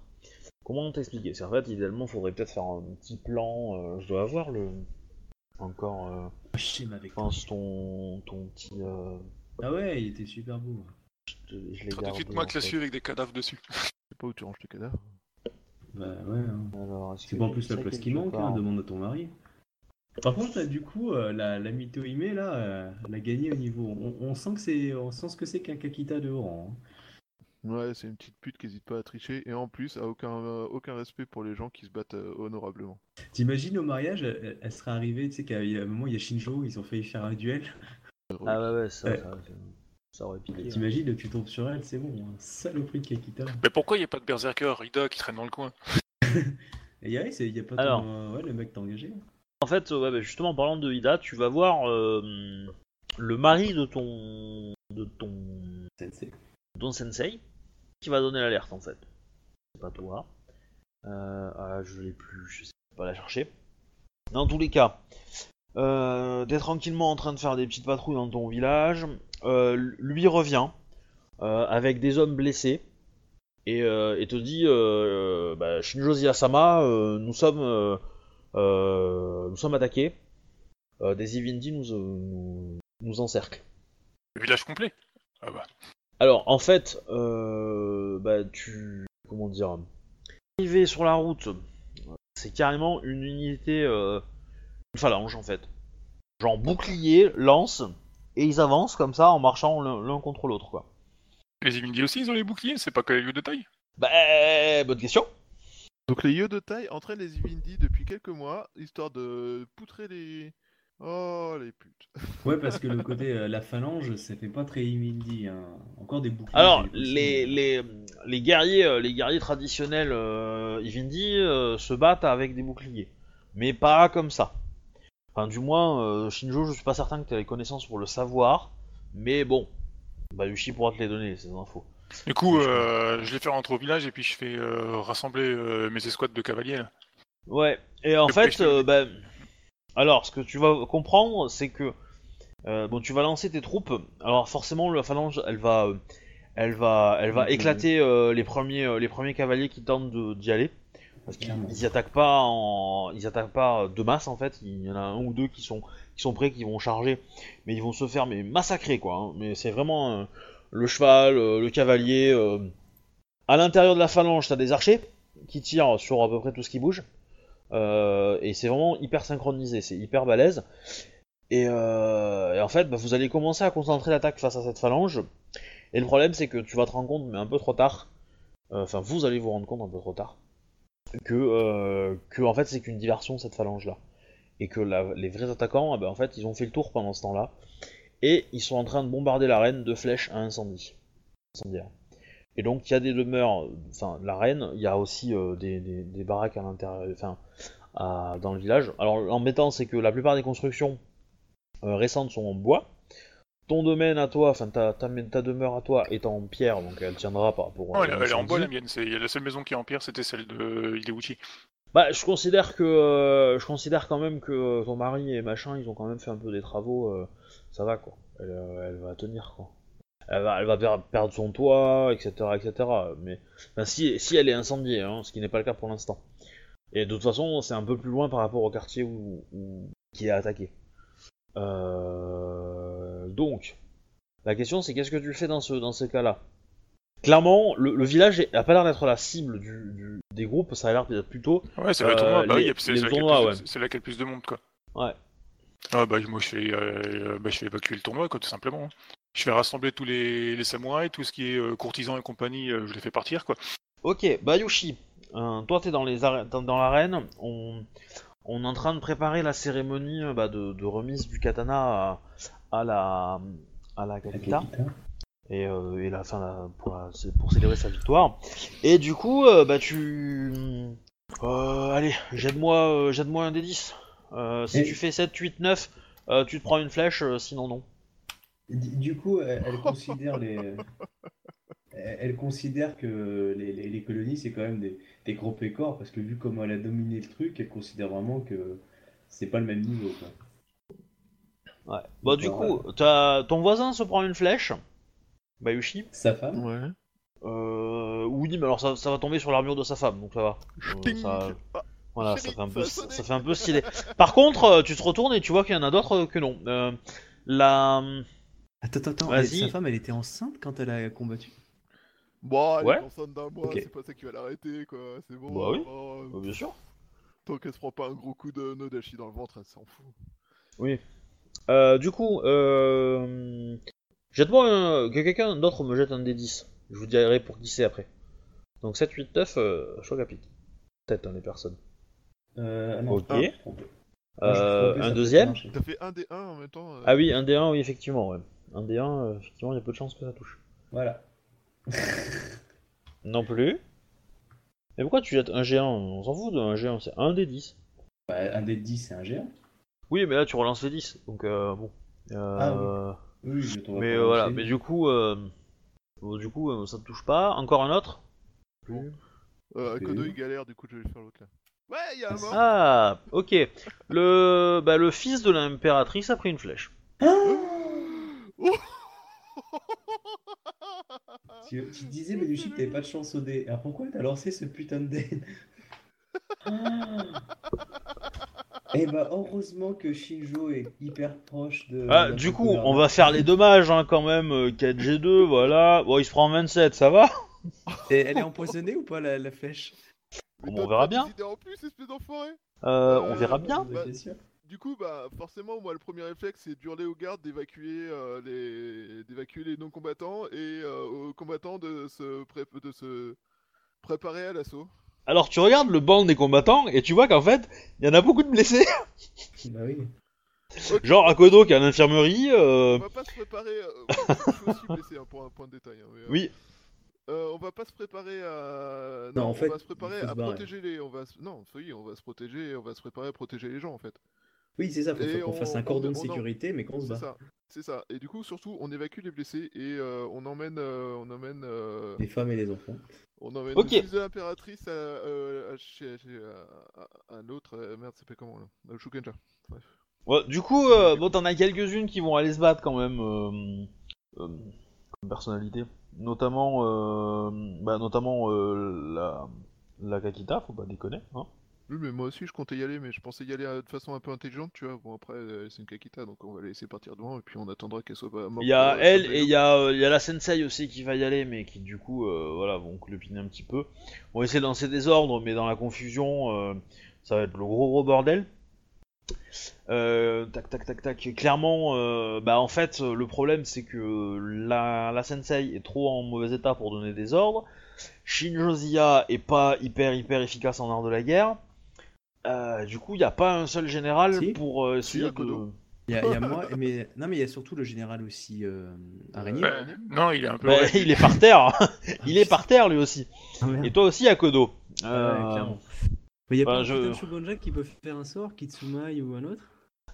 comment t'expliquer C'est en fait, idéalement, faudrait peut-être faire un petit plan. euh, je dois avoir le encore, euh, Un schéma avec je pense ton ton petit. euh, ah ouais il était super beau je, je l'ai Très de gardé, suite moi en que la fait. suive avec des cadavres dessus. Je sais pas où tu ranges tes cadavres. bah ouais hein. Alors, est-ce c'est que pas en j'ai plus la ça place qui quelque manque part hein, demande à ton mari par contre là, du coup euh, la, la Mitohime là euh, elle a gagné au niveau on, on sent que c'est on sent ce que c'est qu'un Kakita de haut rang hein. Ouais, c'est une petite pute qui hésite pas à tricher et en plus a aucun, euh, aucun respect pour les gens qui se battent euh, honorablement. T'imagines au mariage, elle, elle serait arrivée, tu sais qu'à un moment il y a Shinjo, ils ont failli faire un duel. Ah ouais, ouais, ça, Ouais. ça, ça- ça aurait euh, piqué. hein. T'imagines, tu tombes sur elle, c'est bon, hein. saloperie de Kakita. Mais pourquoi il n'y a pas de berserker Rida qui traîne dans le coin Et ouais, c'est- y a pas ton- Alors. euh, ouais, le mec t'a engagé. En fait, ouais, bah, justement, en parlant de Ida, tu vas voir euh, le mari de ton de ton Sensei. don sensei qui va donner l'alerte en fait. C'est pas toi. Euh, ah, je l'ai plus, je sais pas la chercher. Dans tous les cas, euh, t'es tranquillement en train de faire des petites patrouilles dans ton village. Euh, lui revient euh, avec des hommes blessés et, euh, et te dit euh, bah, Shinjo Ziyasama, euh, nous sommes euh, euh, nous sommes attaqués. Euh, des Ivindi nous, euh, nous, nous encerclent. Le village complet Ah bah. Alors, en fait, euh, bah, tu. Comment dire Arrivé sur la route, c'est carrément une unité. Euh, une phalange, en fait. Genre bouclier, lance, et ils avancent comme ça en marchant l'un l'un contre l'autre, quoi. Les Imindi aussi ils ont les boucliers, c'est pas que les lieux de taille. Bah, bonne question Donc les yeux de taille entraînent les Ivindi depuis quelques mois, histoire de poutrer les... Oh les putes. Ouais, parce que le côté euh, la phalange, ça fait pas très Imindi. Hein. Encore des boucliers. Alors, c'est des coups, les, c'est- les, les guerriers, euh, les guerriers traditionnels euh, Ivindi euh, se battent avec des boucliers, mais pas comme ça. Enfin, du moins, euh, Shinjo, je suis pas certain que tu aies les connaissances pour le savoir, mais bon, Bayushi pourra te les donner, ces infos. Du coup, euh, je les fais rentrer au village et puis je fais euh, rassembler euh, mes escouades de cavaliers. là. Ouais, et en Le fait, pêcheur. euh, ben, alors, ce que tu vas comprendre, c'est que euh, bon, tu vas lancer tes troupes. Alors, forcément, la phalange, elle va, euh, elle va, elle va Mhm. éclater euh, les premiers, euh, les premiers cavaliers qui tentent de- d'y aller. Parce qu'ils Clairement. ils y attaquent pas en, ils attaquent pas de masse en fait. Il y en a un ou deux qui sont, qui sont prêts, qui vont charger, mais ils vont se faire mais massacrer quoi. hein. Mais c'est vraiment euh, le cheval, euh, le cavalier. euh. À l'intérieur de la phalange, t'as des archers qui tirent sur à peu près tout ce qui bouge. Euh, et c'est vraiment hyper synchronisé, c'est hyper balèze. Et, euh, et en fait, bah, vous allez commencer à concentrer l'attaque face à cette phalange. Et le problème, c'est que tu vas te rendre compte, mais un peu trop tard, euh, enfin, vous allez vous rendre compte un peu trop tard, que, euh, que en fait, c'est qu'une diversion cette phalange-là. Et que la- les vrais attaquants, eh ben, en fait, ils ont fait le tour pendant ce temps-là. Et ils sont en train de bombarder l'arène de flèches à incendie. Incendiaire. Et donc, il y a des demeures, enfin, l'arène, il y a aussi euh, des, des- des baraques à l'intérieur, enfin, à- dans le village. Alors l'embêtant c'est que la plupart des constructions euh, récentes sont en bois. Ton domaine à toi, enfin ta, ta, ta demeure à toi est en pierre, donc elle tiendra pas pour. euh, Non, elle, elle est en bois la l'incendie. mienne, c'est la seule maison qui est en pierre, c'était celle de Hideuchi. Bah, je considère que euh, je considère quand même que euh, ton mari et machin, ils ont quand même fait un peu des travaux. euh, ça va quoi. Elle, euh, elle va tenir quoi. elle va, elle va per- perdre son toit, etc. etc. Mais enfin, si, si elle est incendiée, hein, ce qui n'est pas le cas pour l'instant. Et de toute façon, c'est un peu plus loin par rapport au quartier où, où- qui est attaqué. Euh, Donc, la question c'est qu'est-ce que tu fais dans, ce, dans ces cas-là Clairement, le, le village est- a pas l'air d'être la cible du- du- des groupes, ça a l'air d'être plutôt Ouais, c'est le Euh, tournoi. Bah les- oui, et puis c'est les c'est laquelle tournois, plus- ouais. c'est laquelle plus de monde, quoi. Ouais. Ah bah moi je fais, euh, bah, je fais évacuer le tournoi, quoi, tout simplement. hein. Je fais rassembler tous les, les samouraïs, tout ce qui est euh, courtisans et compagnie, euh, je les fais partir, quoi. Ok, Bayushi, euh, toi t'es dans les arè- dans, dans l'arène, on, on est en train de préparer la cérémonie euh, bah, de, de remise du katana à, à la à la Kakita, et, euh, et la fin la- pour, la- c'est pour célébrer sa victoire. Et du coup, euh, bah tu euh, allez, jette-moi euh, jette-moi un des 10. Euh, si Et- tu fais 7, 8, 9, euh, tu te prends une flèche, euh, sinon non. Du du coup, elle, elle considère les. Elle elle considère que les, les- les colonies, c'est quand même des, des gros pécores, parce que vu comment elle a dominé le truc, elle considère vraiment que c'est pas le même niveau. quoi. Ouais. Bah du Bah, coup, t'as- ton voisin se prend une flèche, Bah, Bayushi. Sa femme, Ouais. Euh, oui, mais alors ça, ça va tomber sur l'armure de sa femme, donc ça va. Euh, Ding ça- Ah, voilà, ça Chérie, fait, un peu, ça a ça, sonné. fait un peu stylé. Par contre, euh, tu te retournes et tu vois qu'il y en a d'autres euh, que non. Euh, la... Attends, attends, attends. Vas-y. elle- Sa femme, elle était enceinte quand elle a combattu. Bon, elle Ouais. est enceinte Bah, d'un mois, Ok. c'est pas ça qui va l'arrêter, quoi. C'est bon. Bah oui. oh, Euh, bien sûr. tant qu'elle se prend pas un gros coup de Nodashi dans le ventre, elle s'en fout. Euh, du coup, euh... jette-moi un- que quelqu'un d'autre me jette un des 10. Je vous dirai pour qui c'est après. Donc 7, 8, 9, euh, choc à pique. Peut-être hein, les personnes. euh, ah non, Ok. je me suis trompé. Ah, je me suis Euh, trompé, ça un peut deuxième. marcher. T'as fait un des 1 en même temps. euh, Ah oui, un des 1, oui, effectivement. Ouais. Un des 1, effectivement, il y a peu de chances que ça touche. Voilà. Non plus. Mais pourquoi tu jettes un G1 On s'en fout d'un G1, c'est un des 10. Bah, un des 10, c'est un géant. Oui, mais là tu relances les 10, donc euh, bon. Euh, Ah Oui, je t'aurais Mais pas euh, voilà, marché. mais du coup, euh, bon, du coup, euh, ça te touche pas. Encore un autre euh, Ok. Kodo, il galère, du coup, je vais faire l'autre là. Ouais, y'a un mort Ah, ok. Le, bah, le fils de l'impératrice a pris une flèche. Ah Tu, tu disais, mais Lucie, t'avais pas de chance au dé. Alors pourquoi t'as lancé ce putain de dé Et bah heureusement que Shinjo est hyper proche de. Ah, de- du de- coup, de- on va faire les dommages hein, quand même. euh, 4G2, voilà. Bon, il se prend 27, ça va Et elle est empoisonnée ou pas, la, la flèche Mais on donne verra pas bien. des idées en plus, espèce d'enfoiré Euh, On Euh, verra bien. Bah, c'est sûr. Du coup, bah, forcément, moi, le premier réflexe, c'est d'hurler aux gardes, d'évacuer euh, les, d'évacuer les non-combattants et euh, aux combattants de se, pré- de se préparer à l'assaut. Alors tu regardes le banc des combattants et tu vois qu'en fait, il y en a beaucoup de blessés. Bah oui. Genre Akodo qui est à l'infirmerie. euh, On va pas se préparer. euh, ouais, je suis aussi blessé hein, pour un point de détail. hein, mais, euh, Oui, euh, on va pas se préparer à. Non, en on fait, va se préparer il faut à se barrer. protéger les. On va se- Non, oui, on va se protéger. et On va se préparer à protéger les gens en fait. Oui, c'est ça, faut, Et faut qu'on on- fasse un cordon on- de on en- sécurité, mais qu'on se C'est bat. ça. C'est ça. Et du coup, surtout, on évacue les blessés et euh, on emmène, euh, on emmène, euh, Les femmes et les enfants. on emmène Ok. le fils de l'impératrice à, euh, à, chez- chez- à- à- à l'autre. euh, merde, c'est pas comment là Au Shugenja. Ouais, du coup, euh, bon, t'en as quelques-unes qui vont aller se battre quand même euh, euh, comme personnalité, notamment, euh, bah, notamment euh, la, la Kakita, faut pas déconner. Hein. Oui, mais moi aussi, je comptais y aller, mais je pensais y aller euh, de façon un peu intelligente, tu vois. Bon, après, euh, c'est une Kakita, donc on va la laisser partir devant et puis on attendra qu'elle soit pas morte. Il y a euh, elle sur et le il y a, euh, il y a la Sensei aussi qui va y aller, mais qui du coup, euh, voilà, vont clopiner un petit peu. On va essayer de lancer des ordres, mais dans la confusion, euh, ça va être le gros gros bordel. Euh, tac tac tac tac. Clairement, euh, bah en fait, euh, le problème c'est que la, la Sensei est trop en mauvais état pour donner des ordres. Shinjozia est pas hyper hyper efficace en art de la guerre. Euh, du coup, il n'y a pas un seul général Si. pour euh, essayer y a de. Kodo. Il y, a il y a moi, mais non, mais il y a surtout le général aussi, euh, araignée. Bah, non, il est un peu. Bah, il est par terre. il est par terre lui aussi. Ah, merde. Et toi aussi, Akodo. Ouais, Euh, clairement. Mais il y a bah, pas un je- putain de Shogunja qui peut faire un sort, Kitsumai ou un autre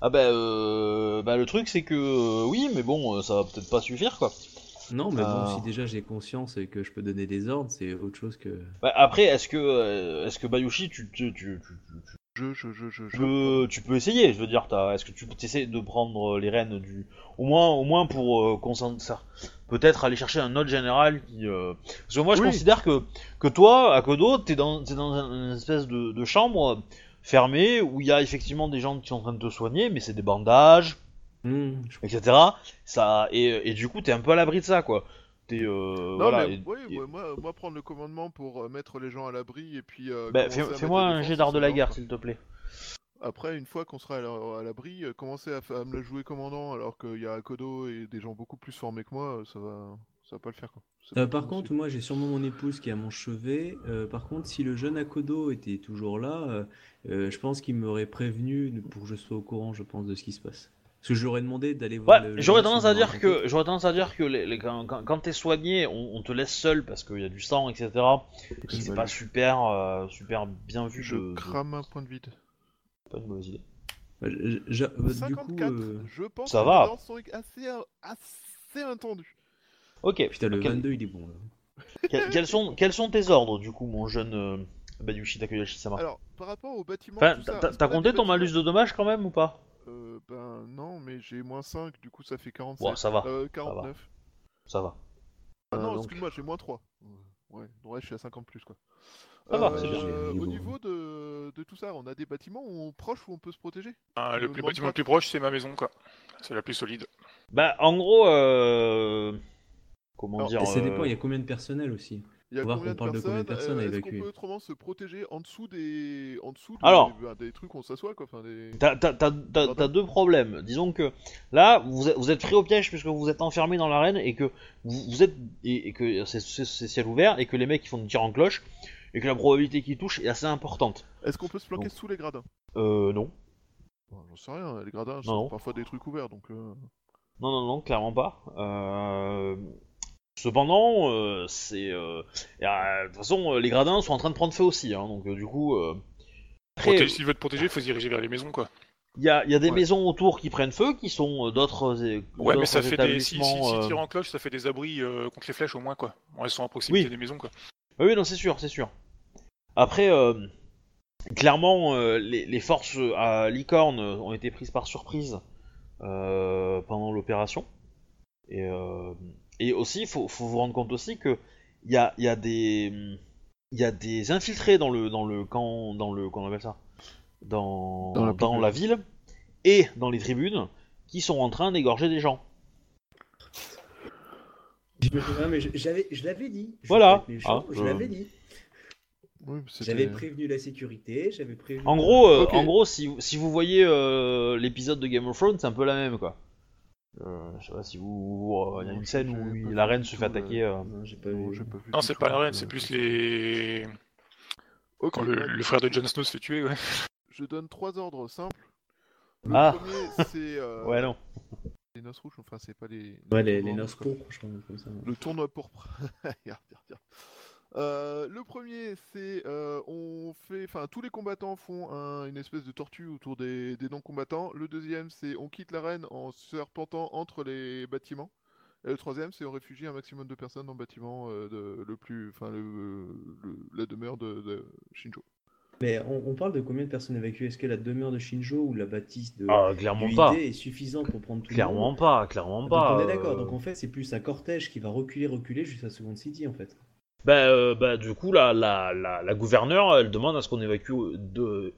ah bah, euh, bah, le truc c'est que euh, oui, mais bon, euh, ça va peut-être pas suffire quoi. Non, mais Ah. bon, si déjà j'ai conscience et que je peux donner des ordres, c'est autre chose que. Bah, après, est-ce que euh, est-ce que Bayushi, tu, tu, tu, tu, tu- tu Je, je, je, je, je- Tu peux, tu peux essayer, je veux dire, t'as- est-ce que tu essaies de prendre euh, les rênes du... Au moins, au moins pour euh, concentrer ça. Peut-être aller chercher un autre général qui... euh, Parce que moi, je Oui. considère que, que toi, à Kodo, t'es dans, t'es dans un- une espèce de, de chambre fermée où il y a effectivement des gens qui sont en train de te soigner, mais c'est des bandages, Hmm, je- etc. Ça, et, et du coup, t'es un peu à l'abri de ça, quoi. T'es... euh, Non, voilà, mais et- oui, et- ouais, moi, moi, prendre le commandement pour euh, mettre les gens à l'abri et puis. euh, Bah, commencer fais- à mettre Fais-moi la un défense, jet d'art de la etc. guerre, s'il te plaît. Après, une fois qu'on sera à la- à l'abri, euh, commencer à, f- à me la jouer commandant alors qu'il y a Akodo et des gens beaucoup plus formés que moi, euh, ça va, ça va pas le faire. Quoi. Ça va Euh, pas par me contre, suivre. moi j'ai sûrement mon épouse qui est à mon chevet. Euh, par contre, si le jeune Akodo était toujours là, euh, euh, je pense qu'il m'aurait prévenu de- pour que je sois au courant, je pense, de ce qui se passe. Parce que j'aurais demandé d'aller Ouais, voir. le- le j'aurais mec tendance qui à me dire racontait. que j'aurais tendance à dire que les, les- quand, quand, quand t'es soigné, on, on te laisse seul parce qu'il y a du sang, etc. Et C'est c'est pas pas lui. super euh, super bien vu. je de- de- crame un point de vide. pas une mauvaise idée. Ouais, je- je- euh, du coup, 54, euh, je pense ça que va. les dents sont assez, assez intendues. Ok. putain, le Quel- 22 il est bon là. quel- quels sont quels sont tes ordres du coup, mon jeune euh, Bayushi Takayashi-sama Alors, par rapport au bâtiment. Enfin, tout ça, t'as- parce t'as qu'on t'as a des compté ton bâtiments- malus de dommage quand même ou pas Euh, Ben non, mais j'ai moins 5, du coup ça fait 47. Bon, ça va, Euh, 49. ça va. Ah Euh, non, donc- excuse-moi, j'ai moins 3. Ouais, ouais, je suis à 50 plus quoi. Ça va, c'est bien. Euh, Niveau- Au niveau de, de tout ça, on a des bâtiments où on proche où on peut se protéger Hein, Je le me plus- demande bâtiment pas- le plus proche, c'est ma maison, quoi. C'est la plus solide. Bah en gros, euh, comment Alors, dire Et ça euh, dépend, il y a combien de personnel aussi Il y a Faut voir combien qu'on parle de combien de personnes à euh, Est-ce évacuer. qu'on peut autrement se protéger en dessous des, en dessous de- Alors. des, ben, des trucs où on s'assoit quoi enfin, des... T'as- T'as t'as- t'as- Pardon t'as deux problèmes. Disons que là, vous, êtes- vous êtes pris au piège puisque vous êtes enfermé dans l'arène et que vous, vous êtes et, et que c'est- c'est c'est ciel ouvert et que les mecs ils font des tirs en cloche et que la probabilité qu'ils touchent est assez importante. Est-ce qu'on peut se planquer Donc. sous les gradins Euh, non, Bon, Bah, J'en sais rien, les gradins Non, sont non. parfois des trucs ouverts donc. euh, non, non, non, clairement pas. Euh, Cependant, euh, c'est euh, et, euh, de toute façon euh, les gradins sont en train de prendre feu aussi, hein, donc euh, du coup. euh, après, euh, Protège- S'il veut te protéger, il faut se diriger vers les maisons, quoi. il y a, il y a des Ouais. maisons autour qui prennent feu, qui sont euh, d'autres. euh, Ouais, mais ça d'autres fait des. Si, si, si, établissements, euh, tire en cloche, ça fait des abris euh, contre les flèches, au moins, quoi. On reste à proximité Oui. des maisons, quoi. Ah Oui, oui, non, c'est sûr, c'est sûr. Après, euh, clairement, euh, les, les forces à licorne ont été prises par surprise euh, pendant l'opération. Et, euh, et aussi, il faut, faut vous rendre compte aussi que il y a, il y, a des- il y a des infiltrés dans le, dans le camp, dans le, comment on appelle ça dans, Dans la dans la ville et dans les tribunes qui sont en train d'égorger des gens. Non, mais je- j'avais, je l'avais dit. Je vais Voilà. pas être méchant, Ah, je euh, l'avais dit. oui, mais c'était- J'avais prévenu la sécurité, j'avais prévenu. En gros, euh, Ok. en gros si, si vous voyez euh, l'épisode de Game of Thrones, c'est un peu la même quoi. Euh, je sais pas si vous. euh, Il y a Non, une je- scène j'ai où pas il- vu la reine du se tout, fait attaquer. euh. Non, hein, j'ai pas Non, vu. j'ai pas vu Non, du c'est tout, pas la reine, donc, c'est euh, plus les. Ok, Quand le, bah, le frère de Jon Snow se fait tuer, ouais. Je donne trois ordres simples. Le Ah. premier, c'est euh, Ouais, non. les noces rouges, enfin, c'est pas les. Ouais, les, les comment, noces quoi. courtes, franchement, comme ça. Le tournoi pourpre. Regarde, regarde, regarde. Euh, le premier, c'est euh, on fait, enfin tous les combattants font un- une espèce de tortue autour des, des non-combattants. Le deuxième, c'est on quitte l'arène en serpentant entre les bâtiments. Et le troisième, c'est on réfugie un maximum de personnes dans le bâtiment euh, de, le plus, enfin le, le- la demeure de, de Shinjo. Mais on, on parle de combien de personnes évacuées Est-ce que la demeure de Shinjo ou la bâtisse de Ah, du clairement ID pas. est suffisante pour prendre tout le Clairement monde pas, clairement Donc pas. on est d'accord. euh. Donc en fait, c'est plus un cortège qui va reculer, reculer jusqu'à Second City en fait. Bah, euh, bah, du coup, la, la, la, la gouverneure, elle demande à ce qu'on évacue euh, de,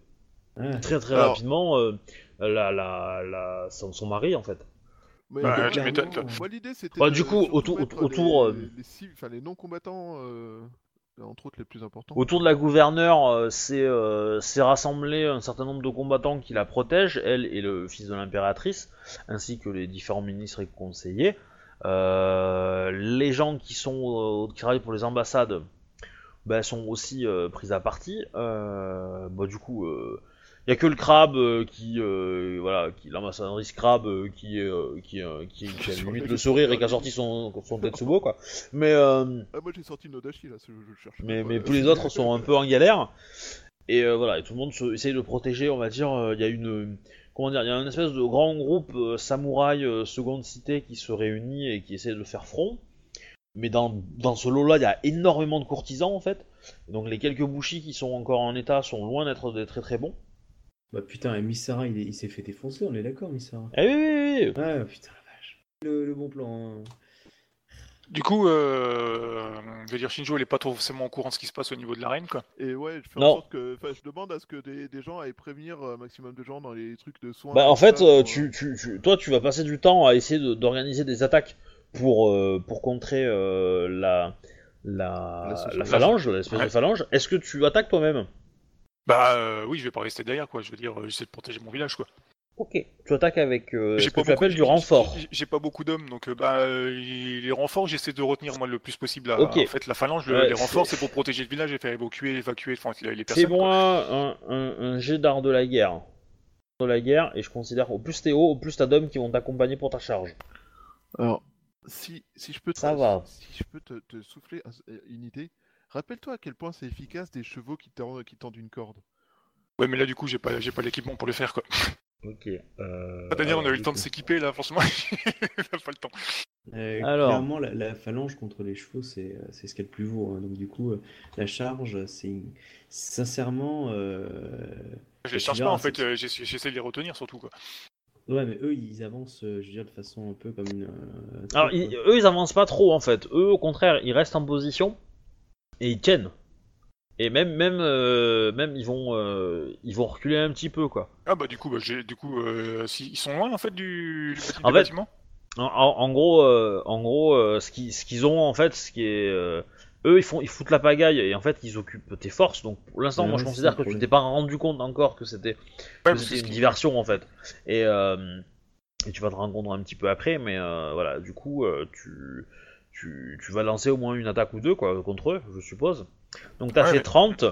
Ah. très très Alors- rapidement euh, la, la, la, son, son mari en fait. Mais Bah, moi, je moi, m'étonne, toi. moi, l'idée c'était. Bah, de du coup, surtout autour- mettre autour, les, euh, les civils, enfin, les non-combattants, euh, entre autres les plus importants. Autour de la gouverneure, euh, c'est euh, c'est rassemblé un certain nombre de combattants qui la protègent, elle et le fils de l'impératrice, ainsi que les différents ministres et conseillers. Euh, les gens qui sont euh, qui travaillent pour les ambassades bah, sont aussi euh, pris à partie. Euh, bah, du coup, il n'y a que le crabe euh, qui, euh, voilà, qui l'ambassadrice crabe euh, qui, est, euh, qui, euh, qui, qui a Sur limite les- le sourire et qui a sorti son son Tetsubo quoi. Mais euh, Ah, moi j'ai sorti Nodashi là, je, je le cherche. mais, Voilà. mais tous les autres sont un peu en galère. Et euh, voilà, et tout le monde se, essaye de protéger, on va dire. euh, Il y a une. Comment dire Il y a une espèce de grand groupe euh, samouraï euh, seconde cité qui se réunit et qui essaie de faire front. Mais dans, dans ce lot-là, il y a énormément de courtisans en fait. Donc les quelques bouchis qui sont encore en état sont loin d'être des très très bons. Bah putain, et Misara, il, est- il s'est fait défoncer, on est d'accord, Misara. Eh oui, oui, oui. Ah putain, la vache. Le, le bon plan. hein. Du coup, euh, je veux dire, Shinjo, il est pas trop forcément au courant de ce qui se passe au niveau de l'arène, quoi. Et ouais, je fais Non. en sorte que. Enfin, je demande à ce que des, des gens aillent prévenir euh, un maximum de gens dans les trucs de soins. Bah, en tout fait, ça, euh, pour, tu, tu, tu- toi, tu vas passer du temps à essayer de- d'organiser des attaques pour, euh, pour contrer euh, la, La la, société. la phalange, l'espèce de Ouais. phalange. Est-ce que tu attaques toi-même Bah euh, oui, je vais pas rester derrière, quoi. Je veux dire, euh, j'essaie de protéger mon village, quoi. Ok. Tu attaques avec euh, ce J'ai que pas tu beaucoup- appelles du j'ai- renfort. j'ai- J'ai pas beaucoup d'hommes, donc euh, bah, euh, les renforts, j'essaie de retenir moi le plus possible. là. Ok. En fait, la phalange, le- Ouais, les renforts, c'est- c'est pour protéger le village et faire évacuer, évacuer enfin, les les personnes. C'est hein. moi un, un, un jet d'art de la guerre. De la guerre, et je considère au plus t'es haut, au plus t'as d'hommes qui vont t'accompagner pour ta charge. Alors, si, si je peux te, Ça va. Si je peux te, te souffler un- euh, une idée, rappelle-toi à quel point c'est efficace des chevaux qui tendent, qui tendent une corde. Ouais, mais là, du coup, j'ai pas, j'ai pas l'équipement pour le faire, quoi. Ok. Euh... C'est-à-dire, on a eu le temps de s'équiper, là, franchement, on a pas le temps. Euh, Alors. Clairement, la, la phalange contre les chevaux, c'est euh, c'est ce qu'elle plus vaut. hein. Donc du coup, euh, la charge, euh, c'est une- sincèrement. euh, Je Et les tu charge pas, verras, en fait, c'est- euh, j'essa- j'essaie de les retenir surtout, quoi. Ouais, mais eux, ils avancent, euh, je veux dire, de façon un peu comme une. euh, Alors, troupe, ils- quoi. eux, ils avancent pas trop en fait. Eux, au contraire, ils restent en position et ils tiennent. Et même, même, euh, même, ils vont, euh, ils vont reculer un petit peu quoi. Ah, bah, du coup, bah, j'ai- du coup euh, si- ils sont loin, en fait, du, du bâti- En du fait- bâtiment En, en- en gros, euh, en gros, euh, ce qui- ce qu'ils ont en fait, ce qui est, euh, eux, ils font, ils foutent la pagaille et en fait, ils occupent tes forces. Donc, pour l'instant, Ouais, moi, je c'est ça, considère le que tu problème. t'es pas rendu compte encore que c'était Ouais, Parce que c'est c'est ce une qui- diversion en fait. Et, euh, et tu vas te rencontrer un petit peu après, mais euh, voilà, du coup, euh, tu, tu, tu vas lancer au moins une attaque ou deux quoi, contre eux, je suppose. Donc t'as Ouais, fait mais- 30.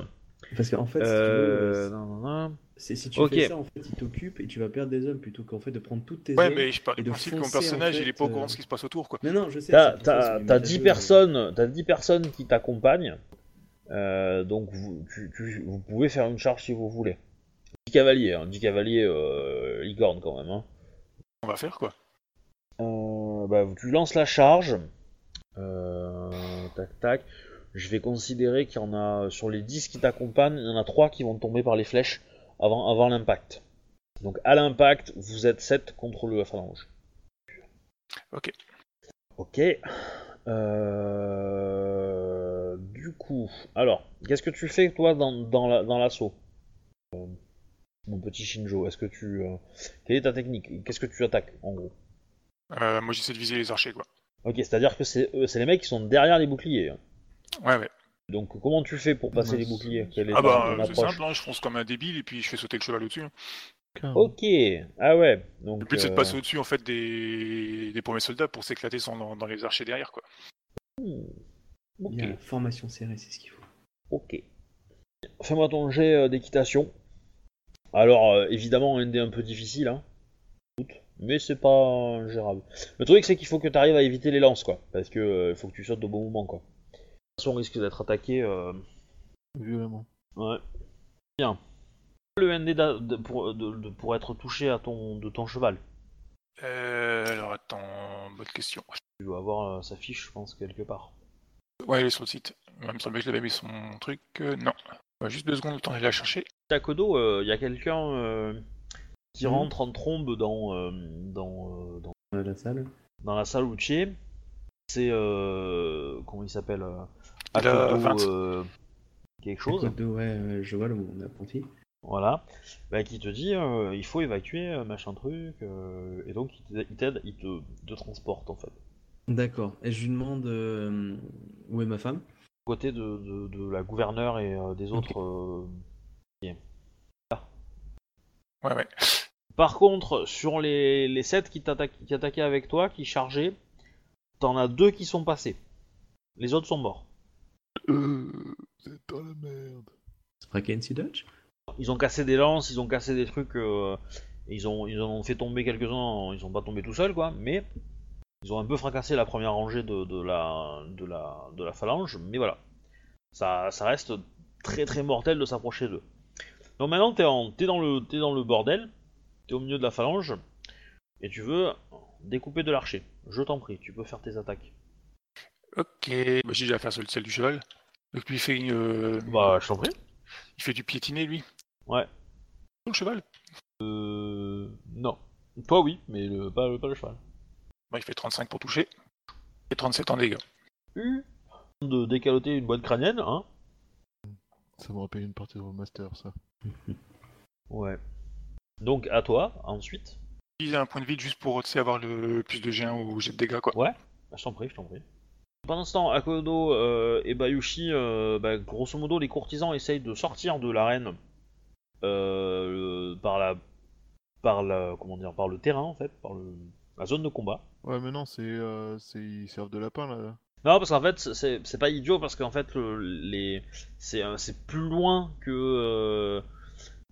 Parce qu'en fait, si tu veux, Euh, euh, nan, nan, nan. c'est- si tu ok. fais ça, en fait, ils t'occupent et tu vas perdre des hommes plutôt qu'en fait de prendre toutes tes. Ouais, ailes. mais je pars et du de principe que mon foncer, en personnage, il est pas au fait, courant de euh, ce qui se passe autour, quoi. Non, non, je sais. T'as- c'est pour ça, T'as c'est du euh, t'as méta-jeu, 10 mais- personnes, t'as 10 personnes qui t'accompagnent. Euh, donc vous, tu- tu- vous pouvez faire une charge si vous voulez. 10 cavaliers, hein, 10 cavaliers euh, licorne quand même. hein. On va faire, quoi. Euh, bah, tu lances la charge. Euh, tac, tac. Je vais considérer qu'il y en a, sur les 10 qui t'accompagnent, il y en a 3 qui vont tomber par les flèches avant, avant l'impact. Donc à l'impact, vous êtes 7 contre le phalange. Ok. Ok. Euh, du coup, alors, qu'est-ce que tu fais toi dans, dans la- dans l'assaut Euh, Mon petit Shinjo, est-ce que tu... euh, quelle est ta technique Qu'est-ce que tu attaques en gros Euh, moi, j'essaie de viser les archers, quoi. Ok, c'est-à-dire que c'est eux- c'est les mecs qui sont derrière les boucliers. Ouais, ouais. Donc comment tu fais pour passer Mince. les boucliers Quelle est Ah, ta- bah, ton euh, c'est approche simple, hein, je fonce comme un débile et puis je fais sauter le cheval au-dessus. hein. Ok, ah ouais. Donc, Le but, c'est de euh, passer au-dessus, en fait, des... des premiers soldats pour s'éclater sans- dans, dans les archers derrière, quoi. hmm. ok, Il y a la formation serrée, c'est ce qu'il faut. ok. Fais-moi ton jet euh, d'équitation. Alors euh, évidemment un dé un peu difficile, hein. Doute. mais c'est pas gérable. Le truc c'est qu'il faut que tu arrives à éviter les lances quoi, parce que euh, il faut que tu sautes au bon moment quoi. De toute façon on risque d'être attaqué. euh, Violemment. Ouais. Bien. Le ND d'a- de- pour, de- de- pour être touché à ton, de ton cheval. Euh, alors, attends, bonne question. Tu dois avoir euh, sa fiche, je pense, quelque part. Ouais, elle est sur le site. Il me semblait que je l'avais mis son truc. euh, non. Ouais, juste deux secondes, le temps d'aller la chercher. Takodo, il y a quelqu'un euh, qui Mhm. rentre en trombe dans, euh, dans, euh, dans, Euh, la salle. dans la salle où tu es. C'est. euh, comment il s'appelle euh, Il a Akodo, 20. euh, quelque chose. Côte de- ouais, ouais, je vois le mon apprenti. Voilà. Bah, qui te dit euh, il faut évacuer, euh, machin truc. euh, et donc, il t'aide- il t'aide, il te, te transporte en fait. D'accord. Et je lui demande euh, où est ma femme. côté de, de- de la gouverneure et euh, des autres. euh, qui est là. Ouais, ouais. Par contre, sur les, les 7 qui, t'atta- qui attaquaient avec toi, qui chargeaient, t'en as deux qui sont passés. Les autres sont morts. Euh, c'est dans la merde. Spraken si Dutch. Ils ont cassé des lances, ils ont cassé des trucs, euh, et ils, ont, ils en ont fait tomber quelques-uns, ils sont pas tombés tout seuls, quoi, mais ils ont un peu fracassé la première rangée de, de la, de, la, de la phalange, mais voilà. Ça, ça reste très très mortel de s'approcher d'eux. Donc maintenant, t'es, en, t'es, dans le, t'es dans le bordel, t'es au milieu de la phalange, et tu veux découper de l'archer. Je t'en prie, tu peux faire tes attaques. Ok. Bah, j'ai déjà fait celle, celle du cheval. Donc, lui, il fait, une, euh, Bah, je t'en prie. il fait du piétiner, lui. Ouais. le cheval Euh. Non. Toi, oui, mais le, pas, le, pas le cheval. Bon, il fait 35 pour toucher et 37 en dégâts. U. De décaloter une boîte crânienne, hein Ça me rappelle une partie de mon master, ça. Ouais. Donc, à toi, ensuite. Il a un point de vide juste pour tu sais, avoir le plus de G1 ou jet de dégâts, quoi. Bah, je t'en prie, je t'en prie. Pendant ce temps, Akodo euh, et Bayushi, euh, bah, grosso modo, les courtisans essayent de sortir de l'arène euh, le- par la, par la, comment dire, par le terrain en fait, par le, la zone de combat. Ouais, mais non, c'est, euh, c'est- ils servent de lapin là. Non, parce qu'en fait, c'est c'est pas idiot parce qu'en fait, le- les, c'est un- c'est plus loin que euh,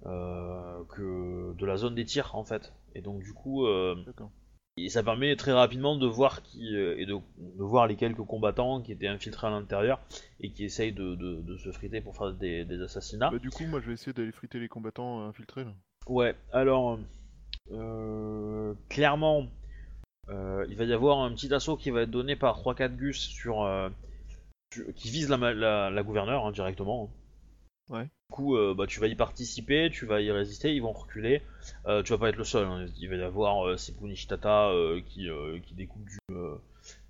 euh, que de la zone des tirs en fait. Et donc du coup, euh, D'accord. Et ça permet très rapidement de voir qui euh, et de, de voir les quelques combattants qui étaient infiltrés à l'intérieur et qui essayent de, de- de se friter pour faire des, des assassinats. Bah, du coup, moi je vais essayer d'aller friter les combattants euh, infiltrés là. Ouais, alors euh, clairement, euh, il va y avoir un petit assaut qui va être donné par 3-4 gus sur, euh, sur- qui vise la, ma- la, la gouverneure hein, directement. Ouais. Du coup, euh, bah, tu vas y participer, tu vas y résister, ils vont reculer. Euh, tu vas pas être le seul. hein. Il va y avoir euh, Sepuni Shitata, euh, qui, euh, qui découpe du, euh,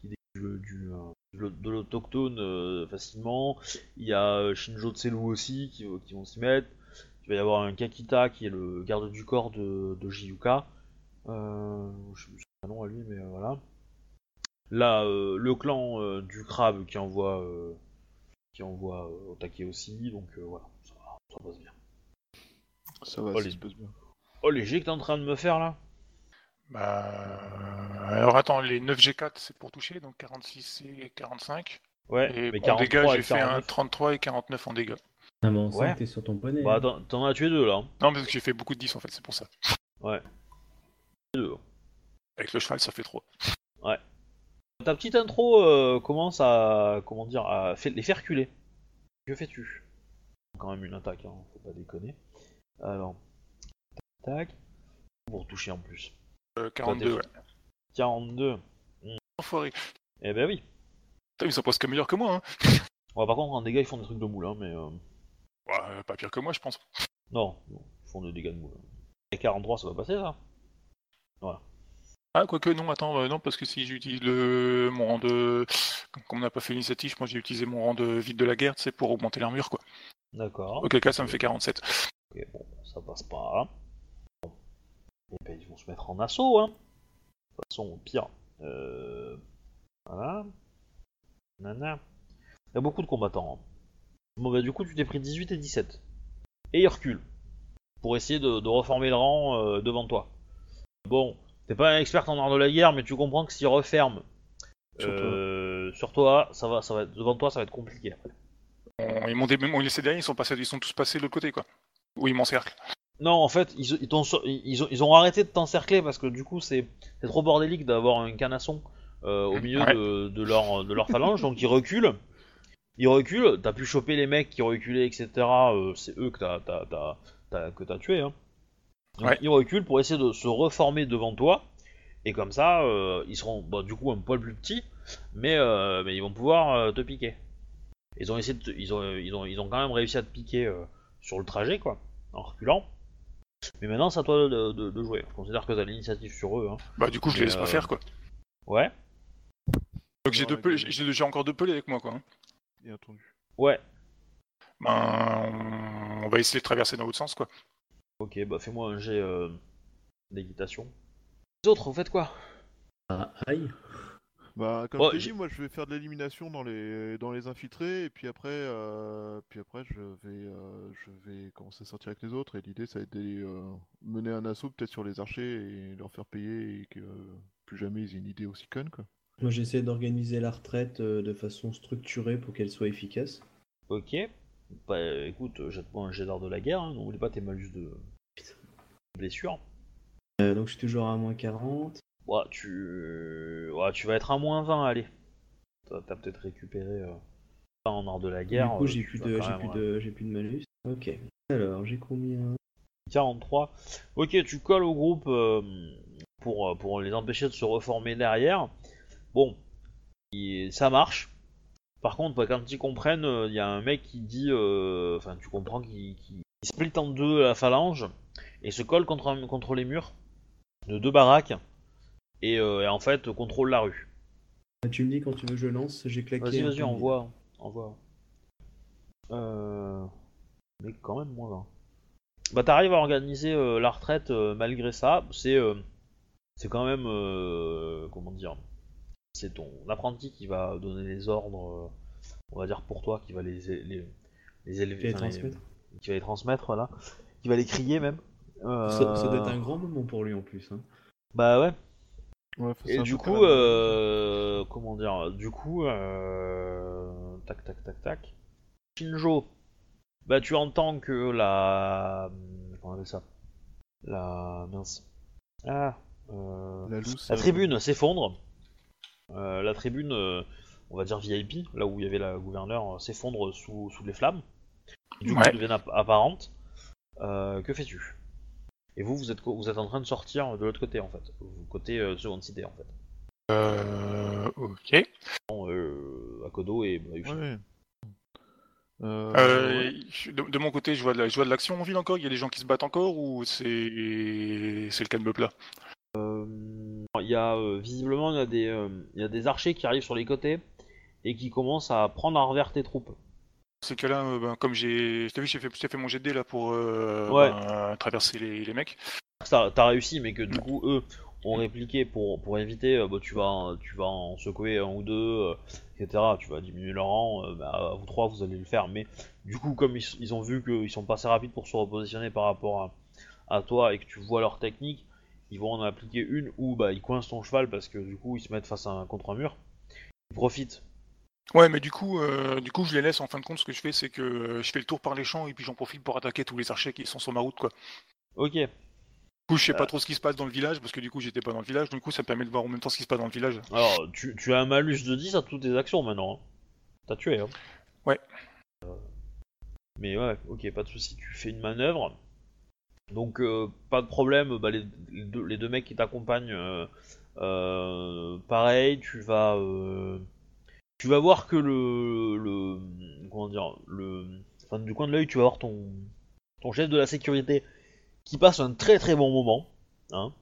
qui découpe du- du, euh, de l'au- de l'autochtone euh, facilement. Il y a euh, Shinjo Tselu aussi qui, qui vont s'y mettre. Il va y avoir un Kakita qui est le garde du corps de, de Jiyuka. Euh, je sais plus son nom à lui, mais euh, voilà. Là, euh, le clan euh, du crabe qui envoie, euh, qui envoie euh, au taquet aussi, donc euh, voilà, ça, va, ça passe bien. Ça va, Oh, ça les- se passe bien. Oh, les jets que t'es en train de me faire là Bah... Alors attends, les 9 G4 c'est pour toucher, donc 46 et 45. Ouais, Et mais en 43 dégâts, j'ai et fait un 49. 33 et 49 en dégâts. Ah, mais on sent Ouais. que t'es sur ton poney. Bah, hein. t'en- t'en as tué deux là. hein. Non, mais parce que j'ai fait beaucoup de 10 en fait, c'est pour ça. Deux. Avec le cheval, ça fait 3. Ta petite intro euh, commence à comment dire à fait- les faire culer. Que fais-tu Quand même une attaque, hein, faut pas déconner. Alors, tac, tac. pour toucher en plus. Euh, 42, ouais. Toi, t'es- 42. Enfoiré. Eh ben oui. Putain, ils sont presque meilleurs que moi, hein. Ouais, par contre, en dégâts, ils font des trucs de moule, hein, mais euh, Ouais, euh, pas pire que moi, je pense. non, non, ils font des dégâts de moule. Et 43, ça va passer ça Ah, quoique, non, attends, euh, non, parce que si j'utilise le... mon rang de. Comme on n'a pas fait l'initiative, je pense que j'ai utilisé mon rang de vide de la guerre, c'est pour augmenter l'armure, quoi. D'accord. Auquel cas, ça me fait 47. Ok, bon, ça passe pas. Bon. Eh ben, ils vont se mettre en assaut, hein. De toute façon, au pire. euh, Voilà. Nana. Il y a beaucoup de combattants. hein. Bon, bah, du coup, tu t'es pris 18 et 17. Et ils reculent. Pour essayer de, de reformer le rang euh, devant toi. Bon, t'es pas un expert en art de la guerre, mais tu comprends que s'ils referment. Sur toi. euh, sur toi, ça va, ça va, être- devant toi, ça va être compliqué. après. On- Ils m'ont dé... ils m'ont laissé derrière, ils sont, passés... ils sont tous passés de l'autre côté, quoi. Oui, ils m'encerclent. Non, en fait, ils, ils, t'ont so- ils- ils ont, ils ont arrêté de t'encercler parce que du coup, c'est c'est trop bordélique d'avoir un canasson euh, au milieu Ouais. de, de leur, de leur phalange, donc ils reculent. Ils reculent, t'as pu choper les mecs qui reculaient, etc. euh, c'est eux que t'as t'as- t'as- t'as- que t'as tué. Hein. Donc, Ouais. Ils reculent pour essayer de se reformer devant toi, et comme ça, euh, ils seront bah, du coup un poil plus petits, mais, euh, mais ils vont pouvoir euh, te piquer. Ils ont, essayé de te- ils, ont, ils, ont, ils ont quand même réussi à te piquer euh, sur le trajet, quoi, en reculant. Mais maintenant, c'est à toi de, de- de jouer. Je considère que t'as l'initiative sur eux. Hein. Bah, du coup, je les Mais, laisse pas euh, faire, quoi. Ouais, Donc, j'ai Ouais, deux ouais, pelés- ouais. j'ai j'ai encore deux pelés avec moi, quoi. hein. Bien entendu. ouais. Ben, on- on va essayer de traverser dans l'autre sens, quoi. Ok, bah fais-moi un jet euh, d'équitation. Les autres, vous faites quoi Ah, aïe. Bah, comme Bon, je t'ai j'ai- dit, moi je vais faire de l'élimination dans les dans les infiltrés et puis après euh, puis après je vais euh, je vais commencer à sortir avec les autres et l'idée ça va être d'aller euh, mener un assaut peut-être sur les archers et leur faire payer et que euh, plus jamais ils aient une idée aussi conne quoi. Moi, j'essaie d'organiser la retraite euh, de façon structurée pour qu'elle soit efficace. Ok. Bah écoute, euh, jette-moi un jet d'art de la guerre, hein, n'oublie pas tes malus de blessure. Euh, donc, je suis toujours à moins 40. Ouais, tu... ouais, tu vas être à moins 20, allez. T'as t'as peut-être récupéré euh, ça en art de la guerre. du coup, euh, j'ai tu plus, vas de, quand j'ai même, plus, ouais. de, j'ai plus de malus. Ok. Alors, j'ai combien 43. Ok, tu colles au groupe euh, pour, euh, pour les empêcher de se reformer derrière. Bon, il- ça marche. Par contre, bah, quand ils comprennent, euh, il y a un mec qui dit. euh, Enfin, tu comprends qu'il qu'il- il split en deux la phalange. et se colle contre, un- contre les murs de deux baraques et, euh, et en fait contrôle la rue. Bah, Tu me dis quand tu veux, je lance. J'ai claqué. Vas-y, un vas-y, peu. envoie. Envoie. Euh... Mais quand même moins 20. Bah t'arrives à organiser euh, la retraite euh, malgré ça. C'est euh, c'est quand même... euh, comment dire C'est ton apprenti qui va donner les ordres, euh, on va dire pour toi, qui va les, les, les élever. Qui va les enfin, transmettre. qui va les transmettre, voilà. Qui va les crier même. Euh, Ça, ça doit être un grand moment pour lui en plus. hein. Bah ouais. Ouais, faut- c'est Et un du peu coup, calme. euh, comment dire, du coup, euh, tac, tac, tac, tac. Shinjo, bah tu entends que la, comment on appelle ça, la mince, ah, euh, La loose, la euh, tribune s'effondre. Euh, la tribune, euh, on va dire VIP, là où il y avait la gouverneur, euh, s'effondre sous, sous les flammes. Du coup, Ouais. elles deviennent app- apparentes. Euh, que fais-tu Et vous, vous êtes, co- vous êtes en train de sortir de l'autre côté, en fait. Vous- Côté euh, seconde cité, en fait. Euh, ok. Bon, euh, Akodo et bah, Yuffie. Ouais. Euh, Euh, ouais. je- de, de mon côté, je vois de la- je vois de l'action en ville encore. Il y a des gens qui se battent encore ou c'est c'est le calme plat Euh, il y a euh, visiblement il y a, des, euh, il y a des archers qui arrivent sur les côtés et qui commencent à prendre à revers tes troupes. Dans ces cas-là, euh, ben, comme j'ai, je t'ai vu, j'ai fait, j'ai fait mon jet de dés, là pour euh, Ouais. ben, traverser les, les mecs. Ça, T'as réussi, mais que du coup eux ont répliqué pour, pour éviter. euh, bah, tu vas en- tu vas en secouer un ou deux, euh, etc. Tu vas diminuer leur rang. euh, bah, vous trois vous allez le faire, mais du coup comme ils, s- ils ont vu qu'ils sont pas assez rapides pour se repositionner par rapport à, à toi et que tu vois leur technique, ils vont en appliquer une où bah ils coincent ton cheval parce que du coup ils se mettent face à un contre un mur. Ils profitent. Ouais, mais du coup, euh, du coup, je les laisse. En fin de compte, ce que je fais, c'est que euh, je fais le tour par les champs et puis j'en profite pour attaquer tous les archers qui sont sur ma route, quoi. Ok. Du coup, je sais Euh. pas trop ce qui se passe dans le village parce que du coup, j'étais pas dans le village. Du coup, ça me permet de voir en même temps ce qui se passe dans le village. Alors, tu, tu as un malus de 10 à toutes tes actions maintenant. hein. T'as tué, hein Ouais. Euh, Mais ouais, ok, pas de souci. Tu fais une manœuvre. Donc, euh, pas de problème. bah, les, les deux, les deux mecs qui t'accompagnent, euh, euh, pareil, tu vas. euh, tu vas voir que le. le comment dire le, Enfin, du coin de l'œil, tu vas voir ton, ton chef de la sécurité qui passe un très très bon moment. Hein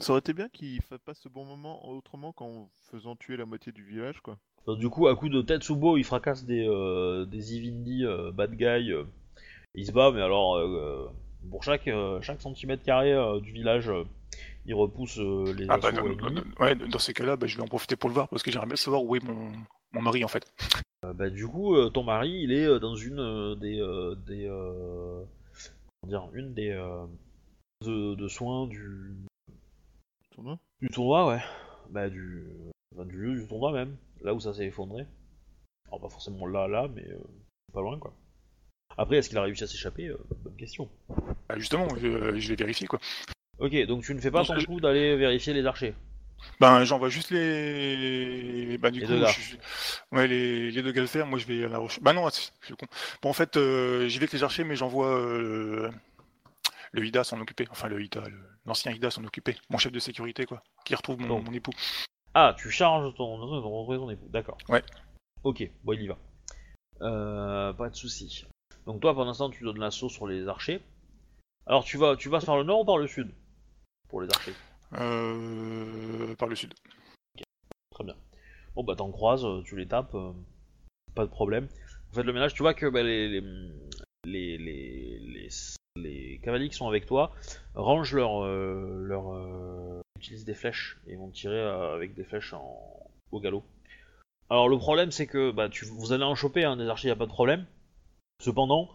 Ça aurait été bien qu'il fasse pas ce bon moment autrement qu'en faisant tuer la moitié du village, quoi. Donc, du coup, à coup de Tetsubo, il fracasse des, euh, des Ivindi euh, bad guy. euh. il se bat, mais alors, euh, pour chaque, euh, chaque centimètre carré euh, du village, euh, il repousse euh, les Ah bah, assauts dans, ennemis. dans- ouais, dans ces cas-là, bah, je vais en profiter pour le voir parce que j'aimerais bien savoir où est mon, mon mari en fait. Euh, bah, du coup, euh, ton mari, il est euh, dans une euh, des. euh, des euh, comment dire Une des. euh, de, de soins du, Tournoi du tournoi, ouais. Bah, du, enfin, du lieu du tournoi même. Là où ça s'est effondré. Alors, pas forcément là, là, mais euh, pas loin, quoi. Après, est-ce qu'il a réussi à s'échapper Euh, Bonne question. Bah, justement, je, euh, je l'ai vérifié, quoi. Ok, donc tu ne fais pas Non, ton je- coup d'aller vérifier les archers. Ben, j'envoie juste les. Ben, du Les coup, deux gars. je suis- ouais, les, les deux gars le faire. Moi, je vais à la roche. Ben, non, c'est- je suis con. Bon, en fait, euh, j'y vais avec les archers, mais j'envoie euh, le Ida s'en occuper. Enfin, le Ida, le- l'ancien Ida s'en occuper. Mon chef de sécurité, quoi. Qui retrouve mon, Bon. mon époux. Ah, tu charges ton, ton, ton- ton époux, d'accord. Ouais. Ok, bon, il y va. Euh, pas de souci. Donc toi, pour l'instant, tu donnes l'assaut sur les archers. Alors tu vas, tu vas par le nord ou par le sud Pour les archers. Euh, par le sud. Très bien. Bon bah t'en croises, euh, tu les tapes, euh, pas de problème. Vous faites le ménage, tu vois que bah, les, les, les, les, les- les cavaliers qui sont avec toi rangent leur, euh, leur euh, utilisent des flèches et vont tirer euh, avec des flèches en- au galop. Alors le problème c'est que bah, tu, vous allez en choper hein, des archers, y a pas de problème. Cependant,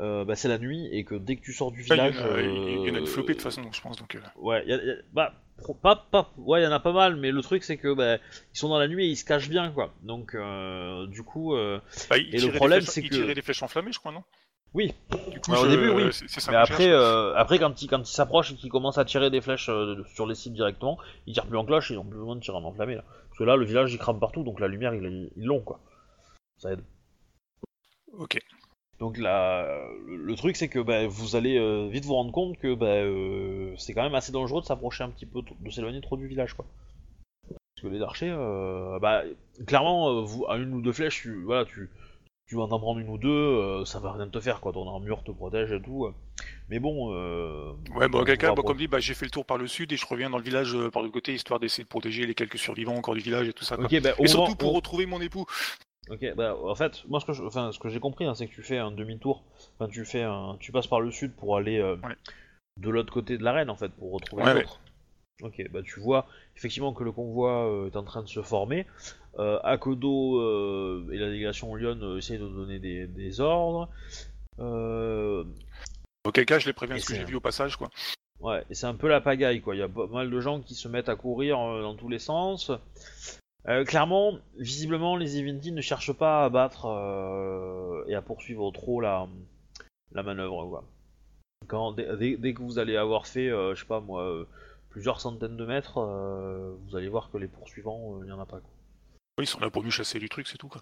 euh, bah, c'est la nuit et que dès que tu sors du Là, il village, y en a, il y en a euh, une flopée de toute façon, je pense. Donc, euh, Ouais, y a- y a- bah, pro- pas, pas, ouais, il y en a pas mal, mais le truc c'est que bah, ils sont dans la nuit et ils se cachent bien, quoi. Donc, euh, du coup, euh, bah, il le tirait des problème, flèches- c'est il que- tirait des flèches enflammées, je crois, non Oui. Du coup, Ouais, au je- début, oui. c'est- c'est ça mais qu'on cherche. après, euh, après quand ils quand ils s'approchent et qu'ils commencent à tirer des flèches euh, sur les cibles directement, ils tirent plus en cloche, ils ont plus besoin de tirer en enflammé là. Parce que là, le village il crame partout, donc la lumière ils ils l'ont, quoi. Ça aide. Ok. Donc là, le le truc c'est que bah, vous allez euh, vite vous rendre compte que bah, euh, c'est quand même assez dangereux de s'approcher un petit peu, t- de s'éloigner trop du village quoi. Parce que les archers, euh, bah, clairement, euh, vous, à une ou deux flèches, tu, voilà, tu, tu vas t'en prendre une ou deux, euh, ça va rien te faire, quoi. Ton armure te protège et tout. euh. Mais bon. euh, Ouais, bon, on quelqu'un, pourra bah, pro- comme dit, bah, j'ai fait le tour par le sud et je reviens dans le village euh, par le côté, histoire d'essayer de protéger les quelques survivants encore du village et tout ça. quoi. Ok, bah, au Et moment- surtout pour au- retrouver mon époux. Ok, bah en fait, moi ce que je- enfin, ce que j'ai compris, hein, c'est que tu fais un demi-tour, enfin tu fais un, tu passes par le sud pour aller euh, Ouais. de l'autre côté de l'arène en fait pour retrouver Ouais, l'autre. Ok, bah tu vois effectivement que le convoi euh, est en train de se former. Euh, Akodo euh, et la délégation Lyon euh, essayent de donner des, des ordres. Euh, Auquel cas, je les préviens Et de ce que c'est euh, j'ai un- vu au passage, quoi. Ouais, et c'est un peu la pagaille, quoi. Il y a pas mal de gens qui se mettent à courir euh, dans tous les sens. Euh, clairement, visiblement, les Eventi ne cherchent pas à battre euh, et à poursuivre trop la, la manœuvre, quoi. Quand, dès, dès- dès que vous allez avoir fait, euh, je sais pas moi, euh, plusieurs centaines de mètres, euh, vous allez voir que les poursuivants, euh, il n'y en a pas, quoi. Ils sont là pour nous chasser du truc, c'est tout, quoi.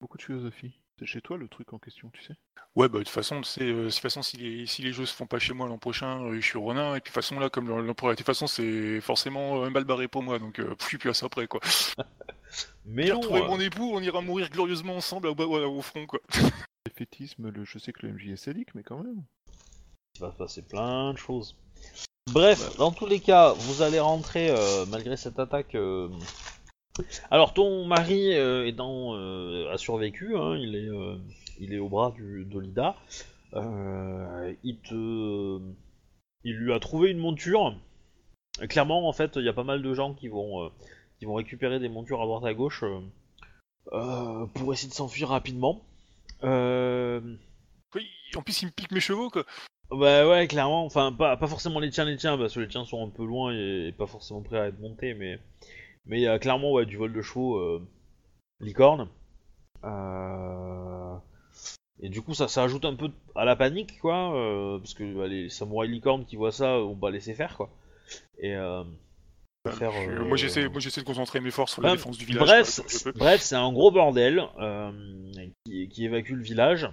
Beaucoup de philosophie. C'est chez toi le truc en question, tu sais Ouais, bah, de toute façon, tu sais, euh, de toute façon, si les, si les jeux se font pas chez moi l'an prochain, euh, je suis au Ronin, et puis de toute façon, là, comme l'empereur, de toute façon, c'est forcément euh, un bal barré pour moi, donc euh, pff, je suis plus à ça après, quoi. Mais J'ai non, retrouvé euh, mon époux, on ira mourir glorieusement ensemble au, bas- voilà, au front, quoi. Défaitisme, le... je sais que le MJ est sadique, mais quand même. il va se passer plein de choses. Bref, dans tous les cas, vous allez rentrer euh, malgré cette attaque. euh, Alors, ton mari euh, est dans, euh, a survécu, hein, il, est, euh, il est au bras du, de Lida. Euh, il te. Il lui a trouvé une monture. Euh, Clairement, en fait, il y a pas mal de gens qui vont, euh, qui vont récupérer des montures à droite à gauche euh, euh, pour essayer de s'enfuir rapidement. Euh. Oui, en plus, ils me piquent mes chevaux, quoi. Bah ouais, clairement. Enfin, pas, pas forcément les tiens, les tiens, parce que les tiens sont un peu loin et, et pas forcément prêts à être montés, mais mais il y a clairement ouais, du vol de chevaux euh, licorne. Euh, Et du coup, ça, ça ajoute un peu à la panique, quoi, euh, parce que bah, les samouraïs licornes qui voient ça, on va laisser faire, quoi. Et euh, faire, Je- euh, Moi, j'essaie, moi, j'essaie de concentrer mes forces sur la Bah, défense du village. bref, quoi, comme je c'est- peux. bref, c'est un gros bordel euh, qui, qui évacue le village.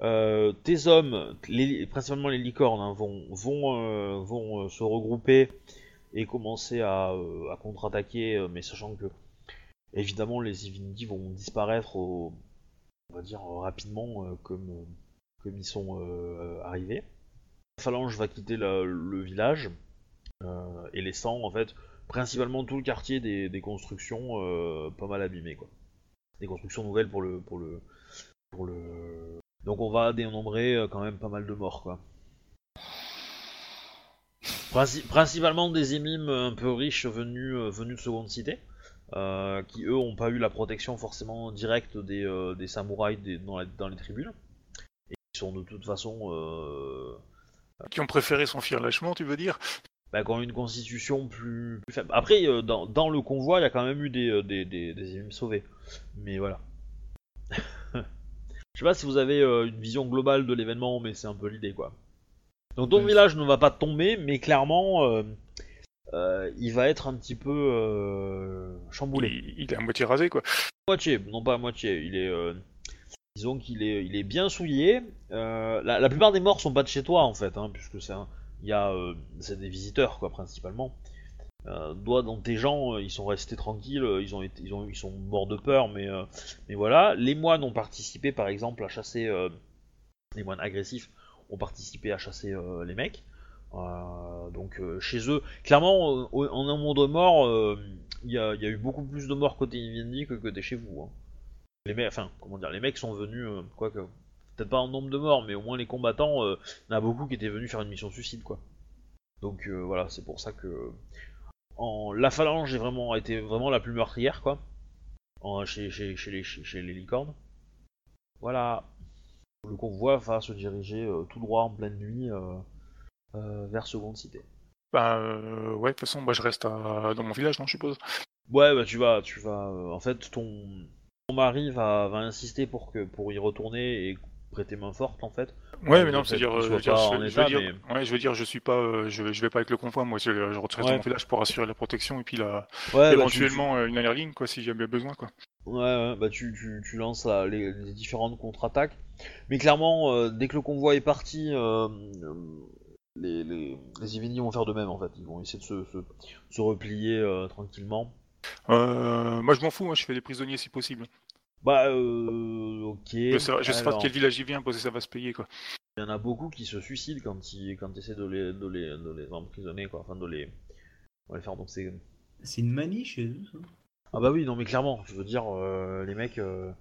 Euh, tes hommes, les- principalement les licornes, hein, vont, vont, euh, vont euh, se regrouper et commencer à, euh, à contre-attaquer, euh, mais sachant que évidemment les Ivindi vont disparaître, au- on va dire euh, rapidement, euh, comme, euh, comme ils sont euh, arrivés. La phalange va quitter la- le village euh, et laissant en fait principalement tout le quartier des, des constructions euh, pas mal abîmées quoi. Des constructions nouvelles pour le pour le pour le donc on va dénombrer euh, quand même pas mal de morts quoi. Princi- principalement des émimes un peu riches venus euh, venus de seconde cité euh, qui eux ont pas eu la protection forcément directe des, euh, des samouraïs des- dans, la- dans les tribunes et qui sont de toute façon euh, Qui ont préféré s'enfuir lâchement, tu veux dire bah, qui ont une constitution plus, plus faible. Après, euh, dans, dans le convoi, il y a quand même eu des, euh, des, des, des émimes sauvés. Mais voilà. Je sais pas si vous avez euh, une vision globale de l'événement, mais c'est un peu l'idée, quoi. Donc ton Ouais, village ne va pas tomber, mais clairement, euh, euh, il va être un petit peu euh, chamboulé. il, il est à moitié rasé, quoi. Moitié, non pas à moitié, il est... euh, disons qu'il est, il est bien souillé. Euh, la, la plupart des morts sont pas de chez toi en fait, hein, puisque c'est un- il y a, euh, c'est des visiteurs quoi principalement. Euh, toi, dans tes gens, euh, ils sont restés tranquilles, euh, ils, ont été- ils, ont, ils sont morts de peur, mais, euh, mais voilà. Les moines ont participé par exemple à chasser, euh, les moines agressifs ont participé à chasser euh, les mecs. Euh, donc euh, chez eux, clairement, euh, au- en un monde mort, euh, il y, a il y a eu beaucoup plus de morts côté Invendi que côté chez vous. hein. Les mecs, enfin, comment dire, les mecs sont venus, euh, quoique, peut-être pas en nombre de morts, mais au moins les combattants, euh, il y en a beaucoup qui étaient venus faire une mission suicide, quoi. Donc euh, voilà, c'est pour ça que en, la phalange est vraiment, été vraiment la plus meurtrière, quoi, en- chez, chez- chez les, chez- chez les licornes. Voilà, le convoi va se diriger euh, tout droit en pleine nuit euh, euh, vers Seconde Cité. Bah, euh, ouais, de toute façon, bah, je reste à- dans mon village, non, je suppose. Ouais, bah tu vas, tu vas. euh, en fait, ton, ton mari va, va insister pour que pour y retourner et prêter main forte en fait. Ouais, Euh, mais le non, fait c'est-à-dire, qu'il euh, je soit veux dire, pas je en je veux état, dire, ouais, je veux dire, je suis pas, euh, je, je vais pas avec le convoi, moi, je, je retourne Ouais. dans mon village pour assurer la protection et puis la, Ouais, bah, éventuellement euh, une dernière ligne, quoi, si jamais besoin, quoi. Ouais, ouais, bah tu, tu, tu lances là, les, les différentes contre-attaques. Mais clairement, euh, dès que le convoi est parti, euh, euh, les, les, les Yvini vont faire de même en fait. Ils vont essayer de se, se, se replier euh, tranquillement. Euh, moi, je m'en fous, hein, je fais des prisonniers si possible. Bah, euh, ok. Je sais, je sais pas de alors. quel village il vient, parce que ça va se payer, quoi. Il y en a beaucoup qui se suicident quand ils quand essaient de les, de, les, de les emprisonner, quoi. Enfin, de les, de les faire. Donc, c'est. C'est une manie chez eux. ça. Ah, bah oui, non, mais clairement, je veux dire, euh, les mecs. euh,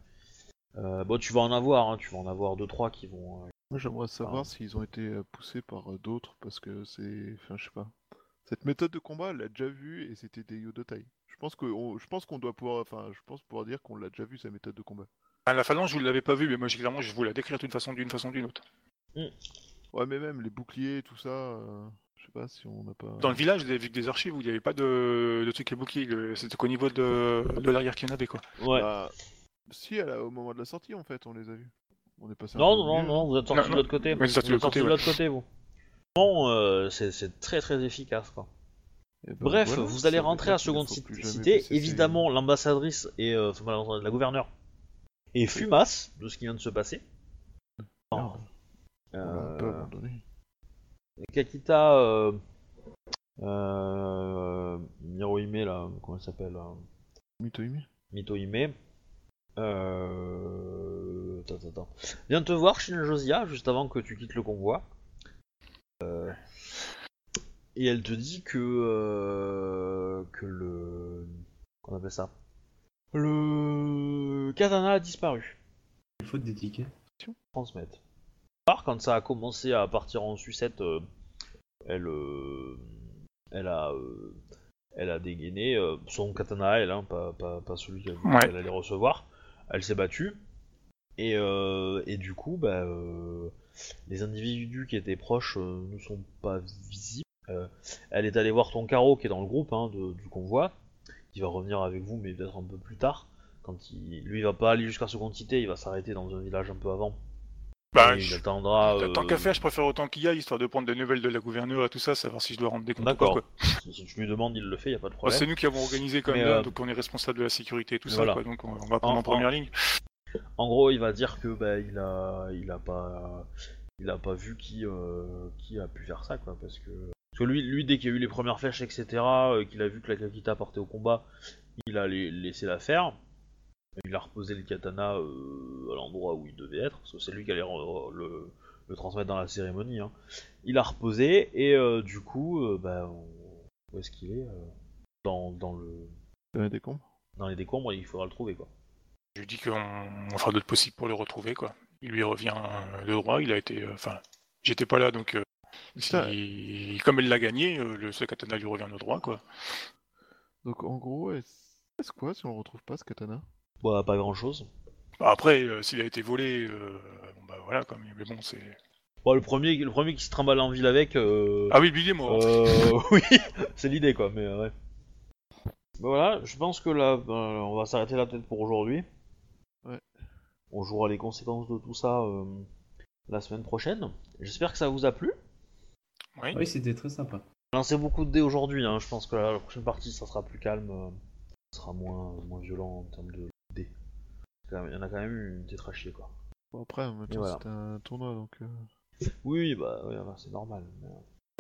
euh, bon, tu vas en avoir, hein, tu vas en avoir 2-3 qui vont. euh, Moi, j'aimerais savoir s'ils ont été euh, poussés par euh, d'autres, parce que c'est. Enfin, je sais pas. Cette méthode de combat, elle l'a déjà vue et c'était des yo de taille. Je pense que on- je pense qu'on doit pouvoir. Enfin, je pense pouvoir dire qu'on l'a déjà vu, sa méthode de combat. Ah, la phalange, vous ne l'avez pas vue, mais moi, j'ai- clairement, je vais vous la décrire d'une façon, d'une façon, d'une autre. Ouais, mais même les boucliers, tout ça. euh, Je sais pas si on n'a pas. Dans le village, vous avez vu que des archives où il n'y avait pas de, de trucs à bouclier, le- c'était qu'au niveau de, de l'arrière qu'il y en avait, quoi. euh, Ouais. Bah, si, à la- au moment de la sortie, en fait, on les a vus. On est passé. un Non, peu au non, non, milieu. non, vous êtes sorti Non, Ah, de l'autre côté. vous êtes sortis de l'autre sortis côté, ouais. l'autre côté, vous. Non, euh, c'est- c'est très très efficace, quoi. Eh ben, Bref, voilà, vous ça allez veut rentrer dire à qu'il ne Seconde faut Cit- plus jamais Cité. baisser ses- Évidemment, l'ambassadrice et euh, enfin, l'ambassadrice, la gouverneure et Fumas de ce qui vient de se passer. Enfin, Ah, On l'a un peu euh, abandonné. Kakita euh, euh, Mirohime, là, comment elle s'appelle hein, Mitoimi Mitohime. Euh... Attends, attends, attends. Viens te voir, Shin Josia, juste avant que tu quittes le convoi. Euh, Et elle te dit que... euh, Que le... Qu'on appelle ça Le... Katana a disparu. C'est Faute des tickets. Transmettre. Par quand ça a commencé à partir en sucette, euh, elle... euh, Elle a... euh, Elle a dégainé euh, son katana, à elle, hein, pas, pas, pas celui qu'elle Ouais. qu'elle allait recevoir. Elle s'est battue. Et, euh, et du coup, bah, euh, les individus qui étaient proches euh, ne sont pas visibles. Euh, elle est allée voir ton carreau qui est dans le groupe hein, de- du convoi, qui va revenir avec vous, mais peut-être un peu plus tard. Quand il, lui, il va pas aller jusqu'à seconde cité, il va s'arrêter dans un village un peu avant. Bah, Et il je- attendra. tant Ben, euh, qu'à faire, je préfère autant qu'il y a, histoire de prendre des nouvelles de la gouverneure et tout ça, savoir si je dois rendre des comptes. ou pas, D'accord. quoi. Si si tu lui demandes, il le fait, il a pas de Enfin, problème. Bah, c'est nous qui avons organisé quand Mais, même, là, euh, donc on est responsable de la sécurité et tout mais ça, voilà. quoi, donc on, on va prendre En- en première ligne. En gros, il va dire que bah, il a, il a pas, il a pas vu qui, euh, qui a pu faire ça, quoi, parce que, parce que lui, lui, dès qu'il y a eu les premières flèches, etc., euh, qu'il a vu que la Kakita partait au combat, il a la- laissé la faire. Il a reposé le katana euh, à l'endroit où il devait être, parce que c'est lui qui allait re- le, le transmettre dans la cérémonie. hein. Il a reposé et euh, du coup, euh, bah, on- où est-ce qu'il est, euh, dans, dans le, T'en as des cons dans les décombres, il faudra le trouver, quoi. Je lui dis qu'on on fera notre possible pour le retrouver, quoi. Il lui revient euh, le droit, il a été... euh, Enfin, j'étais pas là, donc... euh, Putain. si- comme elle l'a gagné, euh, le ce katana lui revient le droit, quoi. Donc en gros, est-ce est-ce quoi si on retrouve pas ce katana Bah, pas grand chose. Bah, après, euh, s'il a été volé, euh, bon, bah voilà, quoi, mais, mais bon, c'est... Bon, le premier, le premier qui se trimballe en ville avec. Euh... Ah oui, Billy est mort. euh, oui, c'est l'idée quoi, mais euh, ouais. Bah voilà, je pense que là, euh, on va s'arrêter là peut-être pour aujourd'hui. Ouais. On jouera les conséquences de tout ça euh, la semaine prochaine. J'espère que ça vous a plu. Oui. Oui, c'était très sympa. Lancez beaucoup de dés aujourd'hui, hein. je pense que la, la prochaine partie ça sera plus calme, euh, ça sera moins, moins violent en termes de dés. Quand même- Il y en a quand même eu une tête à chier, quoi. Bon après, en même Et temps, voilà. c'est un tournoi donc. euh, Oui, bah ouais, bah, c'est normal. mais,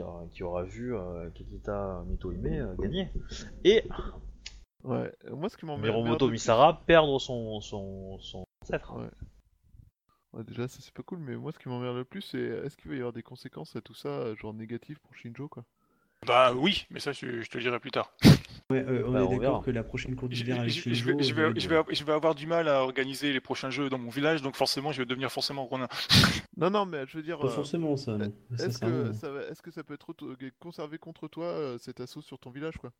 euh, qui aura vu euh, Kikita Mitohime euh, gagner et Ouais, euh, moi ce qui m'emmerde. Miromoto Misara perdre son son son ancêtre. Ouais. Ouais, déjà, ça c'est pas cool, mais moi ce qui m'emmerde le plus, c'est est-ce qu'il va y avoir des conséquences à tout ça, euh, genre négatives pour Shinjo quoi Bah oui, mais ça, je, je te le dirai plus tard. Ouais, euh, on Bah, on est verra. d'accord que la prochaine course Je, d'hiver avec je- je Shinjo, vais, je vais- euh, je vais- je vais avoir du mal à organiser les prochains jeux dans mon village, donc forcément, je vais devenir forcément ronin. Non, non, mais je veux dire. Pas euh, forcément ça, non. Ça, Est-ce c'est un que, nom. ça va... est-ce que ça peut être auto- conservé contre toi euh, cet assaut sur ton village quoi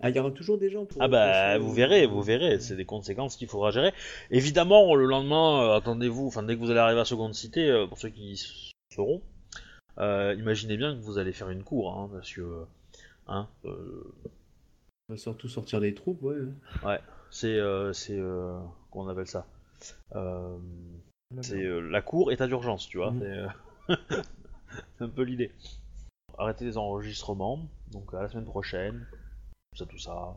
Ah, il y aura toujours des gens pour. Ah bah vous verrez, vous verrez, c'est des conséquences qu'il faudra gérer. Évidemment, le lendemain, euh, attendez-vous, enfin dès que vous allez arriver à Seconde Cité, euh, pour ceux qui y seront, euh, imaginez bien que vous allez faire une cour, hein, parce que euh, hein, euh, On va surtout sortir des troupes, ouais. c'est euh, c'est euh, qu'on appelle ça. Euh, La C'est merde. euh, la cour, état d'urgence, tu vois. Mhm. c'est, euh, C'est un peu l'idée. Arrêtez les enregistrements, donc à la semaine prochaine. Tout ça, tout ça.